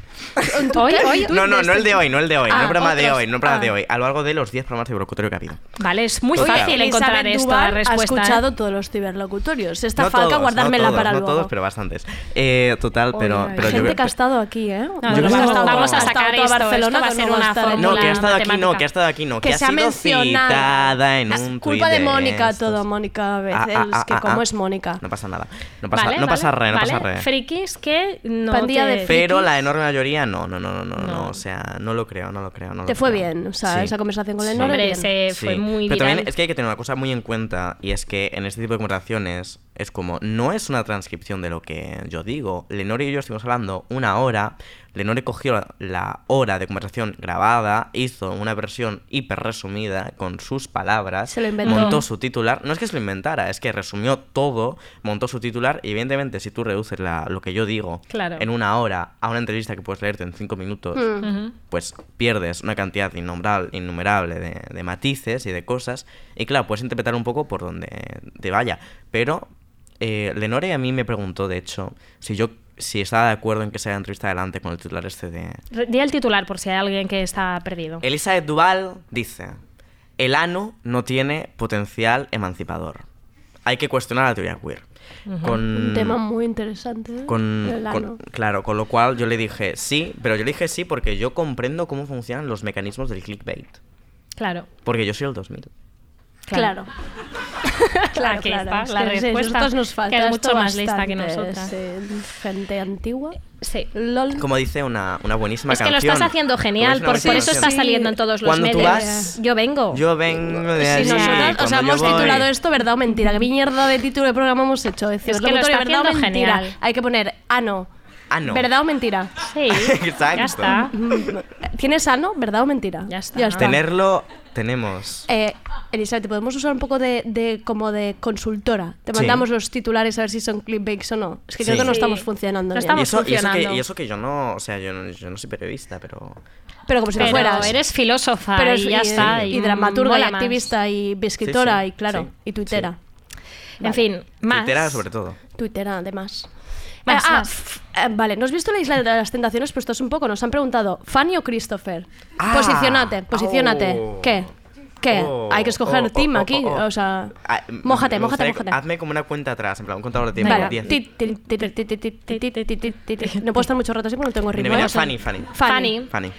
S4: ¿Un
S5: Hoy,
S4: Twitter?
S5: hoy.
S4: ¿Un
S12: No, no,
S4: Twitter?
S12: no el de hoy, no el de hoy, no
S5: Ah,
S12: el programa de
S5: otros.
S12: hoy, no el programa
S5: Ah.
S12: de hoy. A lo largo de los 10 programas de Brocutorio que ha habido.
S5: Vale, es muy
S12: Oye,
S5: fácil encontrar
S4: Elizabeth
S5: esta
S4: Duval
S5: respuesta.
S4: Ha escuchado
S5: ¿eh?
S4: todos los ciberlocutorios. Esta
S12: no
S4: falca
S12: todos,
S4: guardármela
S12: no todos,
S4: para
S12: no
S4: luego.
S12: todos, pero bastantes. Eh, total, pero,
S5: Oye,
S12: pero yo
S4: Gente
S12: creo-
S4: que ha estado aquí, ¿eh?
S5: No, no,
S12: creo que
S5: vamos,
S12: no.
S5: vamos a
S12: Ha estado
S5: sacar
S4: toda
S5: esto,
S4: Barcelona,
S5: esto va a
S4: no
S5: ser
S4: va a
S5: una
S4: estar en
S5: fórmula
S12: No, que ha estado aquí, no,
S5: matemática.
S12: que ha estado aquí, no, que,
S4: Que
S12: ha
S4: se ha
S12: sido
S4: mencionado.
S12: citada en
S4: Es
S12: un
S4: culpa
S12: tuit Ah,
S4: de Ah, Mónica
S12: estos.
S4: todo, Mónica, a veces, es que como es Mónica.
S12: No pasa nada. No pasa,
S5: Vale,
S12: no pasa
S5: vale,
S12: re, no
S5: vale.
S12: pasa re.
S5: Frikis que no
S4: Pandilla
S5: te-
S4: de frikis.
S12: Pero la enorme mayoría no, no, no, no, no, no,
S5: No.
S12: o sea, no lo creo, no lo creo. No lo
S4: Te fue
S12: creo.
S4: bien, o sea, esa conversación con la enorme
S5: Hombre,
S4: bien.
S5: se fue muy
S12: Pero
S5: viral.
S12: también es que hay que tener una cosa muy en cuenta y es que en este tipo de conversaciones es como, no es una transcripción de lo que yo digo. Lenore y yo estuvimos hablando una hora, Lenore cogió la hora de conversación grabada, hizo una versión hiper resumida con sus palabras,
S4: Se lo inventó.
S12: montó su titular, no es que se lo inventara, es que resumió todo, montó su titular y evidentemente si tú reduces la- lo que yo digo
S5: Claro. Mm.
S12: en una hora a una entrevista que puedes leerte en cinco minutos,
S4: Mm-hmm.
S5: Ujú.
S12: pues pierdes una cantidad innombrable, innumerable de, de matices y de cosas. Y claro, puedes interpretar un poco por donde te vaya. Pero eh, Lenore a mí me preguntó, de hecho, si yo si estaba de acuerdo en que se haga entrevista adelante con el titular este de...
S5: Re- Di el titular por si hay alguien que está perdido.
S12: Elizabeth Duval dice, el ano no tiene potencial emancipador. Hay que cuestionar la teoría queer. Con-
S4: Un tema muy interesante. ¿eh?
S12: con,
S4: El
S12: con-
S4: ano.
S12: claro, con lo cual yo le dije sí, pero yo le dije sí porque yo comprendo cómo funcionan los mecanismos del clickbait.
S5: Claro.
S12: Porque yo soy el 2000.
S4: Claro.
S5: [LAUGHS]
S4: Claro,
S5: Aquí
S4: claro.
S5: está
S4: es
S5: la
S4: que sí,
S5: respuesta,
S4: nosotros nos falta
S5: que es
S4: esto
S5: mucho más lista que
S4: bastante,
S5: nosotras.
S4: sí. Gente antigua.
S5: Sí.
S4: LOL.
S12: Como dice una, una buenísima
S5: Es que lo
S12: canción.
S5: estás haciendo
S12: Como
S5: genial,
S12: dice una
S5: por, por
S12: buenísima
S5: eso está
S12: canción.
S4: Sí.
S5: saliendo en todos los
S12: Cuando tú
S5: medios.
S12: vas,
S5: yo vengo.
S12: Yo vengo de
S4: Sí,
S12: allí,
S4: nosotras, o
S12: cuando
S4: sea,
S12: yo
S4: hemos
S12: voy.
S4: titulado esto verdad o mentira. ¿Qué mierda de título de programa hemos hecho? Es,
S5: que lo
S4: locutorio,
S5: está
S4: verdad o
S5: haciendo
S4: mentira.
S5: genial.
S4: Hay que poner ano,
S12: Ah, no.
S4: ¿Verdad o mentira?
S12: [LAUGHS]
S4: Sí.
S12: Exacto.
S5: Ya está.
S4: ¿Tienes ano? ¿Verdad o mentira? Ya está.
S12: Tenerlo, tenemos.
S4: Eh, Elizabeth, podemos usar un poco de, de- como de consultora. Te
S12: Sí.
S4: mandamos los titulares a ver si son clickbaits o no. Es que creo
S12: Sí.
S4: que no
S12: Sí.
S4: estamos funcionando. bien.
S12: y eso, y eso que- Y eso, que, yo no, o sea, yo no, yo no soy periodista, pero...
S4: Pero como si
S5: Pero
S4: no fueras.
S5: eres filósofa
S4: Pero
S5: y
S4: es-
S5: ya está,
S4: Y,
S5: y
S4: dramaturga, y
S5: mola más.
S4: activista, y escritora,
S12: Sí, sí,
S4: y claro,
S12: sí,
S4: y tuitera.
S5: En fin, más.
S12: Tuitera sobre todo.
S4: Tuitera, además.
S5: Más,
S4: Eh, ah,
S5: más.
S4: f- eh, vale, ¿no has visto la isla de las tentaciones? Pues esto es un poco, nos han preguntado, ¿Fanny o Christopher?
S12: Ah.
S4: posicionate, posicionate.
S12: Oh.
S4: ¿Qué? ¿Qué?
S12: Oh,
S4: Hay que escoger
S12: oh, oh,
S4: team
S12: oh,
S4: aquí,
S12: oh, oh.
S4: o sea...
S12: Ah, m-
S4: Mójate, mójate,
S12: me gustaría-
S4: mójate.
S12: Hazme como una cuenta atrás, en plan, un contador de tiempo.
S4: Venga.
S12: diez.
S4: Ti, ti, ti, ti, ti, ti, ti, ti, ti, ti, ti, ti, ti. No puedo estar mucho rato así porque no tengo
S12: Mira,
S4: ritmo.
S12: mira,
S4: ¿eh? O sea,
S12: Fanny, Fanny.
S4: Fanny.
S12: Fanny.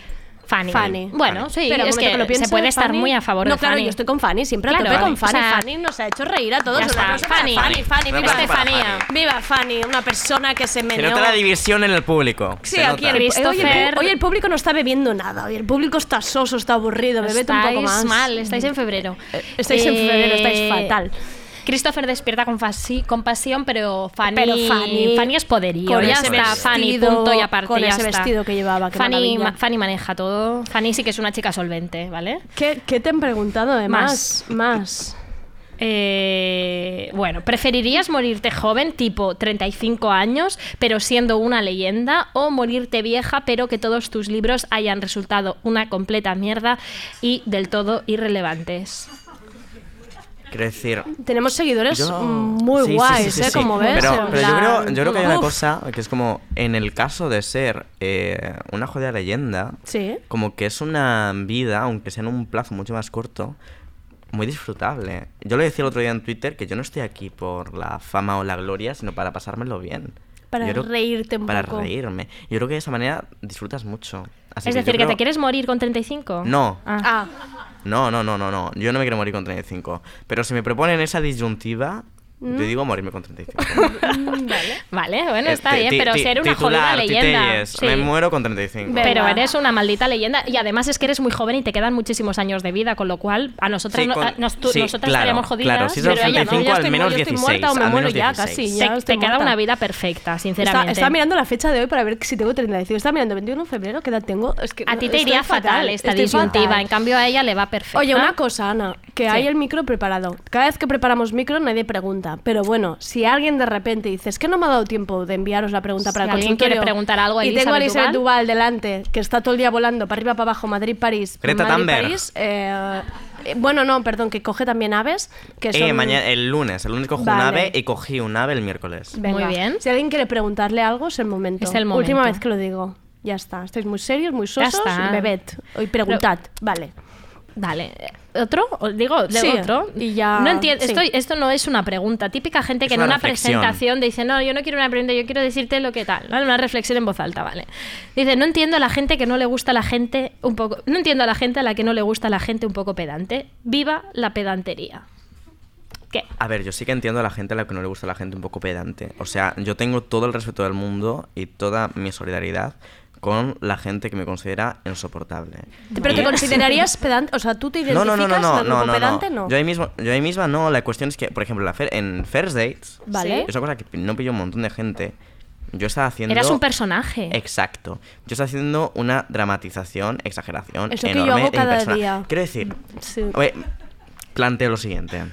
S5: Fanny.
S4: Fanny.
S5: Bueno, sí,
S4: Espera, un
S5: es
S4: momento
S5: que,
S4: lo piense,
S5: se puede estar
S4: Fanny.
S5: muy a favor
S4: no,
S5: de
S4: claro,
S5: Fanny.
S4: yo estoy con Fanny, siempre a
S5: Claro.
S4: tope con Fanny.
S5: O sea,
S4: Fanny nos ha hecho reír a todos.
S5: ya
S4: una
S5: está,
S4: cosa para
S5: Fanny.
S4: Fanny, Fanny,
S12: Una
S4: viva
S12: cosa para
S4: Fanny.
S12: Fanny.
S4: Viva Fanny, una persona que se
S12: Se
S4: meneó.
S12: nota la división en el público.
S4: Sí,
S12: se
S4: aquí el,
S12: nota.
S4: eh, hoy, el,
S5: Christopher-
S4: hoy el público no está bebiendo nada, hoy el público está soso, está aburrido, bebete un poco
S5: Estáis
S4: más. Eh,
S5: mal, estáis en febrero.
S4: estáis en febrero, estáis
S5: Eh,
S4: fatal.
S5: Christopher despierta con, fasi- con pasión, pero Fanny,
S4: Pero Fanny-
S5: Fanny es poderío.
S4: con
S5: ya
S4: ese
S5: está, Fanny,
S4: vestido-
S5: punto y aparte.
S4: con
S5: ya
S4: ese
S5: está.
S4: vestido que llevaba, qué
S5: Fanny,
S4: maravilla.
S5: ma- Fanny maneja todo. Fanny sí que es una chica solvente, ¿vale?
S4: ¿Qué, qué te han preguntado además? Más.
S5: Eh, bueno, ¿preferirías morirte joven, tipo 35 años, pero siendo una leyenda? ¿O morirte vieja, pero que todos tus libros hayan resultado una completa mierda y del todo irrelevantes?
S12: Quiero decir...
S4: Tenemos seguidores
S12: Yo-
S4: muy
S12: Sí, sí,
S4: guys,
S12: sí, sí,
S4: ¿eh?
S12: sí.
S4: Como ves.
S12: Pero,
S4: en
S12: pero yo, creo,
S4: plan,
S12: yo creo que hay una
S4: uf.
S12: cosa que es como, en el caso de ser eh, una jodida leyenda,
S4: Sí.
S12: como que es una vida, aunque sea en un plazo mucho más corto, muy disfrutable. Yo lo decía el otro día en Twitter que yo no estoy aquí por la fama o la gloria, sino para pasármelo bien.
S4: Para
S12: Yo creo-
S4: reírte un
S12: para
S4: poco.
S12: reírme. Yo creo que de esa manera disfrutas mucho. Así
S5: es
S12: yo
S5: decir, que te
S12: creo-
S5: quieres morir con 35?
S12: No.
S5: Ah.
S4: Ah,
S12: No, no, no, no, no. Yo no me quiero morir con 35. Pero si me proponen esa disyuntiva, yo digo morirme con 35.
S5: Vale, Mm. bueno,
S12: Eh,
S5: está
S12: ti-
S5: bien,
S12: ti-
S5: pero
S12: ti-
S5: ser una jodida
S12: titular,
S5: leyenda.
S12: titelles,
S5: sí.
S12: Me muero con 35.
S5: Pero
S4: Venga.
S5: eres una maldita leyenda y además es que eres muy joven y te quedan muchísimos años de vida, con lo cual a nosotras,
S12: Sí,
S5: no-
S12: con-
S5: a- nos- tú-
S12: sí,
S5: nosotras
S12: claro,
S5: estaríamos jodidas,
S12: claro, si es
S5: pero ella no.
S12: 35
S5: Ella
S12: al
S5: estoy-
S12: menos
S5: yo estoy
S12: 16,
S5: muerta o me
S12: al
S5: muero
S12: menos
S5: ya
S12: 16.
S5: casi.
S4: ya
S5: Te-
S4: estoy
S5: te queda
S4: muerta.
S5: una vida perfecta,
S4: Está-
S5: sinceramente.
S4: estaba mirando la fecha de hoy para ver si tengo 35. Estaba mirando 21 de febrero, ¿qué edad tengo? Es que
S5: a ti te
S4: estoy
S5: iría fatal, esta
S4: estoy
S5: disyuntiva,
S4: fatal.
S5: en cambio a ella le va perfecta.
S4: Oye, una cosa, Ana, que
S5: Sí.
S4: hay el micro preparado. Cada vez que preparamos micro nadie pregunta. Pero bueno, si alguien de repente dice, es que no me ha dado tiempo de enviaros la pregunta
S5: Si
S4: para el
S5: alguien quiere
S4: consultorio",
S5: preguntar algo a
S4: y tengo a
S5: Elizabeth
S4: Elizabeth Duval delante, que está todo el día volando para arriba, para abajo, Madrid-París.
S12: Greta Thunberg.
S4: Madrid-París. eh, eh, bueno, no, perdón, que coge también aves. Que son...
S12: Eh, mañana, el lunes, el lunes cojo un
S4: Vale.
S12: ave y cogí un ave el miércoles.
S4: Venga,
S5: Muy bien.
S4: Si alguien quiere preguntarle algo, es el momento.
S5: Es el momento.
S4: Última vez que lo digo. Ya está. Estáis muy serios, muy
S5: Ya
S4: sosos.
S5: está.
S4: Bebed. Hoy preguntad. Vale.
S5: Vale. ¿Otro? O- Digo, de
S4: Sí,
S5: otro.
S4: y ya-
S5: No entiendo.
S4: sí.
S5: Esto, esto no es una pregunta. Típica gente que
S12: Es
S5: en una
S12: una reflexión.
S5: presentación dice, no, yo no quiero una pregunta, yo quiero decirte lo que tal. ¿vale? Una reflexión en voz alta, ¿vale? Dice, no entiendo a la gente que no le gusta a la gente un poco. No entiendo a la gente a la que no le gusta la gente un poco pedante. Viva la pedantería. ¿Qué?
S12: A ver, yo sí que entiendo a la gente a la que no le gusta la gente un poco pedante. O sea, yo tengo todo el respeto del mundo y toda mi solidaridad con la gente que me considera insoportable.
S4: Pero te
S12: Y-
S4: considerarías pedante. O sea, tú te
S12: No,
S4: identificas
S12: no, no, no, no,
S4: del
S12: no,
S4: grupo
S12: no,
S4: pedante,
S12: no.
S4: no.
S12: Yo ahí, mismo, yo ahí misma no. La cuestión es que, por ejemplo, la fer- en First Dates,
S4: Vale.
S12: es una cosa que pi- no pilló un montón de gente. Yo estaba haciendo.
S5: Eras un personaje.
S12: Exacto. Yo estaba haciendo una dramatización, exageración
S4: Eso que yo
S12: enorme
S4: hago
S12: de mi
S4: cada
S12: persona.
S4: día.
S12: Quiero decir,
S4: Sí.
S12: a ver, planteo lo siguiente.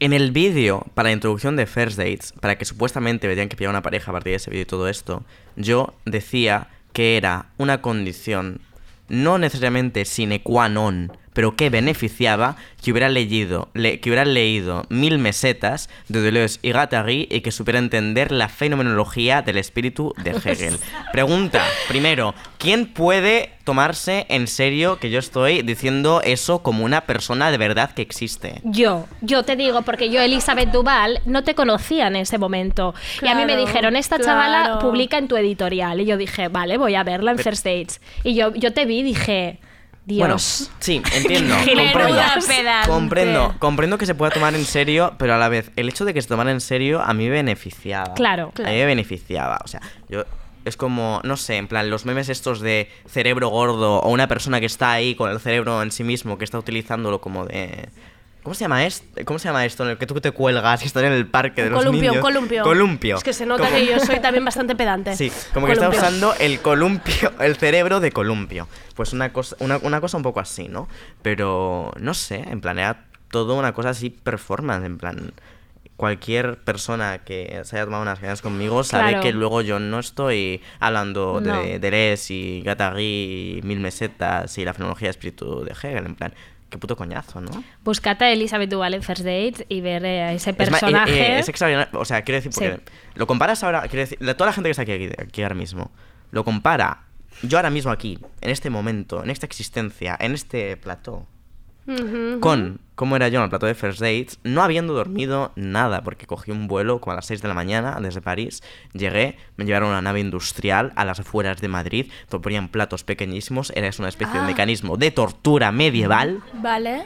S12: En el vídeo para la introducción de First Dates, para que supuestamente me tenían que pillar una pareja a partir de ese vídeo y todo esto, yo decía que era una condición, no necesariamente sine qua non, pero que beneficiaba que hubiera leído, le- que hubiera leído Mil Mesetas de Deleuze y Guattari y que supiera entender la fenomenología del espíritu
S4: [LAUGHS]
S12: de Hegel. Pregunta, primero, ¿quién puede tomarse en serio que yo estoy diciendo eso como una persona de verdad que existe?
S5: Yo, yo te digo, porque yo, Elizabeth Duval, no te conocía en ese momento. y a mí me
S4: Claro,
S5: dijeron, esta
S4: claro.
S5: chavala publica en tu editorial. Y yo dije, vale, voy a verla en
S12: Pero-
S5: First Dates. Y yo, yo te vi y dije, Dios.
S12: Bueno, sí,
S4: [LAUGHS]
S12: entiendo.
S5: Menuda
S12: comprendo,
S4: pedante.
S12: comprendo. Comprendo que se pueda tomar en serio, pero a la vez, el hecho de que se tomara en serio a mí me beneficiaba.
S5: Claro.
S12: A mí me beneficiaba. O sea, yo. Es como, no sé, en plan, los memes estos de cerebro gordo o una persona que está ahí con el cerebro en sí mismo, que está utilizándolo como de. ¿Cómo se, llama esto? ¿Cómo se llama esto en el que tú te cuelgas y estás en el parque de
S4: Un
S12: los
S4: columpio,
S12: niños?
S4: un columpio.
S12: Columpio.
S4: Es que se nota
S12: Como-
S4: que yo soy también bastante pedante.
S12: Sí, como que
S4: Columpio.
S12: está usando el columpio, [LAUGHS] el cerebro de columpio. Pues una cosa, una, una cosa un poco así, ¿no? Pero no sé, en plan era todo una cosa así performance, en plan cualquier persona que se haya tomado unas cañas conmigo sabe
S5: Claro.
S12: que luego yo no estoy hablando
S5: No.
S12: de Deleuze y Gattari y Mil Mesetas y la fenomenología de espíritu de Hegel, en plan, qué puto coñazo, ¿no?
S5: Buscate a Elizabeth Duval en First Dates y ver eh, a ese
S12: Es ma- eh,
S5: personaje.
S12: eh, es extraordinario. O sea, quiero decir, porque
S5: Sí.
S12: lo comparas ahora. Quiero decir, la- toda la gente que está aquí, aquí ahora mismo, lo compara yo ahora mismo aquí, en este momento, en esta existencia, en este plató,
S5: [LAUGHS]
S4: Ujú, ujú.
S12: con cómo era yo en el plató de First Dates, no habiendo dormido nada, porque cogí un vuelo como a las 6 de la mañana desde París, llegué, me llevaron a una nave industrial a las afueras de Madrid, te ponían platos pequeñísimos, era una especie
S4: Ah.
S12: de mecanismo de tortura medieval.
S4: Vale.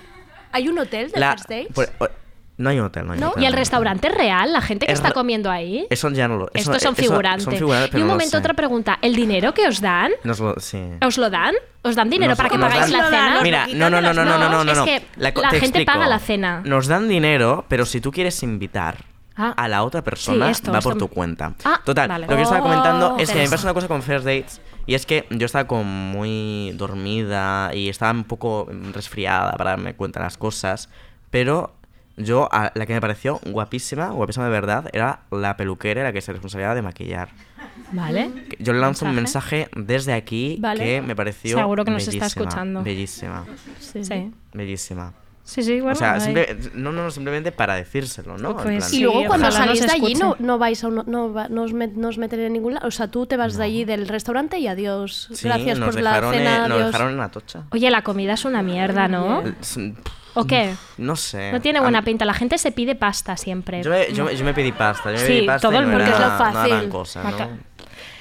S4: ¿Hay un hotel de
S12: La-
S4: First Dates?
S12: por- o- no hay un hotel, no hay un
S5: ¿No?
S12: hotel,
S5: Y el
S12: no.
S5: restaurante es real, la gente que
S12: Es
S5: está
S12: re-
S5: comiendo ahí.
S12: Eso ya no lo. eso-
S5: Estos son
S12: eso-
S5: figurantes.
S12: Son figurantes,
S5: y
S12: pero
S5: un
S12: no lo
S5: momento,
S12: sé.
S5: otra pregunta. ¿El dinero que os dan,
S12: Nos lo, sí.
S5: ¿os lo dan? ¿Os dan dinero
S12: Nos-
S5: para que
S12: nos
S5: pagáis
S12: dan-
S5: la cena?
S12: Mira, no, no, no, no, no, no, no, no.
S5: Es que la,
S12: co- te
S5: gente
S12: explico.
S5: paga la cena.
S12: Nos dan dinero, pero si tú quieres invitar
S5: Ah.
S12: a la otra persona,
S5: Sí, esto,
S12: va
S5: esto
S12: por tu
S5: me-
S12: cuenta.
S5: Ah,
S12: Total,
S5: vale.
S12: lo que yo estaba
S5: Oh,
S12: comentando es que me
S5: interesante.
S12: pasa una cosa con First Dates y es que yo estaba como muy dormida y estaba un poco mm, resfriada para darme cuenta de las cosas, pero yo, a la que me pareció guapísima, guapísima de verdad, era la peluquera, la que se responsabilizaba de maquillar.
S5: Vale.
S12: Que Yo le lanzo un mensaje desde aquí
S5: Vale.
S12: que me pareció.
S5: Seguro que nos está
S12: bellísima,
S5: escuchando.
S12: Bellísima,
S5: Sí. Sí,
S12: bellísima.
S5: sí, bueno.
S12: o sea,
S5: ahí.
S12: simple- no, no, no, simplemente para decírselo, ¿no? En
S5: Pues
S12: plan-
S4: Y luego cuando
S5: ojalá
S4: salís
S5: nos
S4: de allí
S5: escuchen.
S4: no, no vais a un- no, va- no os met- no os meten en ningún lado. O sea, tú te vas de allí del restaurante y adiós.
S12: Sí,
S4: Gracias
S12: nos
S4: por
S12: dejaron,
S4: la cena.
S12: eh, nos
S4: adiós.
S12: dejaron en la tocha.
S5: Oye, la comida es una mierda, ¿no?
S12: Eh, s- pff,
S5: ¿O qué?
S12: No sé.
S5: No tiene
S12: A
S5: buena
S12: mí-
S5: pinta. La gente se pide pasta siempre.
S12: Yo me, yo, me- yo me pedí pasta. Yo me
S5: Sí,
S12: pedí pasta.
S5: todo
S12: y
S5: el
S12: no
S5: mundo.
S12: era-
S5: Porque es lo
S12: No era gran
S4: fácil.
S12: cosa,
S5: Maca.
S12: ¿no?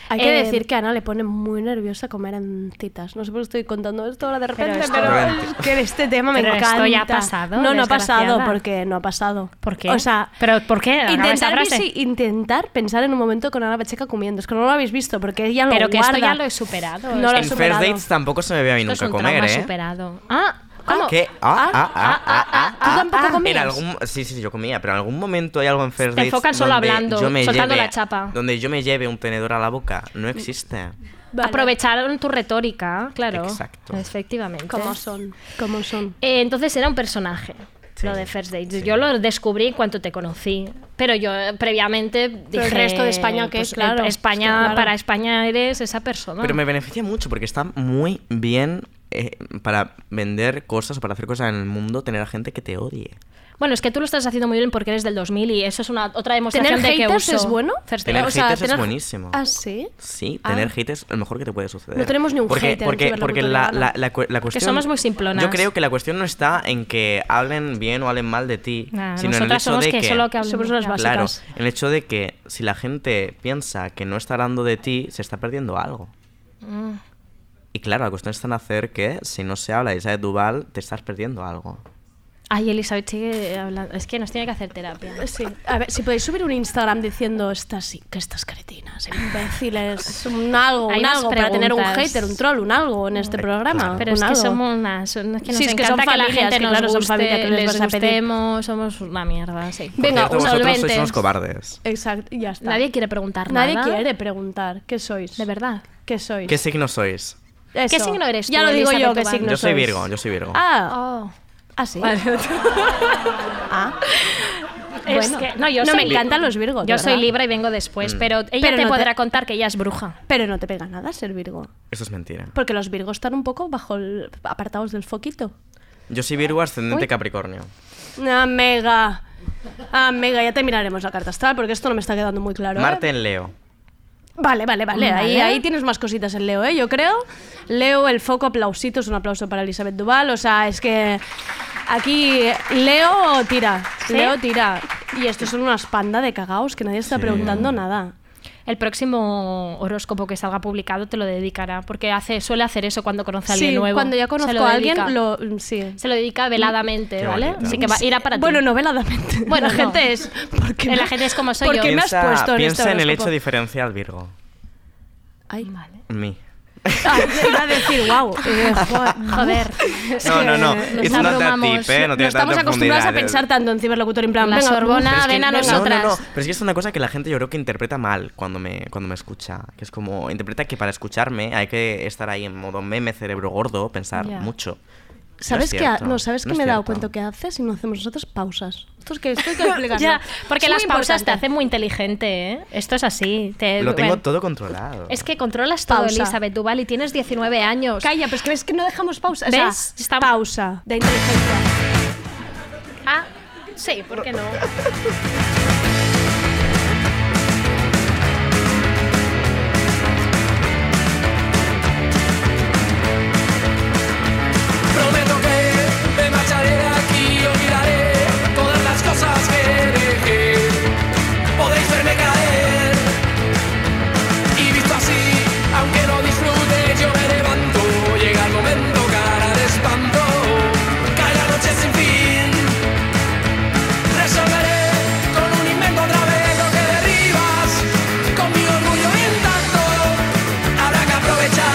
S4: Hay que
S5: Eh,
S4: decir que a Ana le pone muy nerviosa comer entitas. No sé por qué estoy contando esto ahora de repente,
S5: esto-
S4: pero,
S5: Torrente.
S4: es que este tema me
S5: Pero esto
S4: encanta.
S5: ya ha pasado,
S4: No, no ha pasado
S5: desgraciada.
S4: porque no ha pasado.
S5: ¿Por qué?
S4: O sea,
S5: ¿Pero por qué? Acaba esa
S4: intentar,
S5: frase.
S4: visi- intentar pensar en un momento con Ana Pacheca comiendo. Es que no lo habéis visto porque ella lo
S5: Pero que esto
S4: guarda.
S5: ya lo he superado.
S4: No lo
S12: en
S4: has
S12: First
S4: superado.
S12: Dates tampoco se me ve a mí
S5: Esto es
S12: nunca
S5: un
S12: comer,
S5: trauma
S12: ¿eh?
S5: superado. Ah, ¿cómo?
S12: ¿Qué? Ah, ah, ah, ah, ah,
S4: ¿Tú tampoco comías?
S12: En algún, sí, sí, yo comía, pero en algún momento hay algo en First
S5: Te
S12: Dates
S5: enfocan solo
S12: donde
S5: hablando,
S12: yo me
S5: soltando
S12: lleve-
S5: la chapa.
S12: Donde yo me lleve un tenedor a la boca. No existe.
S4: Vale.
S5: Aprovecharon tu retórica, claro.
S12: Exacto.
S5: Efectivamente.
S4: ¿Cómo son? ¿Cómo son?
S5: Eh, entonces era un personaje.
S12: Sí,
S5: Lo de First Dates.
S12: sí.
S5: Yo lo descubrí en cuanto te conocí. Pero yo eh, previamente dije.
S4: el resto de España, ¿qué?
S5: pues, eh,
S4: Claro.
S5: España,
S4: Claro.
S5: para España eres esa persona.
S12: Pero me beneficia mucho porque está muy bien eh, para vender cosas o para hacer cosas en el mundo tener a gente que te odie.
S5: Bueno, es que tú lo estás haciendo muy bien porque eres del 2000 y eso es una otra demostración
S4: ¿Tener
S5: de que
S4: haters
S5: uso.
S4: es bueno?
S5: First
S12: Tener
S5: Dates.
S12: haters es buenísimo.
S4: ¿Ah, sí?
S12: Sí,
S4: Ah.
S12: tener haters es lo mejor que te puede suceder.
S4: No tenemos ni un
S12: porque,
S4: hater en
S12: Porque, porque la,
S4: Ciberlaboratorio, Ana.
S12: la, la, cu- la cuestión...
S5: somos muy simplonas.
S12: Yo creo que la cuestión no está en que hablen bien o hablen mal de ti,
S5: Nah,
S12: sino en el
S5: nosotras
S12: hecho
S5: somos
S12: de
S5: que solo que hablemos
S4: Somos unas
S5: ya.
S4: básicas.
S12: Claro, el hecho de que si la gente piensa que no está hablando de ti, se está perdiendo algo. Y claro, la cuestión está en hacer que si no se habla de Isabel Duval, te estás perdiendo algo.
S5: Ay, Elizabeth sigue hablando. Es que nos tiene que hacer terapia.
S4: Sí. A ver, si podéis subir un Instagram diciendo estas sí, que estas cretinas,
S5: [LAUGHS]
S4: imbéciles, un algo,
S5: Hay
S4: un
S5: unas
S4: algo para tener un
S5: preguntas.
S4: hater, un troll, un algo en este programa.
S5: Pero
S4: un
S5: es que
S4: algo.
S5: somos una. son- es que nos
S4: Sí, es que son
S5: encanta que, la
S4: familias,
S5: gente
S4: que
S5: nos
S4: claro, son
S5: guste,
S4: familia que les
S5: les
S4: vas a pedir.
S5: gustemos, somos una mierda, sí.
S12: Por
S4: Venga,
S12: cierto,
S4: un
S12: vosotros sois
S5: solvente.
S12: unos cobardes.
S4: Exacto, y ya está.
S5: Nadie quiere preguntar
S4: Nadie
S5: nada.
S4: quiere preguntar qué sois.
S5: De verdad.
S4: ¿Qué sois?
S12: ¿Qué signo sois?
S4: Eso.
S5: ¿Qué signo eres
S4: Ya
S5: tú,
S4: lo digo yo,
S5: Elizabeth
S4: qué
S5: Duval?
S4: signo
S12: yo soy
S4: sois?
S12: Virgo, yo soy Virgo.
S4: Ah,
S5: Oh.
S4: ah, sí. [LAUGHS] Ah.
S5: Es
S4: Bueno.
S5: que- no, yo
S4: No,
S5: soy
S4: me
S5: li-
S4: encantan los Virgos. de
S5: Yo soy
S4: verdad.
S5: Libra y vengo después,
S12: Mm.
S5: pero ella
S4: Pero no
S5: te
S4: te-
S5: podrá contar que ella es bruja.
S4: Pero no te pega nada ser Virgo.
S12: Eso es mentira.
S4: Porque los Virgos están un poco bajo el, apartados del foquito.
S12: Yo soy Virgo ascendente Capricornio.
S4: Amiga. Amiga, ya te miraremos la carta astral porque esto no me está quedando muy claro. ¿eh?
S12: Marte en Leo.
S4: Vale, vale, vale. Ahí,
S5: Vale.
S4: ahí tienes más cositas en Leo, ¿eh? Yo creo. Leo, el foco, aplausitos, un aplauso para Elizabeth Duval. O sea, es que aquí Leo tira.
S5: ¿Sí?
S4: Leo tira. Y estos son unas panda de cagaos que nadie está preguntando nada.
S5: El próximo horóscopo que salga publicado te lo dedicará, porque hace, suele hacer eso cuando conoce a alguien
S4: sí,
S5: nuevo.
S4: cuando ya
S5: Se
S4: conozco
S5: lo
S4: a alguien,
S5: dedica.
S4: lo. mm, Sí.
S5: Se lo dedica veladamente,
S12: Qué
S5: ¿vale?
S12: bonito.
S5: Así que va, irá para ti.
S4: [LAUGHS] Bueno, no veladamente.
S5: [LAUGHS] Bueno,
S4: la
S5: no. Eh,
S4: gente es. ¿por qué me-
S5: La gente es
S4: [LAUGHS]
S5: como soy
S4: ¿por
S5: yo.
S4: qué me has
S12: Piensa,
S4: puesto en
S12: piensa
S4: este
S12: en el
S4: horóscopo?
S12: hecho diferencial Virgo.
S4: Ay,
S5: Vale.
S12: Mí.
S5: Ah,
S4: [LAUGHS]
S5: iba a decir, [LAUGHS] wow.
S4: Eh,
S5: joder. Es
S12: No,
S5: que
S12: no, no.
S5: nos
S12: It's not that
S5: abrumamos.
S12: deep, ¿eh? No tiene
S5: estamos
S12: tanta
S5: acostumbrados a
S12: profundidad.
S5: pensar tanto en ciberlocutor, en plan,
S4: La
S5: venga,
S4: Sorbona,
S5: Sorbona,
S4: Pero es que-
S5: ven a
S4: no, no,
S12: No,
S5: nosotras.
S12: no, no. Pero es que es una cosa que la gente yo creo que interpreta mal cuando me, cuando me escucha. Que es como, interpreta que para escucharme hay que estar ahí en modo meme, cerebro gordo, pensar
S4: Ya.
S12: mucho.
S4: ¿Sabes
S12: que
S4: qué? ha- No, ¿sabes que me he dado cuenta que haces y no hacemos nosotros pausas? Esto es que esto
S5: [LAUGHS]
S4: [LAUGHS] hay que explicarlo.
S5: Ya, porque
S4: Es muy
S5: las pausas te
S4: importante.
S5: hacen muy inteligente, ¿eh? Esto es así. te-
S12: Lo tengo
S5: bueno.
S12: todo controlado.
S5: Es que controlas todo,
S4: Pausa.
S5: Elizabeth Duval, y tienes 19 años.
S4: Calla, pero es que ves que no dejamos pausa.
S5: ¿Ves?
S4: O sea, pausa de inteligencia.
S5: Ah, sí, ¿por qué no?
S9: Prometo que me marcharé de aquí y olvidaré todas las cosas que dejé. Podéis verme caer. Y visto así, aunque no disfrute, yo me levanto. Llega el momento, cara de espanto. Cae la noche sin fin. Resolveré con un invento otra vez lo que derribas. Con mi orgullo intacto, habrá que aprovechar.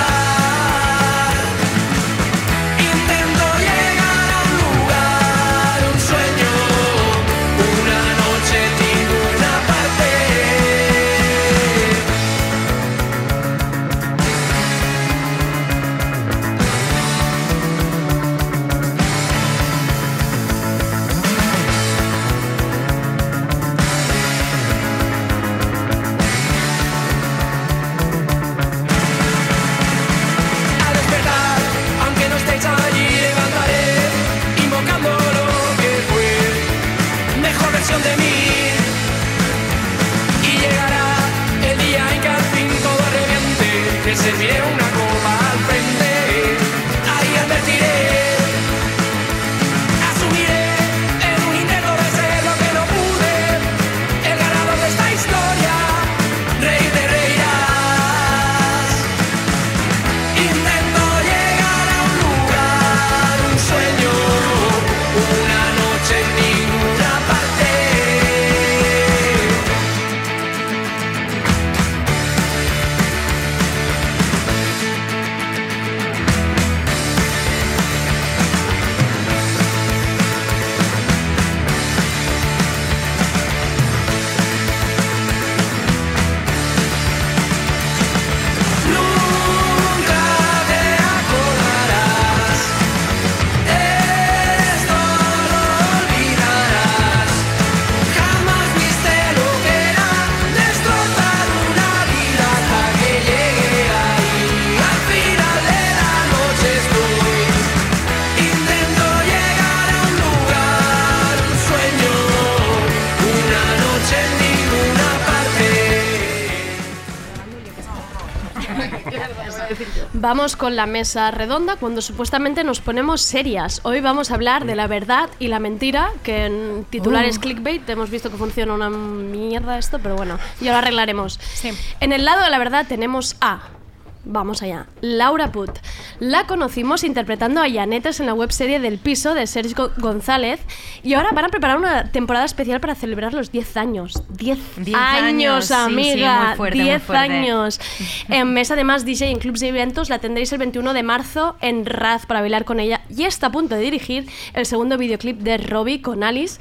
S9: Intento llegar a un lugar, un sueño, una noche en ninguna parte. Al despertar, aunque no estéis allí, levantaré, invocando lo que fue, mejor versión de mí. Y llegará el día en que al fin todo reviente, que serviré una copa al frente. Ahí advertiré, asumiré en un intento de ser lo que no pude, el ganador de esta historia, rey de reirás. Intento llegar a un lugar, un sueño, una noche en ninguna parte. Nunca te acordarás, esto lo olvidarás. Jamás viste lo que era destrozar una vida hasta que llegué ahí. Al final de la noche estoy, intento llegar a un lugar, un sueño, una noche en ninguna parte.
S4: Vamos con la mesa redonda cuando supuestamente nos ponemos serias. Hoy vamos a hablar de la verdad y la mentira, que en titulares
S5: Uh.
S4: clickbait hemos visto que funciona una mierda esto, pero bueno, ya lo arreglaremos. En el lado de la verdad tenemos a... Vamos allá. Laura Put. La conocimos interpretando a Yanetes en la webserie del piso de Sergio González y ahora van a preparar una temporada especial para celebrar los 10 años. 10
S14: 10 años,
S4: años,
S14: sí, sí,
S4: amiga.
S14: muy fuerte, muy
S4: 10
S14: fuerte. [LAUGHS]
S4: años. En mes además DJ en clubs y eventos la tendréis el 21 de marzo en Raz para bailar con ella y está a punto de dirigir el segundo videoclip de Robbie con Alice.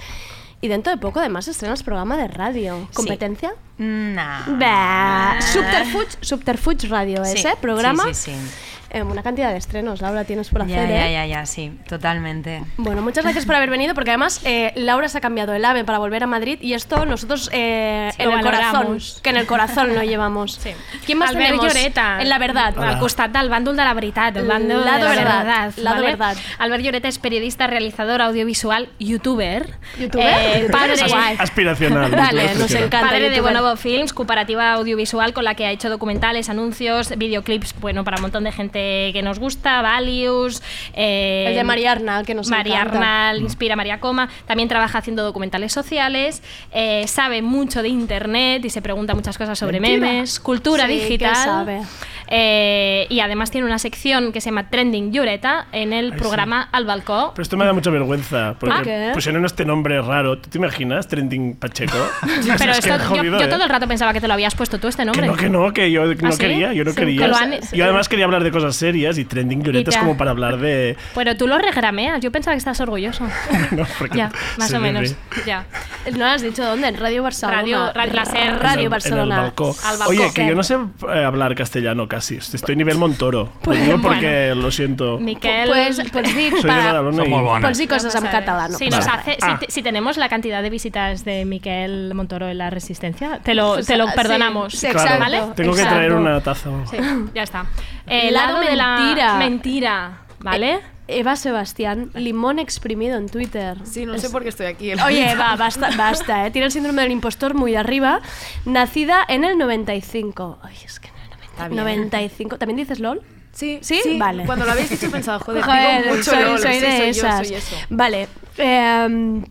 S4: Y dentro de poco además estrenas programa de radio. ¿Competencia?
S14: No.
S4: Bah. Ah, Subterfuge, Subterfuge Radio
S14: Ah. Sí,
S4: es, ¿eh? Programa.
S14: Sí, sí, sí.
S4: Eh, una cantidad de estrenos, Laura, tienes por hacer.
S14: Ya, ya,
S4: ¿eh?
S14: ya, ya, sí, totalmente.
S4: Bueno, muchas gracias por haber venido, porque además eh, Laura se ha cambiado el AVE para volver a Madrid y esto nosotros eh,
S5: Sí,
S4: en
S5: lo
S4: el corazón,
S5: valoramos.
S4: que en el corazón lo llevamos. ¿Quién más
S5: Albert
S4: tenemos?
S5: Lloreta.
S4: En la verdad.
S5: Al costat del bàndol de la veritat. El bàndol
S4: Lado
S5: de la
S4: verdad,
S5: verdad.
S4: lado verdad.
S5: Albert Lloreta es periodista, realizador, audiovisual, youtuber.
S4: ¿Youtuber?
S5: padre,
S15: As- aspiracional.
S4: Dale,
S15: aspiracional.
S4: nos encanta.
S5: Padre de
S4: youtuber.
S5: Bonobo Films, cooperativa audiovisual con la que ha hecho documentales, anuncios, videoclips, bueno, para un montón de gente que nos gusta, Valius. eh,
S4: El de María Arnal, que nos
S5: María
S4: encanta.
S15: Mm.
S5: Arnal, Inspira María Coma. También trabaja haciendo documentales sociales, eh, sabe mucho de internet y se pregunta muchas cosas sobre
S4: Mentira.
S5: memes, cultura
S4: Sí, que
S5: digital.
S4: sabe.
S5: Eh, y además tiene una sección que se llama Trending Yureta en el
S15: Ay,
S5: programa Al Balcón.
S15: Pero esto me da mucha vergüenza,
S5: ¿Ah, qué?
S15: porque pusieron este nombre raro. ¿Tú te imaginas? Trending Pacheco.
S5: Pero
S15: Es que
S5: esto-
S15: es
S5: yo,
S15: jodido,
S5: yo
S15: ¿eh?
S5: todo el rato pensaba que te lo habías puesto tú este nombre. ¿Ah,
S15: Que no, que no, que yo no
S5: sí?
S15: quería, yo no
S5: Sí, que
S15: quería.
S5: lo han-
S15: Yo además quería hablar de cosas serias y trending violeta es
S5: ya.
S15: como para hablar de... [LAUGHS]
S5: Pero tú lo regrameas, yo pensaba que estás orgulloso.
S15: No, porque
S5: ya, más
S15: se
S5: o
S15: me
S5: menos.
S15: ve.
S5: Ya.
S4: ¿No has dicho dónde? En Radio Barcelona.
S5: Radio- Radio Placer.
S4: Radio
S15: En el-
S4: Barcelona.
S15: En el balcón.
S4: Al balcón.
S15: Oye, que yo no sé eh, hablar castellano casi. Estoy nivel Montoro.
S4: Pues,
S15: lo digo porque lo siento.
S5: Miquel.
S4: Pues, pues di,
S15: Soy de
S4: para,
S15: Badalona y- Som molt bona.
S4: pues di cosas en
S5: Vamos a ver.
S4: catalán.
S5: Si,
S15: Vale.
S5: nos hace- si
S15: Ah.
S5: te- si tenemos la cantidad de visitas de Miquel Montoro en la Resistencia, te lo,
S4: Pues,
S5: te lo
S4: ah, sí,
S5: perdonamos.
S4: sí, Claro, exacto.
S5: ¿Vale?
S15: Tengo que
S5: Exacto.
S15: traer una taza.
S5: Sí, ya está. El lado, de la mentira, ¿vale?
S4: Eh, Eva Sebastián, limón exprimido en Twitter.
S11: Sí, no sé por qué estoy aquí.
S4: Oye,
S11: [LAUGHS]
S4: Eva, basta, basta, ¿eh? Tiene el síndrome del impostor muy arriba. Nacida en el 95. Ay, es que en el 90
S11: bien.
S4: 95. ¿También dices LOL?
S11: Sí,
S4: ¿Sí?
S11: sí.
S4: Vale.
S11: Cuando lo habéis dicho he pensado, joder, digo mucho
S4: soy,
S11: LOL,
S4: soy
S11: sí,
S4: de
S11: soy yo,
S4: esas.
S11: soy eso.
S4: Vale. eh,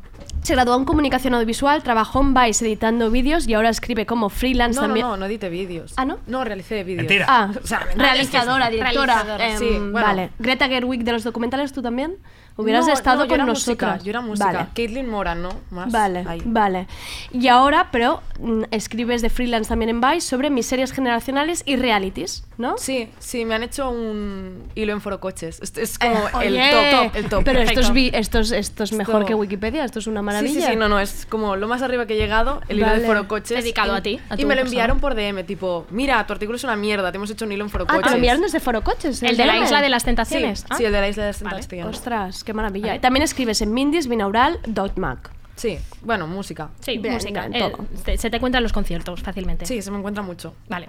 S4: se graduó en comunicación audiovisual, trabajó en Vice editando vídeos y ahora escribe como freelance
S11: No, no,
S4: también.
S11: no, no edité vídeos.
S4: Ah, ¿no?
S11: No, realicé vídeos.
S4: Mentira. Ah,
S11: O sea,
S4: realizadora, directora.
S11: Realizadora,
S4: em,
S11: sí, bueno.
S4: Vale. Greta Gerwig de los documentales, ¿tú también? Hubieras
S11: No,
S4: estado
S11: no, yo
S4: con
S11: era
S4: nosotras.
S11: música, yo era música.
S4: Vale.
S11: Caitlin Mora, ¿no? Más.
S4: Vale,
S11: ahí.
S4: vale. Y ahora, pero mm, escribes de freelance también en Vice sobre miserias generacionales y realities, ¿no?
S11: Sí, sí, me han hecho un hilo en forocoches. Es, es como
S4: Eh,
S11: el
S4: oye.
S11: top, top, el top.
S4: Pero esto es,
S11: Perfecto.
S4: vi- esto es, esto es mejor
S11: Esto-
S4: que Wikipedia, esto es una maravilla.
S11: Sí, sí, sí, no, no, es como lo más arriba que he llegado, el hilo
S4: Vale.
S11: de forocoches.
S4: Dedicado
S11: Y-
S4: a ti, a
S11: y me
S4: tu
S11: lo
S4: persona.
S11: enviaron por DM, tipo, mira, tu artículo es una mierda, te hemos hecho un hilo en
S4: Ah,
S11: forocoches.
S4: te lo enviaron desde Forocoches.
S5: El de la Isla de las Tentaciones.
S11: Sí, sí, el de la isla de las tentaciones.
S4: Ostras, qué maravilla. Y También escribes en Mindis, Binaural, Dotmac.
S11: Sí, bueno, música.
S5: Sí,
S4: Bien,
S5: música.
S4: en
S5: Eh,
S4: todo.
S5: se- se te encuentran los conciertos fácilmente.
S11: Sí, se me encuentra mucho.
S5: Vale.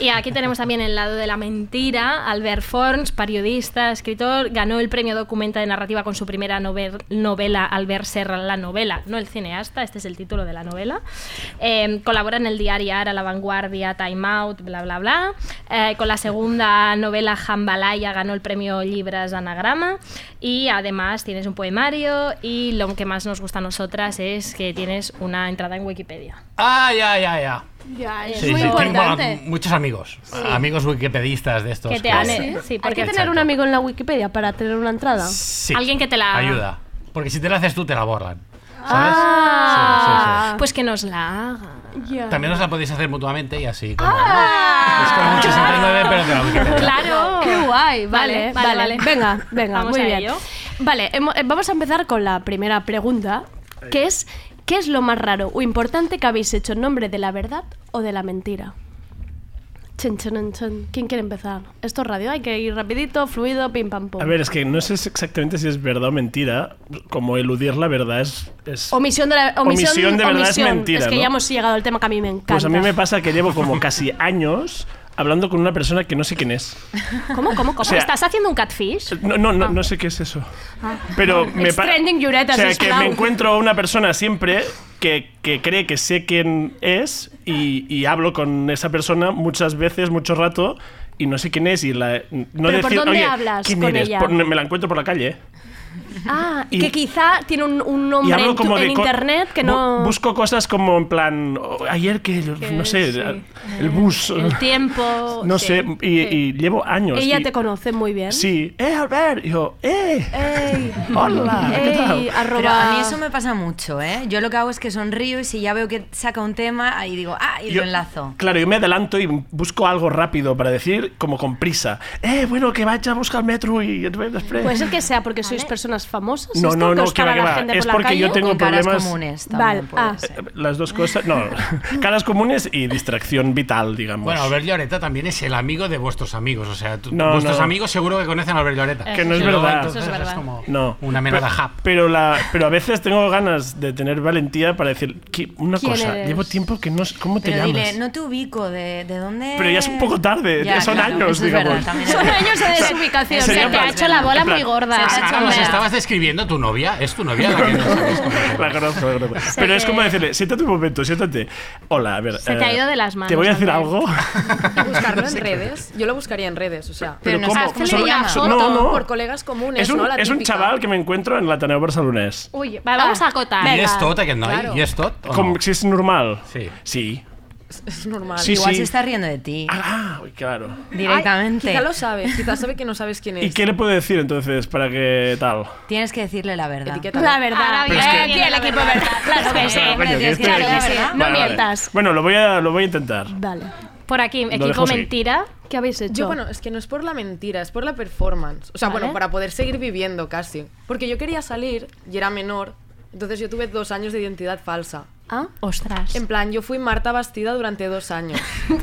S5: Y aquí tenemos también el lado de la mentira. Albert Forns, periodista, escritor, ganó el premio Documenta de Narrativa con su primera novel- novela, Albert Serra, la novela, no el cineasta, este es el título de la novela. Eh, colabora en el diario Ara, La Vanguardia, Time Out, bla, bla, bla. Eh, con la segunda novela, Jambalaya, ganó el premio Libras Anagrama. Y además tienes un poemario y lo que más nos gusta a nosotras es que tienes una entrada en Wikipedia.
S16: Ah, ya, ya, ya.
S4: Ya,
S16: Sí, sí, Tengo a- muchos amigos, a- amigos wikipedistas de estos.
S4: Que te
S16: que-
S4: han- Ah, sí, Hay que tener un amigo en la Wikipedia para tener una entrada.
S16: Sí.
S5: Alguien que te la
S16: Ayuda. Porque si te la haces tú, te la borran. ¿Sabes?
S5: Ah,
S16: Sí, sí, sí.
S5: pues que nos la haga.
S16: También os la podéis hacer mutuamente y así. Como, Es como un
S15: Eh,
S16: 69, pero de la Wikipedia.
S5: Claro.
S4: Qué guay, vale, vale.
S5: Vale, vale, vale.
S4: Venga, venga,
S5: Vamos
S4: muy
S5: a
S4: bien.
S5: ello.
S4: Vale, hemo- eh, vamos a empezar con la primera pregunta, que es ¿qué es lo más raro o importante que habéis hecho en nombre de la verdad o de la mentira? Chin, chin, chin, chin. ¿Quién quiere empezar? Esto es radio, hay que ir rapidito, fluido, pim pam pum.
S15: A ver, es que no sé exactamente si es verdad o mentira. Como eludir la verdad es. es-
S4: omisión de la omisión,
S15: omisión de verdad es
S4: omisión.
S15: mentira,
S4: Es que
S15: ¿no?
S4: ya hemos llegado al tema que a mí me encanta.
S15: Pues a mí me pasa que llevo como casi
S4: [LAUGHS]
S15: años hablando con una persona que no sé quién es.
S5: ¿Cómo, cómo, cómo?
S15: [LAUGHS] O sea-
S5: ¿Estás haciendo un catfish? Ah.
S15: No, no, no, no sé qué es eso. Pero me
S5: It's
S15: pa-
S5: trending Yuretas,
S15: O sea,
S5: es
S15: que
S5: clown.
S15: me encuentro a una persona siempre que, que cree que sé quién es y, y hablo con esa persona muchas veces, mucho rato, y no sé quién es. Y la, no
S4: ¿Pero por
S15: decir,
S4: dónde
S15: "Oye,
S4: hablas
S15: ¿quién
S4: con
S15: eres?".
S4: ella?
S15: Por- me la encuentro por la calle.
S4: Ah, y
S15: Y-
S4: que quizá tiene un, un
S15: y
S4: nombre
S15: hablo
S4: en, tu-
S15: como de
S4: en
S15: co-
S4: internet que
S15: bu-
S4: no...
S15: Busco cosas como en plan. "Oh, ayer que. No sé,
S4: Eh,
S15: el bus. [LAUGHS]
S5: El tiempo.
S15: no
S5: sí.
S15: sé, y, y llevo años.
S4: Ella
S15: y-
S4: te conoce muy bien.
S15: Sí, eh, Albert. Y yo, eh.
S4: Ey.
S15: Hola, ¿qué tal?
S14: Pero a mí eso me pasa mucho, ¿eh? Yo lo que hago es que sonrío y si ya veo que saca un tema, ahí digo, ah, y
S15: Yo-
S14: lo enlazo.
S15: Claro, yo me adelanto y busco algo rápido para decir, como con prisa. Eh, bueno, que vaya a buscar el metro y después.
S4: Puede ser Pues que sea porque sois personas famosas.
S15: No,
S4: esto,
S15: no,
S4: que
S15: no,
S4: os
S15: que va,
S4: para
S15: que
S4: la
S15: va.
S4: gente
S15: Es
S4: por la
S15: porque
S4: calle?
S15: yo tengo Con caras problemas- comunes pues.
S4: Vale,
S14: también puede
S4: ah,
S15: [LAUGHS]
S14: ser.
S15: Las dos cosas,
S4: [LAUGHS]
S15: no, caras comunes y distracción vital, digamos.
S16: Bueno, Albert Lloreta también es el amigo de vuestros amigos. O sea, tu-
S15: No,
S16: vuestros
S15: no.
S16: amigos seguro que conocen a Albert Lloreta.
S15: Que no es
S16: Y luego,
S15: verdad.
S16: entonces,
S15: Eso es verdad.
S16: como
S15: no.
S16: una menada
S15: Pero-
S16: hub.
S15: Pero, la, pero a veces tengo ganas de tener valentía para decir "Qui- una
S14: ¿Quién
S15: cosa.
S14: eres?
S15: Llevo tiempo que no sé cómo te
S14: Pero
S15: llamas.
S14: dile, no te ubico, ¿de, de dónde...?
S15: Pero ya es un poco tarde,
S14: Ya,
S15: son
S14: claro,
S15: años,
S14: eso es
S15: digamos.
S14: verdad,
S15: [LAUGHS]
S14: también es
S4: Son
S14: verdad.
S4: años de
S14: O sea,
S4: desubicación.
S14: es
S4: Se te
S14: verdad,
S4: ha
S14: es
S4: hecho la
S14: verdad.
S4: bola
S14: En plan,
S4: muy gorda.
S14: se te ha
S16: Ah,
S14: hecho
S16: nos
S14: una-
S16: estabas describiendo tu novia. Es tu novia la que nos habéis comentado.
S15: [LAUGHS] La conozco, la conozco. Pero es como decirle, siéntate un momento, siéntate. Hola, a ver.
S5: Se te ha
S15: eh,
S5: ido de las manos,
S15: ¿Te voy a decir
S5: Albert.
S11: Y
S15: algo?
S11: buscarlo en redes. Yo lo buscaría en redes, o sea.
S15: Pero Pero no ¿cómo? sabes cómo se
S11: Solo-
S15: llama.
S11: solo
S15: No, no.
S11: Por colegas comunes,
S15: Es un,
S11: ¿no? La
S15: es un
S11: típica.
S15: chaval que me encuentro en l'Ateneu Barcelonès.
S11: Ah,
S5: Uy, va- vamos a acotar.
S16: I és tot, aquest noi?
S5: Claro.
S16: I és tot? O no?
S15: Com si és normal?
S16: Sí.
S15: Sí.
S11: es normal.
S15: Sí,
S14: Igual
S15: sí.
S14: se está riendo de ti.
S15: Ah, claro.
S14: Directamente.
S11: Ay, quizá lo sabe, quizá sabe que no sabes quién es.
S15: [LAUGHS] ¿Y qué le puedo decir entonces para que tal?
S14: Tienes que decirle la verdad.
S11: Etiquétalo. La verdad. Ahora
S4: Pero es que- aquí el equipo verdad. Claro
S14: Eh,
S4: que sí.
S15: Bueno, coño, que estoy
S4: Claro
S15: aquí.
S4: que sí.
S15: Vale,
S4: No
S15: vale.
S4: mientas.
S15: Bueno, lo voy a, lo voy a intentar.
S4: Vale.
S5: Por aquí,
S15: dejo
S5: equipo
S15: así.
S5: mentira. ¿Qué habéis hecho?
S11: Yo, bueno, es que no es por la mentira, es por la performance. O sea,
S5: Vale.
S11: bueno, para poder seguir viviendo casi. Porque yo quería salir y era menor, entonces yo tuve dos años de identidad falsa.
S5: Ah, ostras.
S11: En plan, [LAUGHS] yo fui Marta Bastida durante dos
S5: [LAUGHS]
S11: años.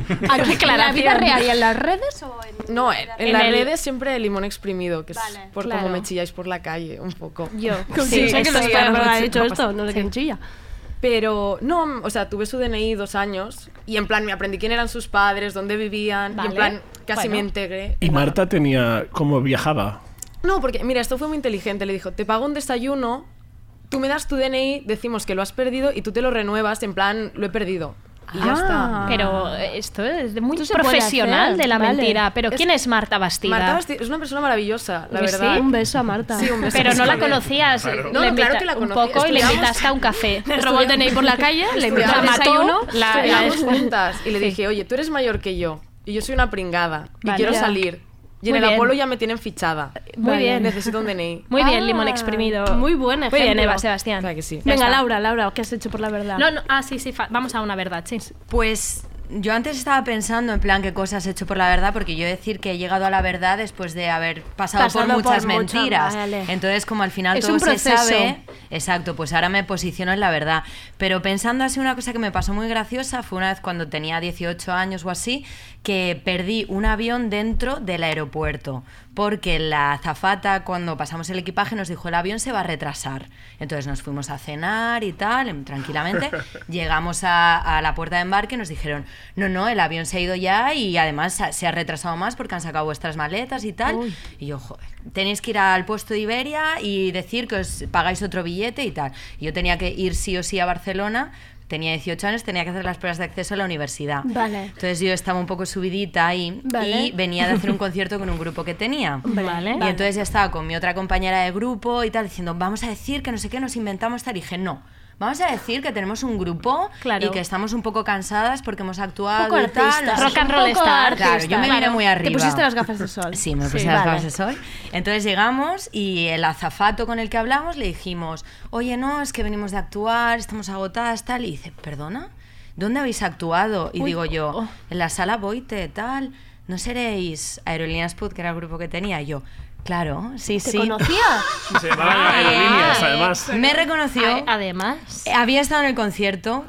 S5: ¿En la vida real y en
S4: las redes o
S11: en.? No, en, en
S5: En
S11: las
S5: el-
S11: redes siempre el limón exprimido, que es por
S5: claro.
S11: cómo me chilláis por la calle un poco. [LAUGHS]
S5: Yo. Sí, sé que los perros han hecho esto, no sé quién
S11: chilla. Pero, no, o sea, tuve su DNI dos años y en plan me aprendí quién eran sus padres, dónde vivían, y
S5: Vale.
S11: en plan casi
S5: Bueno.
S11: me integré.
S15: Y Marta tenía. ¿Cómo viajaba?
S11: No, porque mira, esto fue muy inteligente. Le dijo, te pago un desayuno, tú me das tu DNI, decimos que lo has perdido y tú te lo renuevas en plan, lo he perdido. Y ya está.
S5: Pero eh, Ah. esto es de muy
S11: Esto se puede
S5: profesional
S11: hacer,
S5: de la
S11: vale.
S5: mentira. Pero ¿quién es Marta Bastida?
S11: Marta Basti- es una persona maravillosa, la
S5: ¿Que
S11: verdad.
S5: sí? Un
S4: beso a Marta.
S11: Sí, un beso.
S5: Pero no la
S11: Vale.
S5: conocías.
S11: Claro.
S5: le
S11: No, no,
S5: invita-
S11: claro que la
S5: un
S11: conocí.
S5: poco y le
S11: Estudiamos-
S5: invitaste a
S11: [LAUGHS]
S5: un café. Le robó el DNI por la calle, le invitó a
S11: Estudiamos
S5: mató.
S11: desayuno,
S5: La, la-
S11: estudiamos juntas y le dije, oye, tú eres mayor que yo y yo soy una pringada y
S5: Vale.
S11: quiero
S5: Ya.
S11: salir. Y en
S5: Muy
S11: el
S5: bien.
S11: Apolo ya me tienen fichada.
S5: Muy bien.
S11: Necesito un DNI.
S5: Muy
S4: Ah,
S5: bien, limón exprimido. Muy buena. Muy bien,
S11: ejemplo.
S5: Eva, Sebastián. Ya
S4: Venga,
S5: está.
S4: Laura, Laura, ¿qué has hecho por la verdad?
S5: No, no, ah, sí, sí, fa- vamos a una verdad, sí.
S14: Pues yo antes estaba pensando en plan qué cosas he hecho por la verdad, porque yo decir que he llegado a la verdad después de haber pasado,
S4: Pasado
S14: por
S4: por
S14: muchas
S4: mucha-
S14: mentiras.
S4: vale.
S14: Entonces, como al final
S4: Es
S14: todo
S4: un
S14: se
S4: proceso.
S14: sabe, exacto, pues ahora me posiciono en la verdad. Pero pensando así, una cosa que me pasó muy graciosa fue una vez cuando tenía 18 años o así, que perdí un avión dentro del aeropuerto. Porque la azafata, cuando pasamos el equipaje, nos dijo el avión se va a retrasar. Entonces nos fuimos a cenar y tal, em, tranquilamente. Llegamos a, a la puerta de embarque y nos dijeron, no, no, el avión se ha ido ya y además se ha- se ha retrasado más porque han sacado vuestras maletas y tal. Y yo, joder, tenéis que ir al puesto de Iberia y decir que os pagáis otro billete y tal. Y Yo tenía que ir sí o sí a Barcelona. Tenía 18 años, tenía que hacer las pruebas de acceso a la universidad.
S4: Vale.
S14: Entonces yo estaba un poco subidita ahí
S4: Vale.
S14: y venía de
S5: [LAUGHS]
S14: hacer un concierto con un grupo que tenía.
S5: Vale.
S14: Y entonces ya estaba con mi otra compañera de grupo y tal, diciendo, vamos a decir que no sé qué, nos inventamos tal. Y dije, no. Vamos a decir que tenemos un grupo
S5: Claro.
S14: y que estamos un poco cansadas porque hemos actuado
S5: poco
S14: y tal.
S5: artistas,
S14: no sé-
S5: rock and roll
S14: Un poco
S5: star.
S14: Claro, yo me
S5: Claro.
S14: vine muy
S5: Te
S14: arriba.
S5: pusiste las gafas de sol.
S14: Sí, me
S5: Sí,
S14: puse las
S5: vale.
S14: gafas de sol. Entonces llegamos y el azafato con el que hablamos le dijimos, oye, no, es que venimos de actuar, estamos agotadas, tal. Y dice, ¿perdona? ¿Dónde habéis actuado? Y
S5: Uy, oh.
S14: digo yo, en la sala Boite, tal. ¿No seréis Aerolíneas Put, que era el grupo que tenía? Y yo, claro, sí,
S5: ¿Te
S14: sí.
S5: conocía?
S15: [LAUGHS] Se llamaban aerolíneas, además.
S14: Me reconoció.
S5: además. Ah.
S14: Había estado en el concierto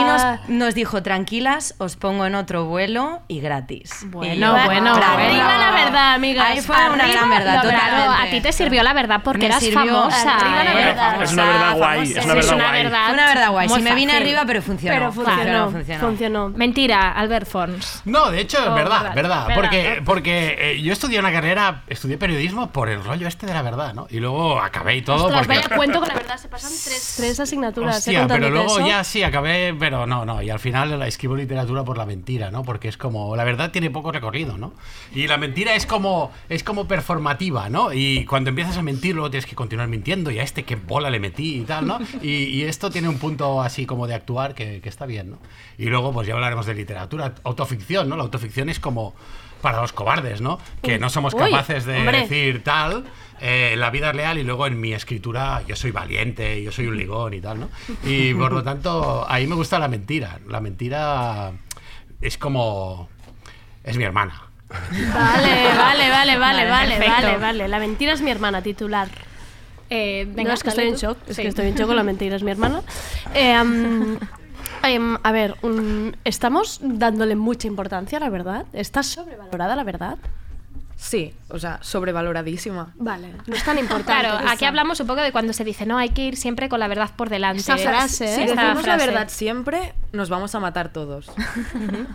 S14: y nos, nos dijo, tranquilas, os pongo en otro vuelo y gratis.
S5: Bueno,
S14: Y yo,
S5: bueno,
S14: "Bravo".
S5: bueno. Arriba la verdad, amigas.
S14: Ahí fue una
S5: Arriba
S14: gran verdad,
S5: la verdad.
S14: totalmente.
S5: Claro, a ti te sirvió la verdad porque
S14: Me
S5: eras
S14: sirvió.
S5: famosa.
S14: Arriba la
S5: ¿eh?
S14: verdad.
S15: Bueno, es una verdad guay. Es una
S5: Es
S15: verdad
S5: una
S15: guay.
S5: verdad.
S14: Fue una verdad guay.
S5: Muy
S14: Sí, me vine
S5: fácil.
S14: arriba, pero funcionó.
S5: Pero funcionó,
S14: Clafuncionó, funcionó.
S5: Mentira, Albert Fons.
S16: No, de hecho, es
S5: Oh,
S16: verdad,
S5: verdad,
S16: verdad.
S5: verdad.
S16: Porque, porque eh, yo estudié una carrera, estudié periodismo por el rollo este de la verdad, ¿no? Y luego acabé y todo.
S4: Ostras,
S16: porque,
S4: vaya cuento que la verdad se pasan tres, tres asignaturas. ¿eh?
S16: Hostia, pero
S4: contándote
S16: luego
S4: eso.
S16: ya sí, acabé, pero no, no. Y al final la escribo literatura por la mentira, ¿no? Porque es como, la verdad tiene poco recorrido, ¿no? Y la mentira es como, es como performativa, ¿no? Y cuando empiezas a mentir, luego tienes que continuar mintiendo y a este que bola le metí y tal, ¿no? Y, y esto tiene un punto así como de actuar que, que está bien, ¿no? Y luego pues ya hablaremos de literatura, autoficción, ¿no? La autoficción es como para los cobardes, ¿no? Que no somos
S17: Uy,
S16: capaces de
S17: hombre.
S16: decir tal eh, en la vida real y luego en mi escritura yo soy valiente, yo soy un ligón y tal, ¿no? Y por lo tanto, ahí me gusta la mentira. La mentira es como... es mi hermana.
S4: Vale, vale, vale, vale,
S5: [LAUGHS] Vale,
S4: vale,
S5: perfecto. Eh,
S4: vale, vale. La mentira es mi hermana titular.
S5: venga,
S4: no, es que
S5: dale
S4: estoy en
S5: tú.
S4: shock, es
S5: Sí.
S4: que estoy en shock con la
S5: [LAUGHS]
S4: mentira es mi hermana. Eh, um, em, a ver, um, estamos dándole mucha importancia a la verdad. ¿Está sobrevalorada la verdad?
S11: Sí, o sea, sobrevaloradísima.
S4: Vale, no es [LAUGHS] tan importante.
S5: Claro,
S4: quizá.
S5: aquí hablamos un poco de cuando se dice, no, hay que ir siempre con la verdad por delante.
S4: Esa frase,
S11: Si
S5: Esta
S11: decimos la
S5: frase. ¿eh?
S11: verdad siempre, nos vamos a matar
S4: [LAUGHS]
S11: todos.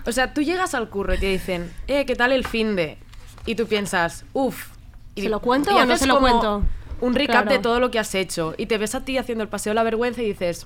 S11: o sea, tú llegas al curro y te dicen, eh, ¿qué tal el fin de? Y tú piensas, uff.
S4: ¿Se lo cuento o no se lo cuento?
S11: Un recap
S4: Claro.
S11: de todo lo que has hecho. Y te ves a ti haciendo el paseo de la vergüenza y dices,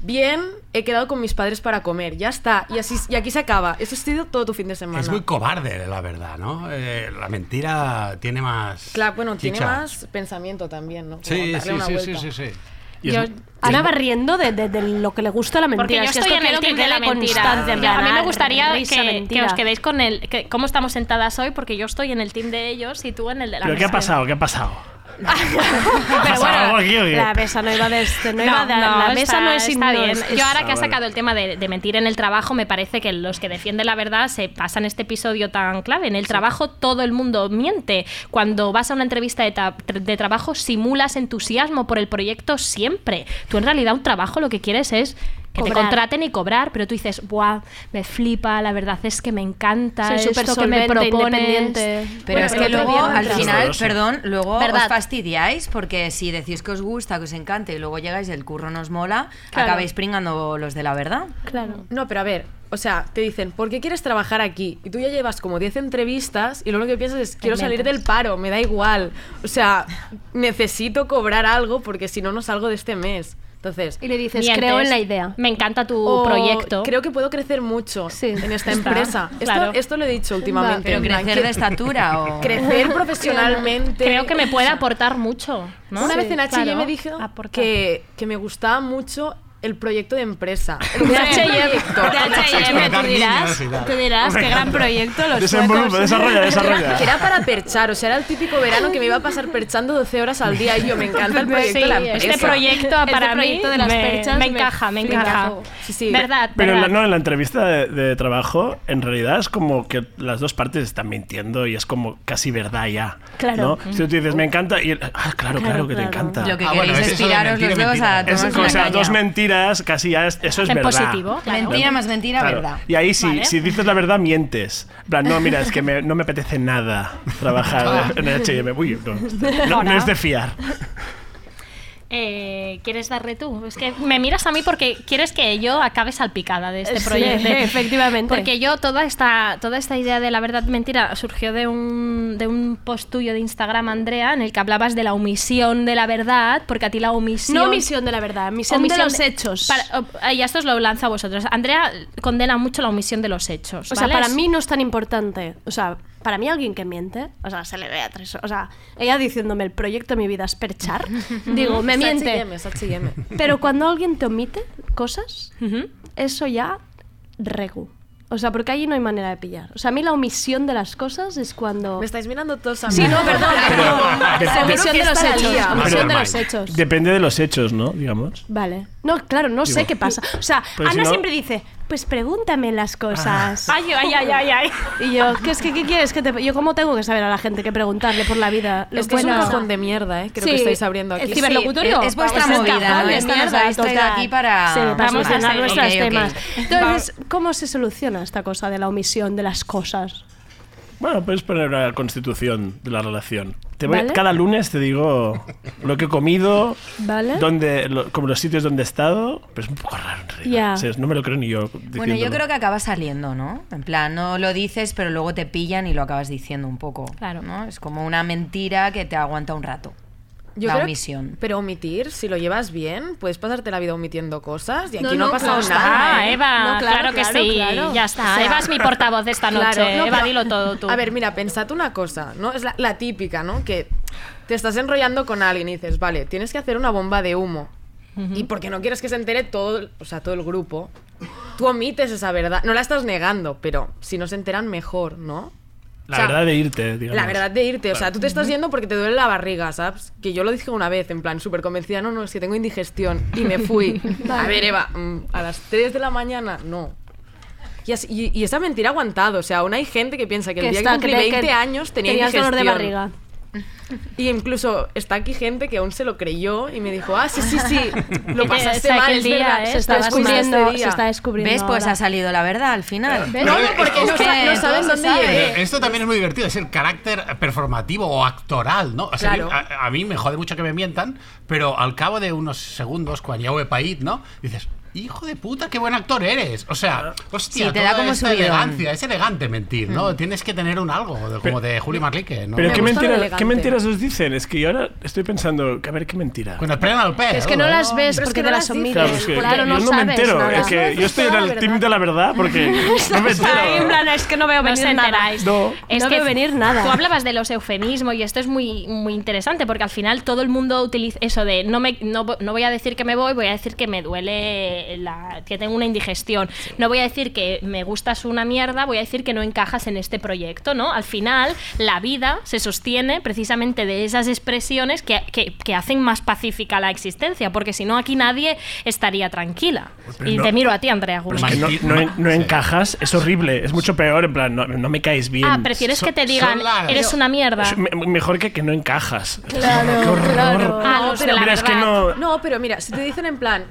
S11: bien, he quedado con mis padres para comer, ya está. Y, así, y aquí se acaba. Eso ha sido todo tu fin de semana.
S16: Es muy cobarde, la verdad, ¿no? Eh, la mentira tiene más...
S11: Claro, bueno, tiene
S16: chicha.
S11: más pensamiento también, ¿no? Como
S16: Sí,
S11: darle
S16: sí,
S11: una
S16: sí, sí,
S11: vuelta.
S16: sí, sí.
S15: Y es-
S4: Yo-
S15: y es-
S4: Ana va riendo de, de- de lo que le gusta la
S5: Porque
S4: mentira.
S5: yo
S4: es que
S5: estoy
S4: esto
S5: en el
S4: tiene
S5: club
S4: que
S5: de la
S4: ver con
S5: mentira.
S4: constancia, en
S5: Yo- a mí
S4: plan,
S5: me gustaría
S4: risa,
S5: que, que
S4: mentira.
S5: os quedéis con el que, cómo estamos sentadas hoy, porque yo estoy en el team de ellos y tú en el de la
S15: ¿Pero qué ha
S5: mesa.
S15: pasado? ¿Qué ha pasado?
S5: [LAUGHS]
S15: [LAUGHS]
S5: Pero
S15: ¿Pasa algo
S5: bueno,
S15: aquí o qué?
S4: La mesa no iba de este, no, iba de la mesa
S5: está-
S4: no es
S5: está bien.
S4: es-
S5: Yo ahora
S4: es-
S5: que has sacado el tema de, de mentir en el trabajo, me parece que los que defienden la verdad se pasan este episodio tan clave. En el trabajo todo el mundo miente. Cuando vas a una entrevista de, ta- de trabajo simulas entusiasmo por el proyecto siempre. Tú en realidad un trabajo lo que quieres es que te
S4: Cobrar.
S5: contraten y cobrar, pero tú dices, "Buah, me flipa, la verdad es que me encanta
S4: Soy
S5: esto que me
S4: supersolvente,
S5: propones."
S4: independiente.
S14: Pero
S5: Bueno,
S14: es
S5: el
S14: que
S5: otro
S14: luego,
S5: día me
S14: al
S5: entró.
S14: final,
S5: Escandaloso.
S14: perdón, luego
S5: Verdad.
S14: os fastidiáis porque si decís que os gusta, que os encanta y luego llegáis y el curro nos mola,
S11: Claro.
S14: acabáis pringando los de la verdad.
S4: Claro.
S11: No, pero a ver, o sea, te dicen, ¿por qué quieres trabajar aquí? Y tú ya llevas como 10 entrevistas y lo único que piensas es, quiero salir
S4: metas.
S11: del paro, me da igual. O sea, necesito cobrar algo porque si no, no salgo de este mes. Entonces,
S4: Y le dices, creo en la idea.
S5: Me encanta tu
S11: o
S5: proyecto.
S11: Creo que puedo crecer mucho en esta
S5: [LAUGHS] Está,
S11: empresa. Esto,
S5: claro.
S11: esto lo he dicho últimamente.
S14: Pero
S11: en plan,
S14: crecer de
S11: que-
S14: estatura o...
S11: Crecer profesionalmente.
S5: Creo que me puede aportar mucho. ¿no?
S11: Una
S5: Sí,
S11: vez en H&M
S5: claro.
S11: me dijo que, que me gustaba mucho el proyecto de
S5: [LAUGHS]
S11: empresa. El
S5: De
S11: gran
S5: H&M,
S11: proyecto.
S5: de H&M, tú dirás, tú dirás, qué gran proyecto los
S15: Desenvolupa,
S5: suecos.
S15: desarrolla, desarrolla.
S11: Que era para perchar, o sea, era el típico verano que me iba a pasar perchando 12 horas al día y yo me encanta el proyecto
S5: Sí,
S11: de la empresa.
S5: Este proyecto
S4: Este
S5: para
S4: proyecto
S5: mí
S4: de las
S5: me,
S4: perchas
S5: me
S4: me
S5: encaja, me
S4: flipa.
S5: encaja.
S11: Sí, sí.
S5: Verdad,
S15: Pero en la-
S5: verdad.
S15: no, en la entrevista de, de trabajo, en realidad es como que las dos partes están mintiendo y es como casi verdad ya.
S14: Claro.
S15: ¿no? Si tú dices, me encanta, y. Ah, claro, claro, que te
S14: claro.
S15: encanta.
S14: Lo que Ah, bueno, queréis es es eso de estiraros mentira, los dedos mentira. a
S15: Es-
S14: tomarse una
S15: O sea,
S14: caña.
S15: dos mentiras, casi ya es- eso es
S14: En
S15: verdad.
S14: positivo, claro. Mentira más mentira, verdad.
S15: Y ahí sí,
S14: Vale.
S15: si dices la verdad, mientes. En plan, no, mira, es que me- no me apetece nada
S14: Ah.
S15: trabajar en HM. Uy, no, no, no es de fiar.
S5: Eh, ¿Quieres darle tú? Es que me miras a mí porque quieres que yo acabe salpicada de este
S4: Sí,
S5: proyecto.
S4: [LAUGHS] efectivamente.
S5: Porque yo toda esta, toda esta idea de la verdad mentira surgió de un, de un post tuyo de Instagram, Andrea, en el que hablabas de la omisión de la verdad, porque a ti la omisión...
S4: No omisión de la verdad, omisión, de los hechos.
S5: Para- o- y esto os lo lanza a vosotros. Andrea condena mucho la omisión de los hechos.
S4: o sea,
S5: ¿vale?
S4: para
S5: Es-
S4: mí no es tan importante. O sea, para mí alguien que miente, o sea, se le ve a tres... O sea, ella diciéndome el proyecto de mi vida es perchar, digo, me
S11: Es
S4: miente.
S11: H&M, es H&M.
S4: Pero cuando alguien te omite cosas, eso ya regu. O sea, porque ahí no hay manera de pillar. O sea, a mí la omisión de las cosas es cuando... Me
S11: estáis mirando todos a
S4: Sí,
S11: mí. [LAUGHS]
S4: no, perdón, perdón.
S15: Pero-
S4: omisión
S11: Seguro
S4: de los
S11: que está la
S4: hechos.
S11: lía.
S4: Omisión de
S15: Pero-
S4: los hechos.
S15: Depende de los hechos, ¿no? Digamos.
S4: Vale. No, claro, no sé
S15: Digo.
S4: qué pasa. O sea,
S15: Pero si
S4: Ana
S15: no-
S4: siempre dice, pues pregúntame las cosas.
S5: Ah. Ay, ay, ay, ay, ay.
S4: Y yo, ¿qué, es que, ¿qué quieres? que te... Yo cómo tengo que saber a la gente que preguntarle por la vida? Lo
S11: Es que es un
S4: bueno-
S11: cajón de mierda, ¿eh? Creo que
S4: Sí,
S11: estáis abriendo aquí.
S4: el ciberlocutorio.
S14: Sí, es- es vuestra
S4: Vamos,
S14: movida,
S4: cajón
S14: ¿no?
S4: de
S14: Esta nos
S4: mierda,
S14: habéis traído
S4: total.
S14: aquí para-
S4: Sí, para
S14: Vamos a
S4: solucionar
S14: hacer-
S4: nuestros
S14: ok, ok.
S4: temas. Entonces, ¿cómo se soluciona esta cosa de la omisión de las cosas?
S15: Bueno, puedes poner una constitución de la relación. Te voy-
S4: Vale.
S15: Cada lunes te digo lo que he comido,
S4: ¿Vale?
S15: dónde, lo- como los sitios donde he estado, pero es un poco raro en realidad.
S14: Ya.
S15: O sea, no me lo creo ni yo.
S14: Bueno, yo creo que acaba saliendo, ¿no? En plan, no lo dices, pero luego te pillan y lo acabas diciendo un poco. Claro. ¿no? Es como una mentira que te aguanta un rato.
S11: Yo
S14: la
S11: creo que-
S14: omisión.
S11: pero omitir, si lo llevas bien, puedes pasarte la vida omitiendo cosas y aquí
S5: No,
S11: no,
S5: no,
S11: ha pasado
S5: claro,
S11: nada.
S5: está,
S11: ¿eh?
S5: Eva, claro que sí, ya está. Eva es mi portavoz de esta noche, Eva,
S11: pero-
S5: dilo todo tú.
S11: A ver, mira, pensad una cosa, ¿no? Es la, la típica, ¿no? Que te estás enrollando con alguien y dices, vale, tienes que hacer una bomba de humo. Y porque no quieres que se entere todo, el- o sea, todo el grupo, tú omites esa verdad. No la estás negando, pero si no se enteran, mejor, ¿no?
S15: La
S11: o sea,
S15: verdad de irte, digamos.
S11: La verdad de irte, o sea,
S15: Claro.
S11: tú te estás yendo porque te duele la barriga, ¿sabes? Que yo lo dije una vez, en plan, súper convencida, no, no, es que tengo indigestión y me fui. a ver, Eva, mm, a las 3 de la mañana, no. Y, así- y- y esa mentira ha aguantado, o sea, aún hay gente que piensa que el
S4: Que
S11: día
S4: está-
S11: que cumplí
S4: cree que
S11: 20 años tenía
S4: tenías dolor
S11: indigestión.
S4: de barriga.
S11: Y incluso está aquí gente que aún se lo creyó y me dijo, ah, sí, sí, sí,
S14: Y [LAUGHS]
S11: lo
S14: te-
S11: pasaste
S14: está
S11: mal,
S14: aquel
S11: es
S14: día,
S11: verdad,
S14: ¿eh?
S11: se está
S14: Estabas mal
S11: descubriendo
S14: este
S11: este
S14: día.
S11: día".
S14: ¿Ves? Pues
S11: ahora.
S14: ha salido la verdad al final.
S11: ¿Ves? No, no, porque no sa- no saben
S14: todo se
S11: dónde
S14: sabe.
S11: llegué.
S16: Pero esto también es muy divertido, es el carácter performativo o actoral, ¿no? O sea,
S11: Claro.
S16: yo- a, a mí me jode mucho que me mientan, pero al cabo de unos segundos, cuando ya he país, ¿no? Dices, hijo de puta, qué buen actor eres. O sea, hostia,
S14: Sí, te da
S16: toda
S14: como
S16: esta
S14: subidón.
S16: elegancia, es elegante mentir, ¿no?
S14: Mm.
S16: Tienes que tener un algo, de- como de Juli Marlique, ¿no?
S15: Pero qué, mentira, ¿qué mentiras os dicen? Es que yo ahora estoy pensando, que a ver qué mentira.
S16: Cuando esperan al ¿eh?
S4: Es que no las ves porque te las omiten.
S15: Claro, es que yo no, me entero. Es que yo estoy en el team de la verdad porque no me
S4: Ahí, en
S15: entero.
S4: plan, es que no veo
S5: No os
S4: venir nada.
S5: enteráis.
S15: No.
S5: Es
S4: No
S5: que
S4: veo venir nada.
S5: Tú hablabas de los eufemismos y esto es muy, muy interesante porque al final todo el mundo utiliza eso de no, me, no, vo- no voy a decir que me voy, voy a decir que me duele, la, que tengo una indigestión. No voy a decir que me gustas una mierda, voy a decir que no encajas en este proyecto, ¿no? Al final la vida se sostiene precisamente de esas expresiones que, que- que hacen más pacífica la existencia porque si no aquí nadie estaría tranquila.
S15: Pues, Pero
S5: Y
S15: no-
S5: te miro a ti, Andrea
S15: Pero
S5: Gurú.
S15: es que no, no en- no encajas, es horrible, es mucho peor, en plan, no, no me caes bien.
S5: Ah, prefieres que te digan, eres una mierda.
S15: Me- mejor que que no encajas.
S11: Claro, claro.
S5: Ah, los de la
S15: Mira, es que
S5: verdad.
S15: no...
S11: pero mira, si te dicen en plan,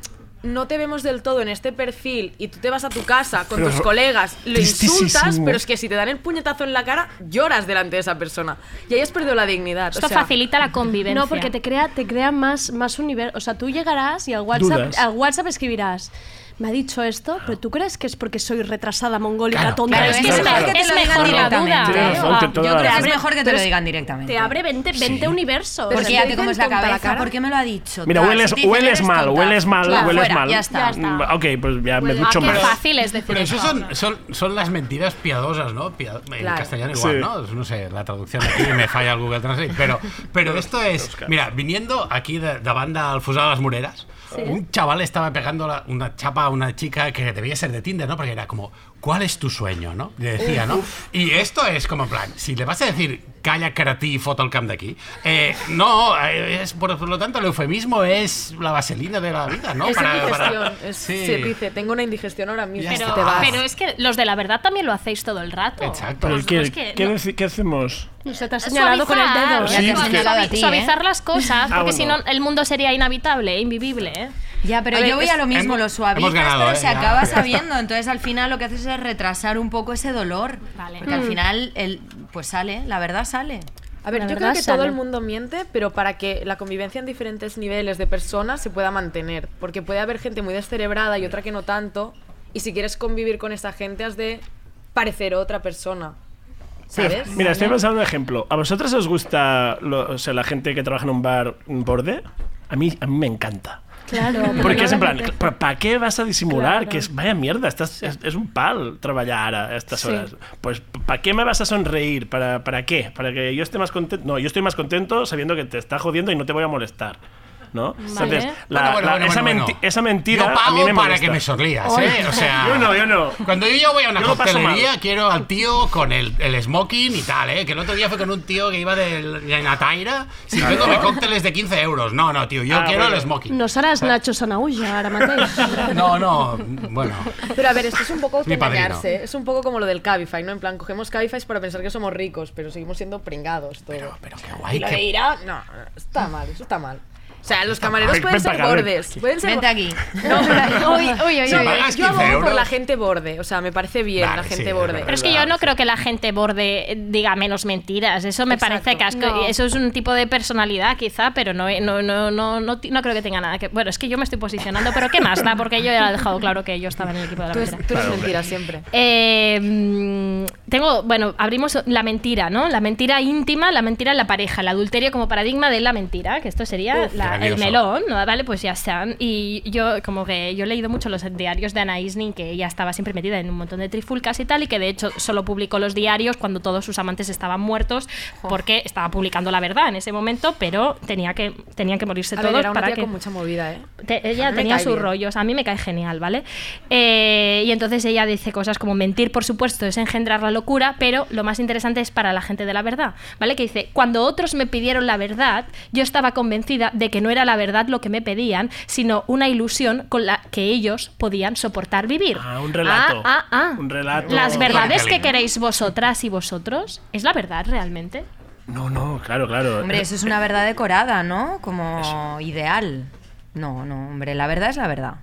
S11: no te vemos del todo en este perfil y tú te vas a tu casa con
S15: Pero
S11: tus colegas, lo insultas,
S15: tristísimo.
S11: pero es que si te dan el puñetazo en la cara, lloras delante de esa persona. Y ahí has perdido la dignidad. o
S5: Esto
S11: sea,
S5: facilita la convivencia.
S4: No, porque te crea, te crea más, más universo. O sea, tú llegarás y al WhatsApp,
S11: Dudas.
S4: al WhatsApp escribirás. Me ha dicho esto, pero ¿tú crees que es porque soy retrasada, mongólica, tonta?
S14: Claro, es que es mejor que te lo digan directamente.
S4: ¿eh?
S14: ¿eh?
S4: Ah,
S14: Yo creo que es mejor que te lo
S4: Pero es-
S14: digan directamente.
S4: Te abre 20, 20 universos.
S14: Porque ya te
S4: Te
S14: comes la
S4: dicen tonta
S14: cabeza,
S4: cara.
S14: ¿por qué me lo ha dicho?
S15: Mira,
S14: Tal,
S15: hueles,
S14: si te dicen,
S15: hueles
S14: "Eres
S15: mal,
S14: tonta".
S15: hueles mal,
S14: Claro,
S15: hueles
S14: fuera,
S15: mal.
S14: Ya está.
S16: está.
S15: Mm, Ok, pues ya me mucho
S5: qué
S15: más.
S5: fácil es decir
S16: Pero eso
S5: eso.
S16: son, son, son las mentiras piadosas, ¿no? Pia- en
S5: Claro.
S16: castellano igual,
S15: Sí.
S16: ¿no? No sé, la traducción aquí me falla el Google Translate. Pero, pero esto es, mira, viniendo aquí de, de banda al Fusado de las Mureras,
S17: Sí.
S16: un chaval estaba pegando la- una chapa a una chica que debía ser de Tinder, ¿no? Porque era como, ¿cuál es tu sueño, no? Le decía, ¿no? Y esto es como en plan, si le vas a decir calla, karatí y foto al camp de aquí, eh, no, eh, es, por, por lo tanto el eufemismo es la vaselina de la vida, ¿no?
S11: Es
S16: Para- para-
S11: indigestión. Es,
S16: Sí.
S11: Se dice, tengo una indigestión ahora mismo.
S5: Pero,
S11: y te vas.
S5: pero es que los de la verdad también lo hacéis todo el rato.
S15: Pero
S5: No,
S15: ¿qué,
S5: es que
S15: qué
S5: no-
S15: deci- qué hacemos?
S4: Se te ha señalado con el dedo.
S15: Ya te Sí, ha es que- señalado a ti, ¿eh?
S5: Suavizar las cosas,
S15: Ah,
S5: porque
S15: bueno.
S5: si no el mundo sería inhabitable, e invivible. ¿eh?
S14: Ya, pero yo voy a lo mismo, lo suavizas,
S5: hemos ganado,
S14: pero
S5: ¿eh?
S14: se
S5: Ya. [LAUGHS]
S14: acaba sabiendo. Entonces al final lo que haces es retrasar un poco ese dolor. Porque al
S11: Mm.
S14: final, el, pues sale, la verdad sale.
S11: A ver, yo creo que todo el mundo miente, pero para que la convivencia en diferentes niveles de personas se pueda mantener. Porque puede haber gente muy descerebrada y otra que no tanto. Y si quieres convivir con esa gente, has de parecer otra persona.
S15: Pero,
S11: ¿Sabes?
S15: mira, estoy pensando un ejemplo. ¿A vosotros os gusta lo- o sea, la gente que trabaja en un bar en borde? A mí, a mí me encanta.
S4: Claro.
S15: Porque es en plan, ¿para qué vas a disimular? Que es, vaya mierda, estás, es, es un pal trabajar a estas
S4: Sí.
S15: horas. Pues, ¿para qué me vas a sonreír? ¿Para, ¿Para qué? ¿Para que yo esté más contento? No, yo estoy más contento sabiendo que te está jodiendo y no te voy a molestar. ¿no? Entonces, la-
S16: Bueno, bueno,
S15: la-
S16: bueno,
S15: esa,
S16: bueno,
S15: menti-
S16: bueno.
S15: esa mentira.
S16: Yo
S15: a mí
S16: pago
S15: me
S16: para
S15: molesta.
S16: que me sonrías, ¿eh? O sea,
S15: yo no, yo no.
S16: Cuando yo ya voy a una
S15: Yo lo paso
S16: coctelería,
S15: mal.
S16: quiero al tío con el, el smoking y tal, ¿eh? Que el otro día fue con un tío que iba de, de Nataira sirviéndome cócteles de 15 euros. No, no, tío, yo
S15: Ah,
S16: quiero
S15: bueno.
S16: el smoking.
S4: No serás Nacho Sanaulla, ahora
S14: [LAUGHS]
S4: matéis.
S16: No, no, bueno.
S11: Pero a ver, esto es un poco
S16: [LAUGHS] Mi padrino.
S11: autoengañarse. ¿eh? Es un poco como lo del Cabify, ¿no? En plan, cogemos Cabify para pensar que somos ricos, pero seguimos siendo pringados. Todo. Pero,
S16: qué guay.
S11: Lo
S16: qué-
S11: de ir a- No, está mal, eso está mal. O sea, los camareros
S16: mal.
S11: pueden
S16: Ven
S11: ser
S16: para acá, ven.
S11: bordes. Pueden ser...
S14: Vente aquí.
S11: [LAUGHS] No, pero-
S4: [LAUGHS]
S11: uy, uy, uy,
S16: Si
S11: uy,
S16: pagas
S11: Yo
S16: 15
S11: abogo por
S16: euros.
S11: la gente borde. O sea, me parece bien la gente
S16: sí, es
S11: borde.
S16: verdad.
S5: Pero es que yo no creo que la gente borde eh, diga menos mentiras. Eso me parece casco.
S11: No.
S5: Eso es un tipo de personalidad, quizá, pero no, eh, no, no, no, no, ti- no creo que tenga nada que. Bueno, es que yo me estoy posicionando, pero ¿qué más da? Porque yo ya he dejado claro que yo estaba en el equipo de la
S11: Tú, es-
S5: mentira.
S11: tú eres mentira siempre.
S5: Eh, mm, tengo, bueno, abrimos la mentira, ¿no? La mentira íntima, la mentira en la pareja, el adulterio como paradigma de la mentira, que esto sería
S14: Uf,
S5: la- el
S14: maravilloso.
S5: melón, ¿no? Vale, pues ya están. Y yo, como que yo he leído mucho los diarios de Ana Isning, que ella estaba siempre metida en un montón de trifulcas y tal, y que de hecho solo publicó los diarios cuando todos sus amantes estaban muertos, porque estaba publicando la verdad en ese momento, pero tenía que, tenían que morirse
S11: A
S5: todos
S11: ver, era una
S5: para
S11: tía
S5: que
S11: con mucha movida, ¿eh?
S5: te-
S11: A
S5: ella
S11: mí me
S5: tenía
S11: cae
S5: sus
S11: bien.
S5: rollos, a mí me cae genial, ¿vale? Eh, y entonces ella dice cosas como mentir, por supuesto, es engendrar la locura, pero lo más interesante es para la gente de la verdad, ¿vale? Que dice, cuando otros me pidieron la verdad, yo estaba convencida de que no era la verdad lo que me pedían, sino una ilusión con la que ellos podían soportar vivir.
S15: Ah, un relato.
S5: Ah, ah, ah.
S15: Un relato.
S5: Las verdades que queréis vosotras y vosotros, ¿es la verdad realmente?
S15: No, no, claro, claro. Eh,
S14: Hombre, eso es una verdad decorada, ¿no? Como ideal. No, no, hombre, la verdad es la verdad.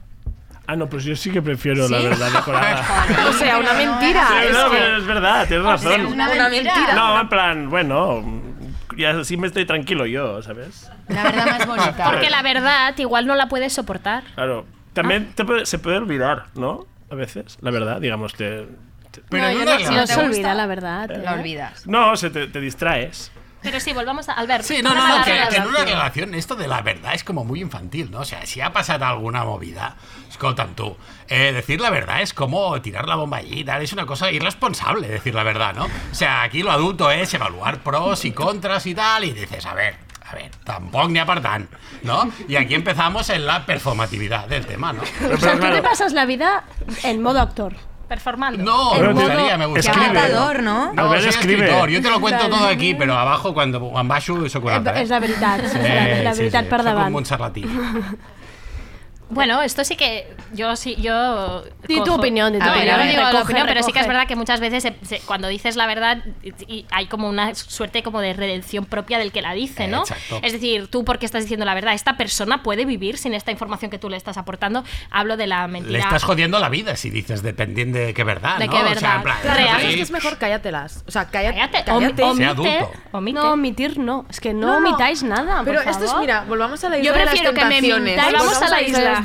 S15: Ah, no, pues yo sí que prefiero la
S14: ¿Sí?
S15: verdad decorada.
S11: O sea, una mentira.
S15: Sí,
S11: es
S15: no,
S11: que-
S15: pero es verdad, tienes
S11: O sea,
S15: razón.
S11: una Una mentira. mentira.
S15: No, en plan, bueno, ya así me estoy tranquilo yo, ¿sabes?
S14: La verdad más bonita.
S5: Porque la verdad igual no la puedes soportar.
S15: Claro. También te puede- se puede olvidar, ¿no? A veces, la verdad, digamos, te, te-
S5: no, yo no, si no se olvida, la verdad. ¿eh?
S14: La olvidas.
S15: No, se te, te distraes.
S5: Pero sí, volvamos a Albert.
S16: Sí, no,
S5: volvamos a
S16: no,
S5: la
S16: que, que en
S5: relación.
S16: una relación esto de la verdad es como muy infantil, ¿no? O sea, si ha pasado alguna movida, escoltan tú, eh, decir la verdad es como tirar la bomba allí, y tal, es una cosa irresponsable decir la verdad, ¿no? O sea, aquí lo adulto es evaluar pros y contras y tal, y dices, a ver, a ver, tampoco ni apartan, ¿no? Y aquí empezamos en la performatividad del tema, ¿no?
S4: O sea, tú te pasas la vida en modo actor. Eh,
S5: Performando.
S16: No, Oh, me
S4: en
S16: gustaría, me
S4: Qué
S16: gustaría.
S4: matador, ¿no?
S16: No,
S15: Albert
S16: soy
S15: escribe.
S16: escritor, yo te lo cuento todo
S4: Totalment.
S16: aquí, pero abajo cuando em baixo sóc un
S4: Eh,
S16: altre.
S4: és la veritat, és la- la veritat per
S16: Sóc
S4: davant.
S16: un xarlatí.
S5: [LAUGHS] Bueno, esto sí que yo sí yo
S4: Di tu opinión, di tu
S5: No, yo
S4: opinión.
S5: no digo la
S4: Recoge,
S5: opinión, pero sí que es
S4: recoge.
S5: verdad que muchas veces se- se- cuando dices la verdad y- y hay como una suerte como de redención propia del que la dice, ¿no?
S17: Exacto.
S5: Es decir, tú porque estás diciendo la verdad, esta persona puede vivir sin esta información que tú le estás aportando. Hablo de la mentira.
S16: Le estás jodiendo la vida si dices dependiendo de qué verdad,
S5: De
S16: ¿no?
S5: qué
S16: O sea,
S5: verdad.
S16: en plan,
S5: Claro,
S16: ahí-
S5: pero
S11: Es que es mejor cállatelas. O sea, cállate. cállate.
S16: Om- Sea omite, adulto.
S4: No, omitir no. Es que no,
S11: No, no.
S4: omitáis nada.
S11: Pero
S4: por
S11: esto es,
S4: favor.
S11: mira, volvamos a la isla de las tentaciones.
S4: Volvamos a la isla.
S11: tentaciones.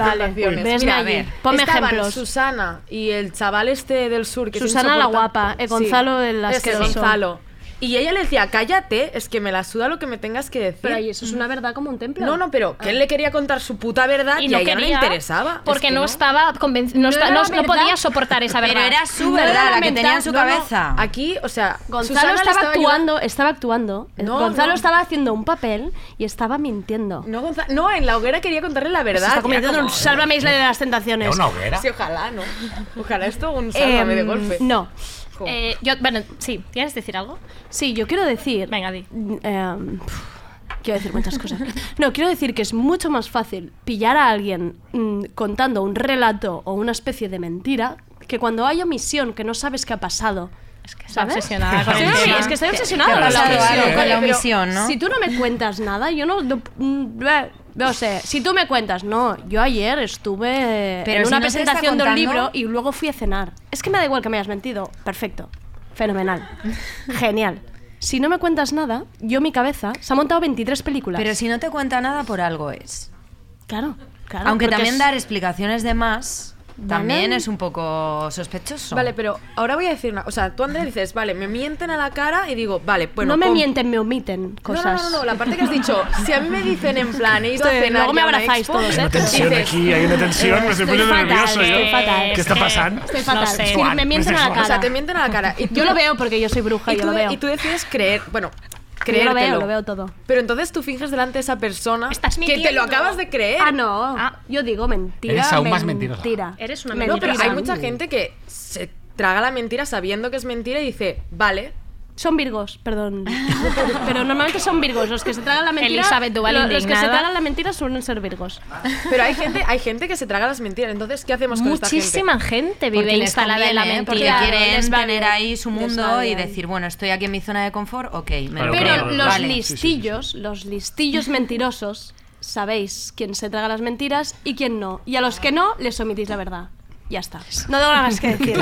S4: Mira,
S11: Mira,
S4: a ver. Ponme
S11: estaban
S4: ejemplos.
S11: Susana y el chaval este del sur. Que es
S4: Susana la
S11: insoportable.
S4: guapa, eh, Gonzalo el
S11: Ese,
S4: asqueroso.
S11: Gonzalo. Y ella le decía, cállate, es que me la suda lo que me tengas que decir.
S4: Pero ahí eso es una verdad como un templo.
S11: No, no, pero que él le quería contar su puta verdad y, a ella no le interesaba.
S5: porque
S11: Es que
S5: no, estaba conven- no, esta-
S11: era
S5: no-
S11: la
S5: no podía
S11: verdad.
S5: soportar esa verdad.
S11: No, no, Aquí, o sea,
S4: Gonzalo
S11: Susana le
S4: estaba,
S11: estaba
S4: actuando, estaba actuando.
S11: No,
S4: Gonzalo
S11: no.
S4: estaba haciendo un papel y estaba mintiendo.
S11: No, no, en la hoguera quería contarle la verdad.
S4: Se está
S11: Era
S4: convirtiendo en
S11: como-
S4: un sálvame isla de las tentaciones.
S11: Sí, ojalá, ¿no? [LAUGHS] Ojalá esto un sálvame
S4: Em,
S11: de golpe.
S4: No.
S5: Eh, yo, bueno, sí, ¿quieres decir algo?
S4: Sí, yo quiero decir.
S5: Venga, di.
S4: em, pf, quiero decir muchas cosas. No, quiero decir que es mucho más fácil pillar a alguien mm, contando un relato o una especie de mentira que cuando hay omisión que no sabes qué ha pasado. Es que
S5: está obsesionada con
S4: sí,
S5: el tema.
S4: Es que estoy
S5: Te-
S4: obsesionada
S5: te
S4: con la
S5: pasa
S4: omisión.
S5: algo con la
S4: Pero
S5: omisión, ¿no?
S4: Si tú no me cuentas nada, yo no. no- mm, eh, No sé, si tú me cuentas, no, yo ayer estuve
S14: Pero
S4: en
S14: si
S4: una
S14: no te está
S4: presentación de un libro
S14: contando-
S4: y luego fui a cenar. Es que me da igual que me hayas mentido. Perfecto.
S14: [LAUGHS]
S4: Fenomenal. Genial. Si no me cuentas nada, yo mi cabeza se ha montado 23 películas.
S14: Pero si no te cuenta nada, por algo es.
S4: Claro, claro.
S14: Aunque
S4: porque
S14: también
S4: es-
S14: dar explicaciones de más también
S11: Vale.
S14: es un poco sospechoso.
S11: Vale, pero ahora voy a decir una. O sea, tú Andrea dices, vale, me mienten a la cara y digo, vale, bueno.
S4: no me
S11: com-
S4: mienten, me omiten
S11: No, no,
S4: cosas.
S11: No, no, no, la parte que has dicho, si a mí me dicen en plan, he ido a
S4: Estoy-
S11: cenar.
S4: luego me
S11: y a una
S4: abrazáis
S11: expo,
S4: todos, ¿eh? Hay una
S15: tensión aquí, hay una tensión, me estoy poniendo nervioso yo.
S4: Estoy fatal.
S15: ¿Qué está pasando?
S4: Estoy fatal.
S15: No sé.
S4: Sí,
S15: Sexual,
S4: me mienten a la
S15: sexual.
S4: cara.
S11: O sea, te mienten a la cara. Y tú-
S4: yo lo veo porque yo soy bruja y,
S11: y,
S4: yo
S11: tú,
S4: lo veo.
S11: y tú
S4: [LAUGHS]
S11: decides creer. Bueno.
S4: yo lo veo,
S11: creértelo.
S4: lo veo todo.
S11: Pero entonces tú finges delante de esa persona que te lo
S4: mintiendo.
S11: acabas de creer.
S4: Ah, no. Yo digo mentira.
S16: Eres aún más Mm.
S4: mentira.
S5: Eres una
S11: No, pero
S4: mentira.
S11: hay mucha gente que se traga la mentira sabiendo que es mentira y dice, vale.
S4: Son virgos,
S11: [LAUGHS]
S4: perdón. Pero normalmente son virgos. Los que se tragan la mentira.
S5: Elizabeth Duval
S4: lo- los que se
S5: indignada.
S4: tragan la mentira suelen ser virgos.
S11: Pero hay gente, hay gente que se traga las mentiras. Entonces, ¿qué hacemos con
S5: Muchísima
S11: esta
S5: gente?
S11: gente?
S5: vive instalada en la mentira.
S14: Eh, Porque
S5: Claro, les
S14: quieren
S5: va
S14: tener
S5: bien,
S14: ahí su
S5: les
S14: mundo
S5: va
S14: y
S5: bien.
S14: decir, bueno, estoy aquí en mi zona de confort, ok. Me
S4: Pero
S14: lo creo.
S4: los
S14: Vale.
S4: listillos, los listillos mentirosos, sabéis quién se traga las mentiras y quién no. Y a los que no, les omitís la verdad. Ya está. No tengo nada
S5: [LAUGHS]
S4: más que
S15: [LAUGHS]
S4: decir.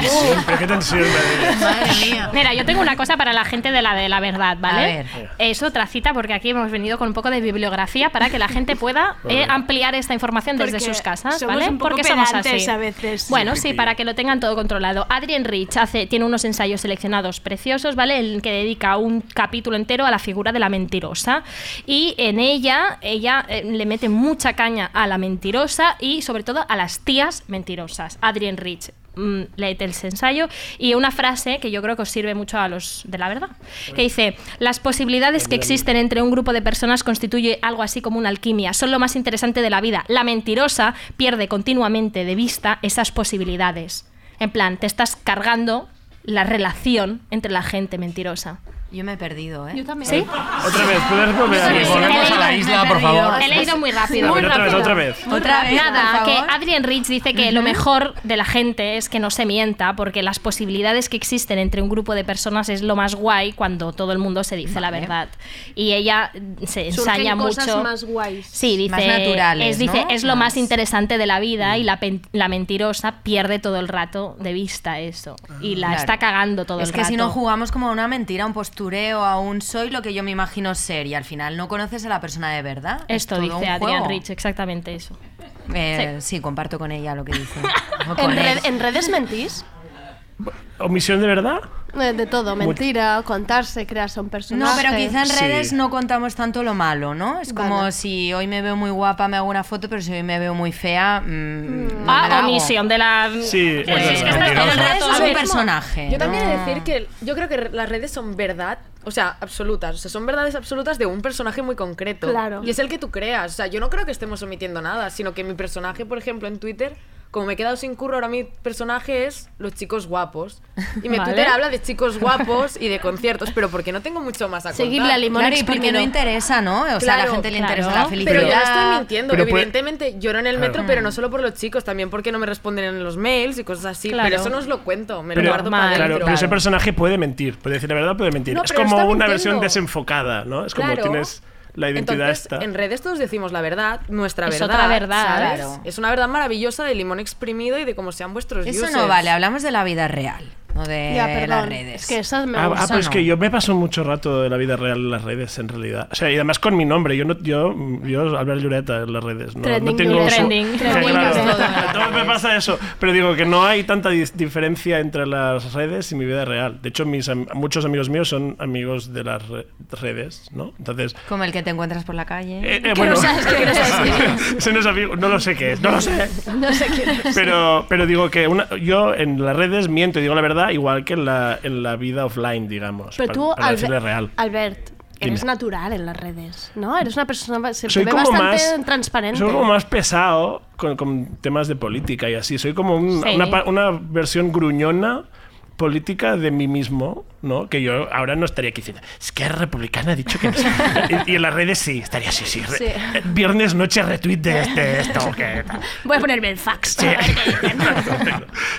S15: Pero qué tensión, madre.
S5: Mira, yo tengo una cosa para la gente de la de la verdad, ¿vale?
S15: A ver.
S5: Es otra cita porque aquí hemos venido con un poco de bibliografía para que la gente pueda eh, ampliar esta información desde
S4: Porque
S5: sus casas,
S4: somos
S5: ¿vale?
S4: un poco
S5: porque somos
S4: pedantes
S5: así.
S4: a veces.
S5: Bueno,
S4: Sí,
S5: sí,
S4: sí.
S5: para que lo tengan todo controlado. Adrien Rich hace, tiene unos ensayos seleccionados preciosos, ¿vale? En el que dedica un capítulo entero a la figura de la mentirosa. Y en ella, ella eh, le mete mucha caña a la mentirosa y sobre todo a las tías mentirosas. Adrien Rich. mm, Leed el ensayo y una frase que yo creo que os sirve mucho a los de la verdad, que dice, las posibilidades que existen entre un grupo de personas constituye algo así como una alquimia, son lo más interesante de la vida. La mentirosa pierde continuamente de vista esas posibilidades. En plan, te estás cargando la relación entre la gente mentirosa.
S14: Yo me he perdido, ¿eh? Yo
S5: también. ¿Sí?
S15: Otra
S4: Pues,
S15: vez, ¿puedes volver a
S14: Sí,
S15: leer?
S14: volvemos a la isla, por favor.
S5: He leído muy rápido.
S15: A ver, otra vez, otra vez.
S14: Otra vez,
S5: Nada,
S14: por
S5: que
S14: favor.
S5: Adrian Rich dice que lo mejor de la gente es que no se mienta, porque las posibilidades que existen entre un grupo de personas es lo más guay cuando todo el mundo se dice la
S4: Vale.
S5: verdad. Y ella se ensaya
S4: Surgen
S5: mucho.
S4: cosas más guays.
S5: Sí, dice,
S14: Más naturales,
S5: es, dice,
S14: ¿no?
S5: es lo más,
S14: Más. Mm.
S5: interesante de la vida y la, pen- la mentirosa pierde todo el rato de vista eso y la
S14: Claro.
S5: está cagando todo
S14: es
S5: el
S14: que
S5: rato.
S14: si no jugamos como a una mentira, a un postureo, a un soy lo que yo me imagino ser y al final no conoces a la persona de verdad. Es
S5: Esto
S14: todo
S5: dice
S14: un
S5: Adrian
S14: juego.
S5: Rich, exactamente eso.
S14: Eh, sí. comparto con ella lo que dice. O con
S4: ¿En,
S14: él.
S4: red- en redes mentís?
S15: ¿Omisión de verdad?
S4: Eh, De todo,
S15: Mucho.
S4: mentira, contarse, crearse un personaje.
S14: No, pero quizá en
S15: Sí.
S14: redes no contamos tanto lo malo, ¿no? Es como
S4: Vale.
S14: si hoy me veo muy guapa, me hago una foto, pero si hoy me veo muy fea, mm, no me la
S5: Ah,
S14: hago.
S5: omisión de la.
S15: Sí,
S5: es verdad.
S14: Pero el
S5: Mentirosa.
S14: resto es
S5: Eso
S14: un
S5: mismo.
S14: personaje.
S11: Yo también he de
S14: ¿no?
S11: decir que yo creo que las redes son verdad, o sea, absolutas. O sea, son verdades absolutas de un personaje muy concreto.
S4: Claro.
S11: Y es el que tú creas. O sea, yo no creo que estemos omitiendo nada, sino que mi personaje, por ejemplo, en Twitter, como me he quedado sin curro, ahora mi personaje es los chicos guapos. Y mi
S14: [LAUGHS] Vale.
S11: Twitter habla de chicos guapos y de conciertos, pero porque no tengo mucho más a contar.
S14: Seguidle a Limón Claro, y porque no exprimido. interesa, ¿no? O sea, a la gente le interesa la felicidad. Mm.
S11: Pero yo no estoy mintiendo.
S14: Pero puede-
S11: Evidentemente lloro en el
S15: Claro.
S11: metro, pero no solo por los chicos, también porque no me responden en los mails y cosas así.
S15: Claro.
S11: Pero eso no os lo cuento, me lo guardo para
S15: claro,
S11: dentro.
S15: pero ese personaje puede mentir, puede decir la verdad, puede mentir.
S11: No,
S15: es
S11: pero
S15: como
S11: está
S15: una
S11: mintiendo.
S15: versión desenfocada, ¿no? Es como
S11: Claro.
S15: tienes la identidad
S11: Entonces,
S15: esta.
S11: en redes todos decimos la verdad, nuestra
S14: Es
S11: verdad.
S14: otra verdad,
S11: ¿sabes?
S14: claro.
S11: Es una verdad maravillosa de limón exprimido y de cómo sean vuestros
S14: Eso
S11: users.
S14: no vale, hablamos de la vida real, no de
S11: Ya, perdón.
S14: las redes.
S11: Es que
S4: esas
S11: me
S15: Ah, ah,
S11: gustan,
S15: pero es
S11: ¿no?
S15: que yo me paso mucho rato de la vida real en las redes, en realidad. O sea, y además con mi nombre. Yo, no, yo, yo Albert Lloreta en las redes. No,
S4: Trending
S15: no tengo
S4: Lloreta.
S15: su-
S4: Trending.
S15: Sí,
S4: Trending
S15: claro.
S4: Lloreta.
S15: [LAUGHS] Todo me pasa eso. Pero digo que no hay tanta dis- diferencia entre las redes y mi vida real. De hecho, mis am- muchos amigos míos son amigos de las re- redes, ¿no? Entonces,
S14: Como el que te encuentras por la calle.
S15: Eh, eh, bueno, [LAUGHS] se nos avi- no lo sé qué es, no lo sé.
S4: [LAUGHS] No sé quién es.
S15: Pero, pero digo que una- yo en las redes miento y digo la verdad, igual que en la, en la vida offline, digamos.
S4: Pero
S15: para-
S4: tú,
S15: para decirle
S4: Albert,
S15: real.
S4: Albert, eres
S15: Dime.
S4: natural en las redes, ¿no? Eres una persona se te
S15: Soy
S4: ve
S15: como
S4: bastante
S15: más-
S4: transparente.
S15: Soy como más pesado con, con temas de política y así. Soy como un-
S4: Sí.
S15: una, pa- una versión gruñona política de mí mismo, ¿no? Que yo ahora no estaría aquí diciendo, es que es republicana, ha dicho que no.
S4: [LAUGHS]
S15: sé". y, y en las redes sí, estaría así, sí. re-
S4: Sí.
S15: eh, Viernes noche retweet de este,
S4: [LAUGHS]
S15: esto, que tal.
S4: Voy a ponerme el fax. [LAUGHS]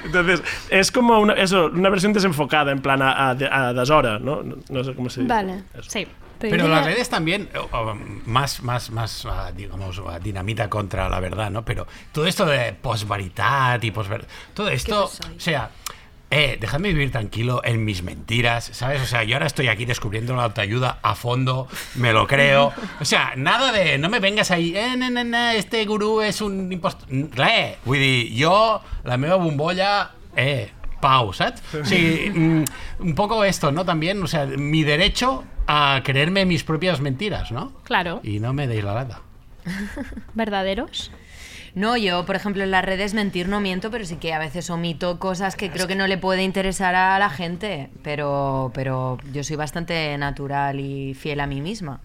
S15: Entonces, es como una, eso, una versión desenfocada, en plan a, a, a deshora, ¿no? No, no sé cómo se dice.
S4: Vale, sí.
S15: Pero
S16: Pero
S15: diría-
S16: las redes también, o- o, más, más, más ah, digamos, ah, dinamita contra la verdad, ¿no? Pero todo esto de posvariedad y posverdad, todo esto, o sea, eh, dejadme vivir tranquilo en mis mentiras, ¿sabes? O sea, yo ahora estoy aquí descubriendo la autoayuda a fondo, me lo creo. O sea, nada de, no me vengas ahí, eh, na, na, na, este gurú es un impostor. Eh, vull dir, yo, la meva bombolla, eh, pau, ¿sabes? Sí, mm, un poco esto, ¿no? También, o sea, mi derecho a creerme mis propias mentiras, ¿no?
S5: Claro,
S16: Y no me deis la lata.
S5: verdaderos.
S14: No, yo, por ejemplo, en las redes mentir no miento, pero sí que a veces omito cosas que creo que no le puede interesar a la gente. Pero, pero yo soy bastante natural y fiel a mí misma.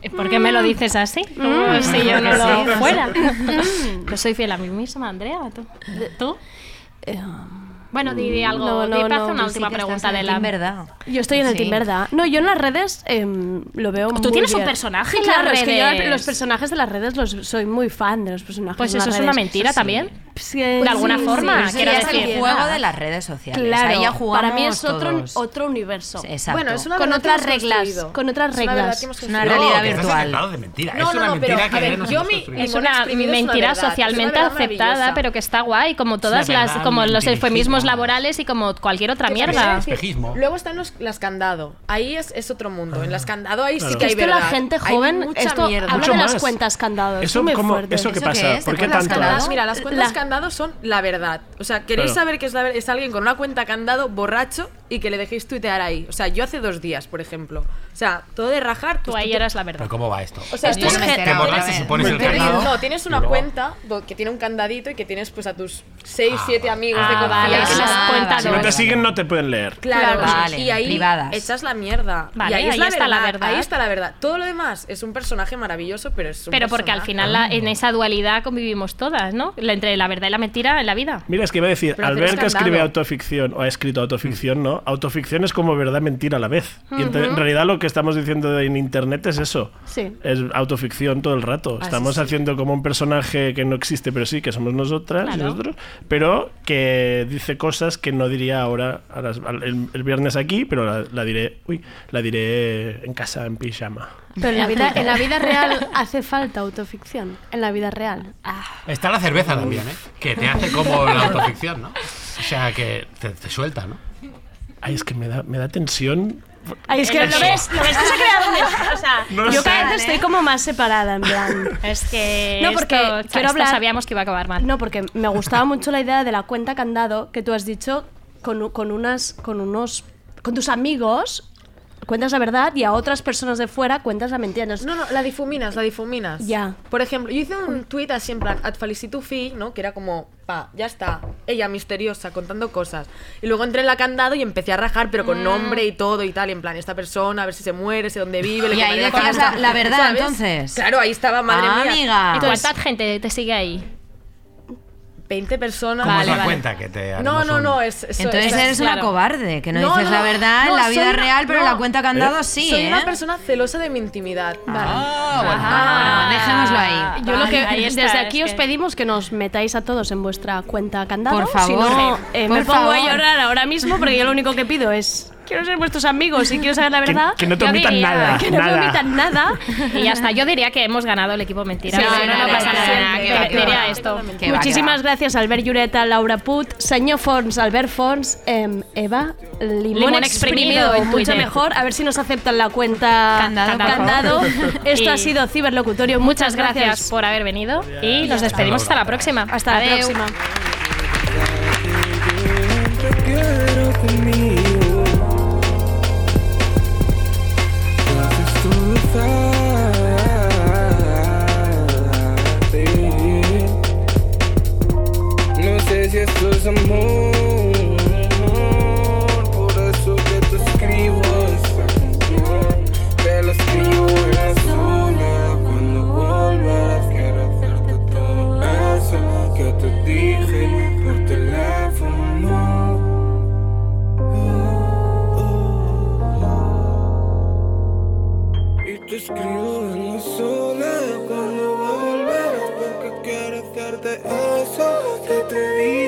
S5: Eh, ¿Por qué me lo dices así?
S14: Mm.
S5: Si yo no
S14: Sí.
S4: [LAUGHS]
S5: lo
S14: Pues [LAUGHS]
S5: fuera. Mm. Yo soy fiel a mí misma, Andrea. ¿Tú? ¿Tú? Bueno, di, di algo.
S4: Mm, No,
S5: di,
S4: no,
S5: haz
S4: no,
S5: una
S4: tú
S5: última
S4: sí que
S5: pregunta
S4: estás en
S5: de
S4: el
S5: la.
S4: team verdad. Yo estoy en el team verdad. No, yo en las redes em, lo veo muy
S5: Pues Tú tienes un
S4: bien.
S5: personaje en
S4: Claro,
S5: las
S4: es que yo
S5: redes.
S4: los personajes de las redes los soy muy fan de los personajes.
S5: Pues
S4: de las
S5: eso es una
S4: redes.
S5: mentira
S4: Sí.
S5: también.
S4: Sí,
S14: Pues
S5: De alguna
S4: sí,
S5: forma,
S4: sí, sí,
S5: quiero
S4: sí,
S5: decir.
S14: el juego de las redes sociales.
S4: Claro,
S14: Ahí ya jugamos
S4: para mí es otro,
S14: todos.
S4: otro universo.
S14: Exacto. Bueno, es una
S4: con
S14: verdad que
S4: otras
S14: hemos
S4: reglas.
S14: construido.
S4: Con otras
S14: Es una verdad
S4: reglas.
S14: que hemos Es una construido. realidad
S16: que estás
S14: virtual.
S16: hablado de mentira.
S4: No,
S16: es una
S4: no, no, pero,
S16: mentira
S4: a
S16: que
S4: ver,
S16: nos
S4: yo
S16: hemos
S4: mi-
S16: construido.
S5: Es una mentira socialmente aceptada, pero que está guay, como todas
S16: verdad
S5: las, como los
S16: dirigida.
S5: eufemismos laborales y como cualquier otra mierda.
S11: Luego están los las candado. Ahí es, es otro mundo. En las candado ahí sí
S15: Claro.
S11: que hay
S4: Es que la
S11: verdad.
S4: gente
S11: Hay
S4: joven,
S11: mucha
S4: esto
S11: mierda.
S4: habla
S15: Mucho
S4: de las
S15: más.
S4: cuentas candado.
S15: Eso
S4: es muy
S15: como-
S4: fuerte.
S15: eso que ¿Eso qué pasa, es? ¿por ¿Te qué acuerdas tanto? candado?
S11: Las- mira, las cuentas
S4: La-
S11: candado son la verdad. O sea, queréis
S15: Claro.
S11: saber que es, la ver- es alguien con una cuenta candado borracho y que le dejéis tuitear ahí. O sea, yo hace dos días, por ejemplo. O sea, todo de rajar. pues Tú
S5: ahí eras la verdad.
S16: Pero ¿cómo va esto?
S11: O sea, esto
S16: Te
S11: es
S16: pones-
S11: gen-
S16: te borras y pones el
S11: Tienes-
S16: candado.
S11: No, tienes una
S16: y luego-
S11: cuenta do- que tiene un candadito y que tienes pues a tus 6, 7 amigos de
S15: Ah,
S11: confianza.
S15: vale,
S5: las
S11: Ah,
S5: cuentas
S15: Si no te siguen, no te pueden leer.
S11: Claro,
S5: Claro.
S11: y-
S5: Vale,
S11: y ahí
S5: privadas.
S11: echas la mierda.
S5: Vale,
S11: y ahí, es
S5: ahí
S11: la,
S5: está la
S11: verdad,
S5: verdad.
S11: Ahí está la verdad. Todo lo demás es un personaje maravilloso, pero es un
S5: Pero porque al
S11: personaje.
S5: final la- en esa dualidad convivimos todas, ¿no? La- Entre la verdad y la mentira en la vida.
S15: Mira, es que iba a decir,
S5: Pero
S15: Albert
S5: hacer
S15: que escribe
S5: escándalo.
S15: autoficción, o ha escrito autoficción, ¿no? Autoficción es como verdad, mentira a la vez. Y ente-
S4: Ujú.
S15: en realidad lo que estamos diciendo en internet es eso.
S4: Sí.
S15: Es autoficción todo el rato.
S4: Ah,
S15: Estamos
S4: sí, sí.
S15: haciendo como un personaje que no existe, pero sí, que somos nosotras y
S4: Claro.
S15: nosotros, pero que dice cosas que no diría ahora a las- al- el, el viernes aquí, pero la, la diré, uy, la diré en casa, en pijama.
S4: [LAUGHS] Pero en la, vida, en la vida real hace falta autoficción. En la vida real. Ah,
S16: Está la cerveza también, ¿eh? Que te hace como la autoficción, ¿no? O sea, que te, te suelta, ¿no?
S15: Ay, es que me da, me da tensión.
S4: Ay, es que
S15: Eso.
S4: lo ves, lo ves que se ha creado un- o sea,
S15: No
S4: yo
S15: sé.
S4: cada vez ahora estoy como más separada, en
S5: [LAUGHS]
S4: plan.
S5: Es que
S4: No, porque
S5: esto-
S4: quiero
S5: esto
S4: hablar-
S5: sabíamos que iba a acabar mal.
S4: No, porque me gustaba mucho la idea de la cuenta candado que tú has dicho con, u- con unas. con unos. con tus amigos cuentas la verdad y a otras personas de fuera cuentas la mentira. Entonces,
S11: No, no, la difuminas, la difuminas.
S4: Ya.
S11: Por ejemplo, yo hice un tweet así en plan, at fi, ¿no? Que era como, pa, ya está, ella misteriosa, contando cosas. Y luego entré en la candado y empecé a rajar, pero con
S14: Mm.
S11: nombre y todo y tal, y en plan, esta persona, a ver si se muere, sé dónde vive, le
S14: Y ahí
S11: quemaré la
S14: decías
S11: casa,
S14: la- la verdad,
S11: ¿sabes?
S14: entonces.
S11: Claro, ahí estaba, madre
S14: Ah,
S11: mía.
S14: amiga.
S5: ¿Y
S11: Entonces,
S5: cuánta gente te sigue ahí?
S11: 20 personas.
S16: ¿Cómo os la cuenta que te
S11: No,
S16: haremos
S11: no,
S16: un-
S11: no, es, eso-
S14: Entonces
S11: eso es,
S14: eres una
S11: claro.
S14: cobarde, que no, dices la verdad
S11: no,
S14: en la
S11: soy
S14: vida
S11: una-
S14: real, pero
S11: no.
S14: la cuenta candado sí.
S11: Soy
S14: ¿eh?
S11: una persona celosa de mi intimidad.
S14: Ah, dejémoslo ahí.
S4: Yo lo que
S5: Ahí está,
S4: desde
S5: es
S4: aquí os
S5: que-
S4: pedimos que nos metáis a todos en vuestra cuenta candado.
S14: Por
S4: Si
S14: favor,
S4: no,
S14: sí.
S4: eh,
S14: Por
S4: me pongo a
S14: favor.
S4: llorar ahora mismo porque yo lo único que pido es quiero ser vuestros amigos y quiero saber la
S15: Que-
S4: verdad.
S15: que no te
S4: Yo
S15: omitan
S4: diría-
S15: nada,
S4: Que no
S15: nada.
S4: me omitan nada.
S5: [LAUGHS] Y ya está, yo diría que hemos ganado el equipo mentira.
S4: Sí,
S5: no,
S4: sí,
S5: no, no
S4: sí,
S5: pasa
S4: sí,
S5: nada.
S4: sí,
S5: que-
S4: sí,
S5: que
S4: sí,
S5: diría
S4: sí.
S5: esto.
S4: Muchísimas gracias, Albert Lloreta, Laura Put, señor Forns, Albert Forns, em, Eva, Limón, Exprimido,
S5: Limón Exprimido en
S4: mucho
S5: Twitter.
S4: mejor. A ver si nos aceptan la cuenta
S5: Candado, por [LAUGHS]
S4: Candado.
S5: favor.
S4: Esto
S5: Y-
S4: ha sido Ciberlocutorio. Muchas,
S5: Muchas gracias, por haber venido y nos despedimos hasta la próxima.
S4: Hasta la
S5: Adeu.
S4: próxima.
S9: quiero conmigo. Lo haces todo fácil. No sé si esto es amor, por eso que te escribo esta canción. Te la escribo en la sola cuando vuelvas. Quiero hacerte todo eso que te dije por teléfono. Y te escribo en la sola cuando volverás Porque quiero hacerte eso que te dije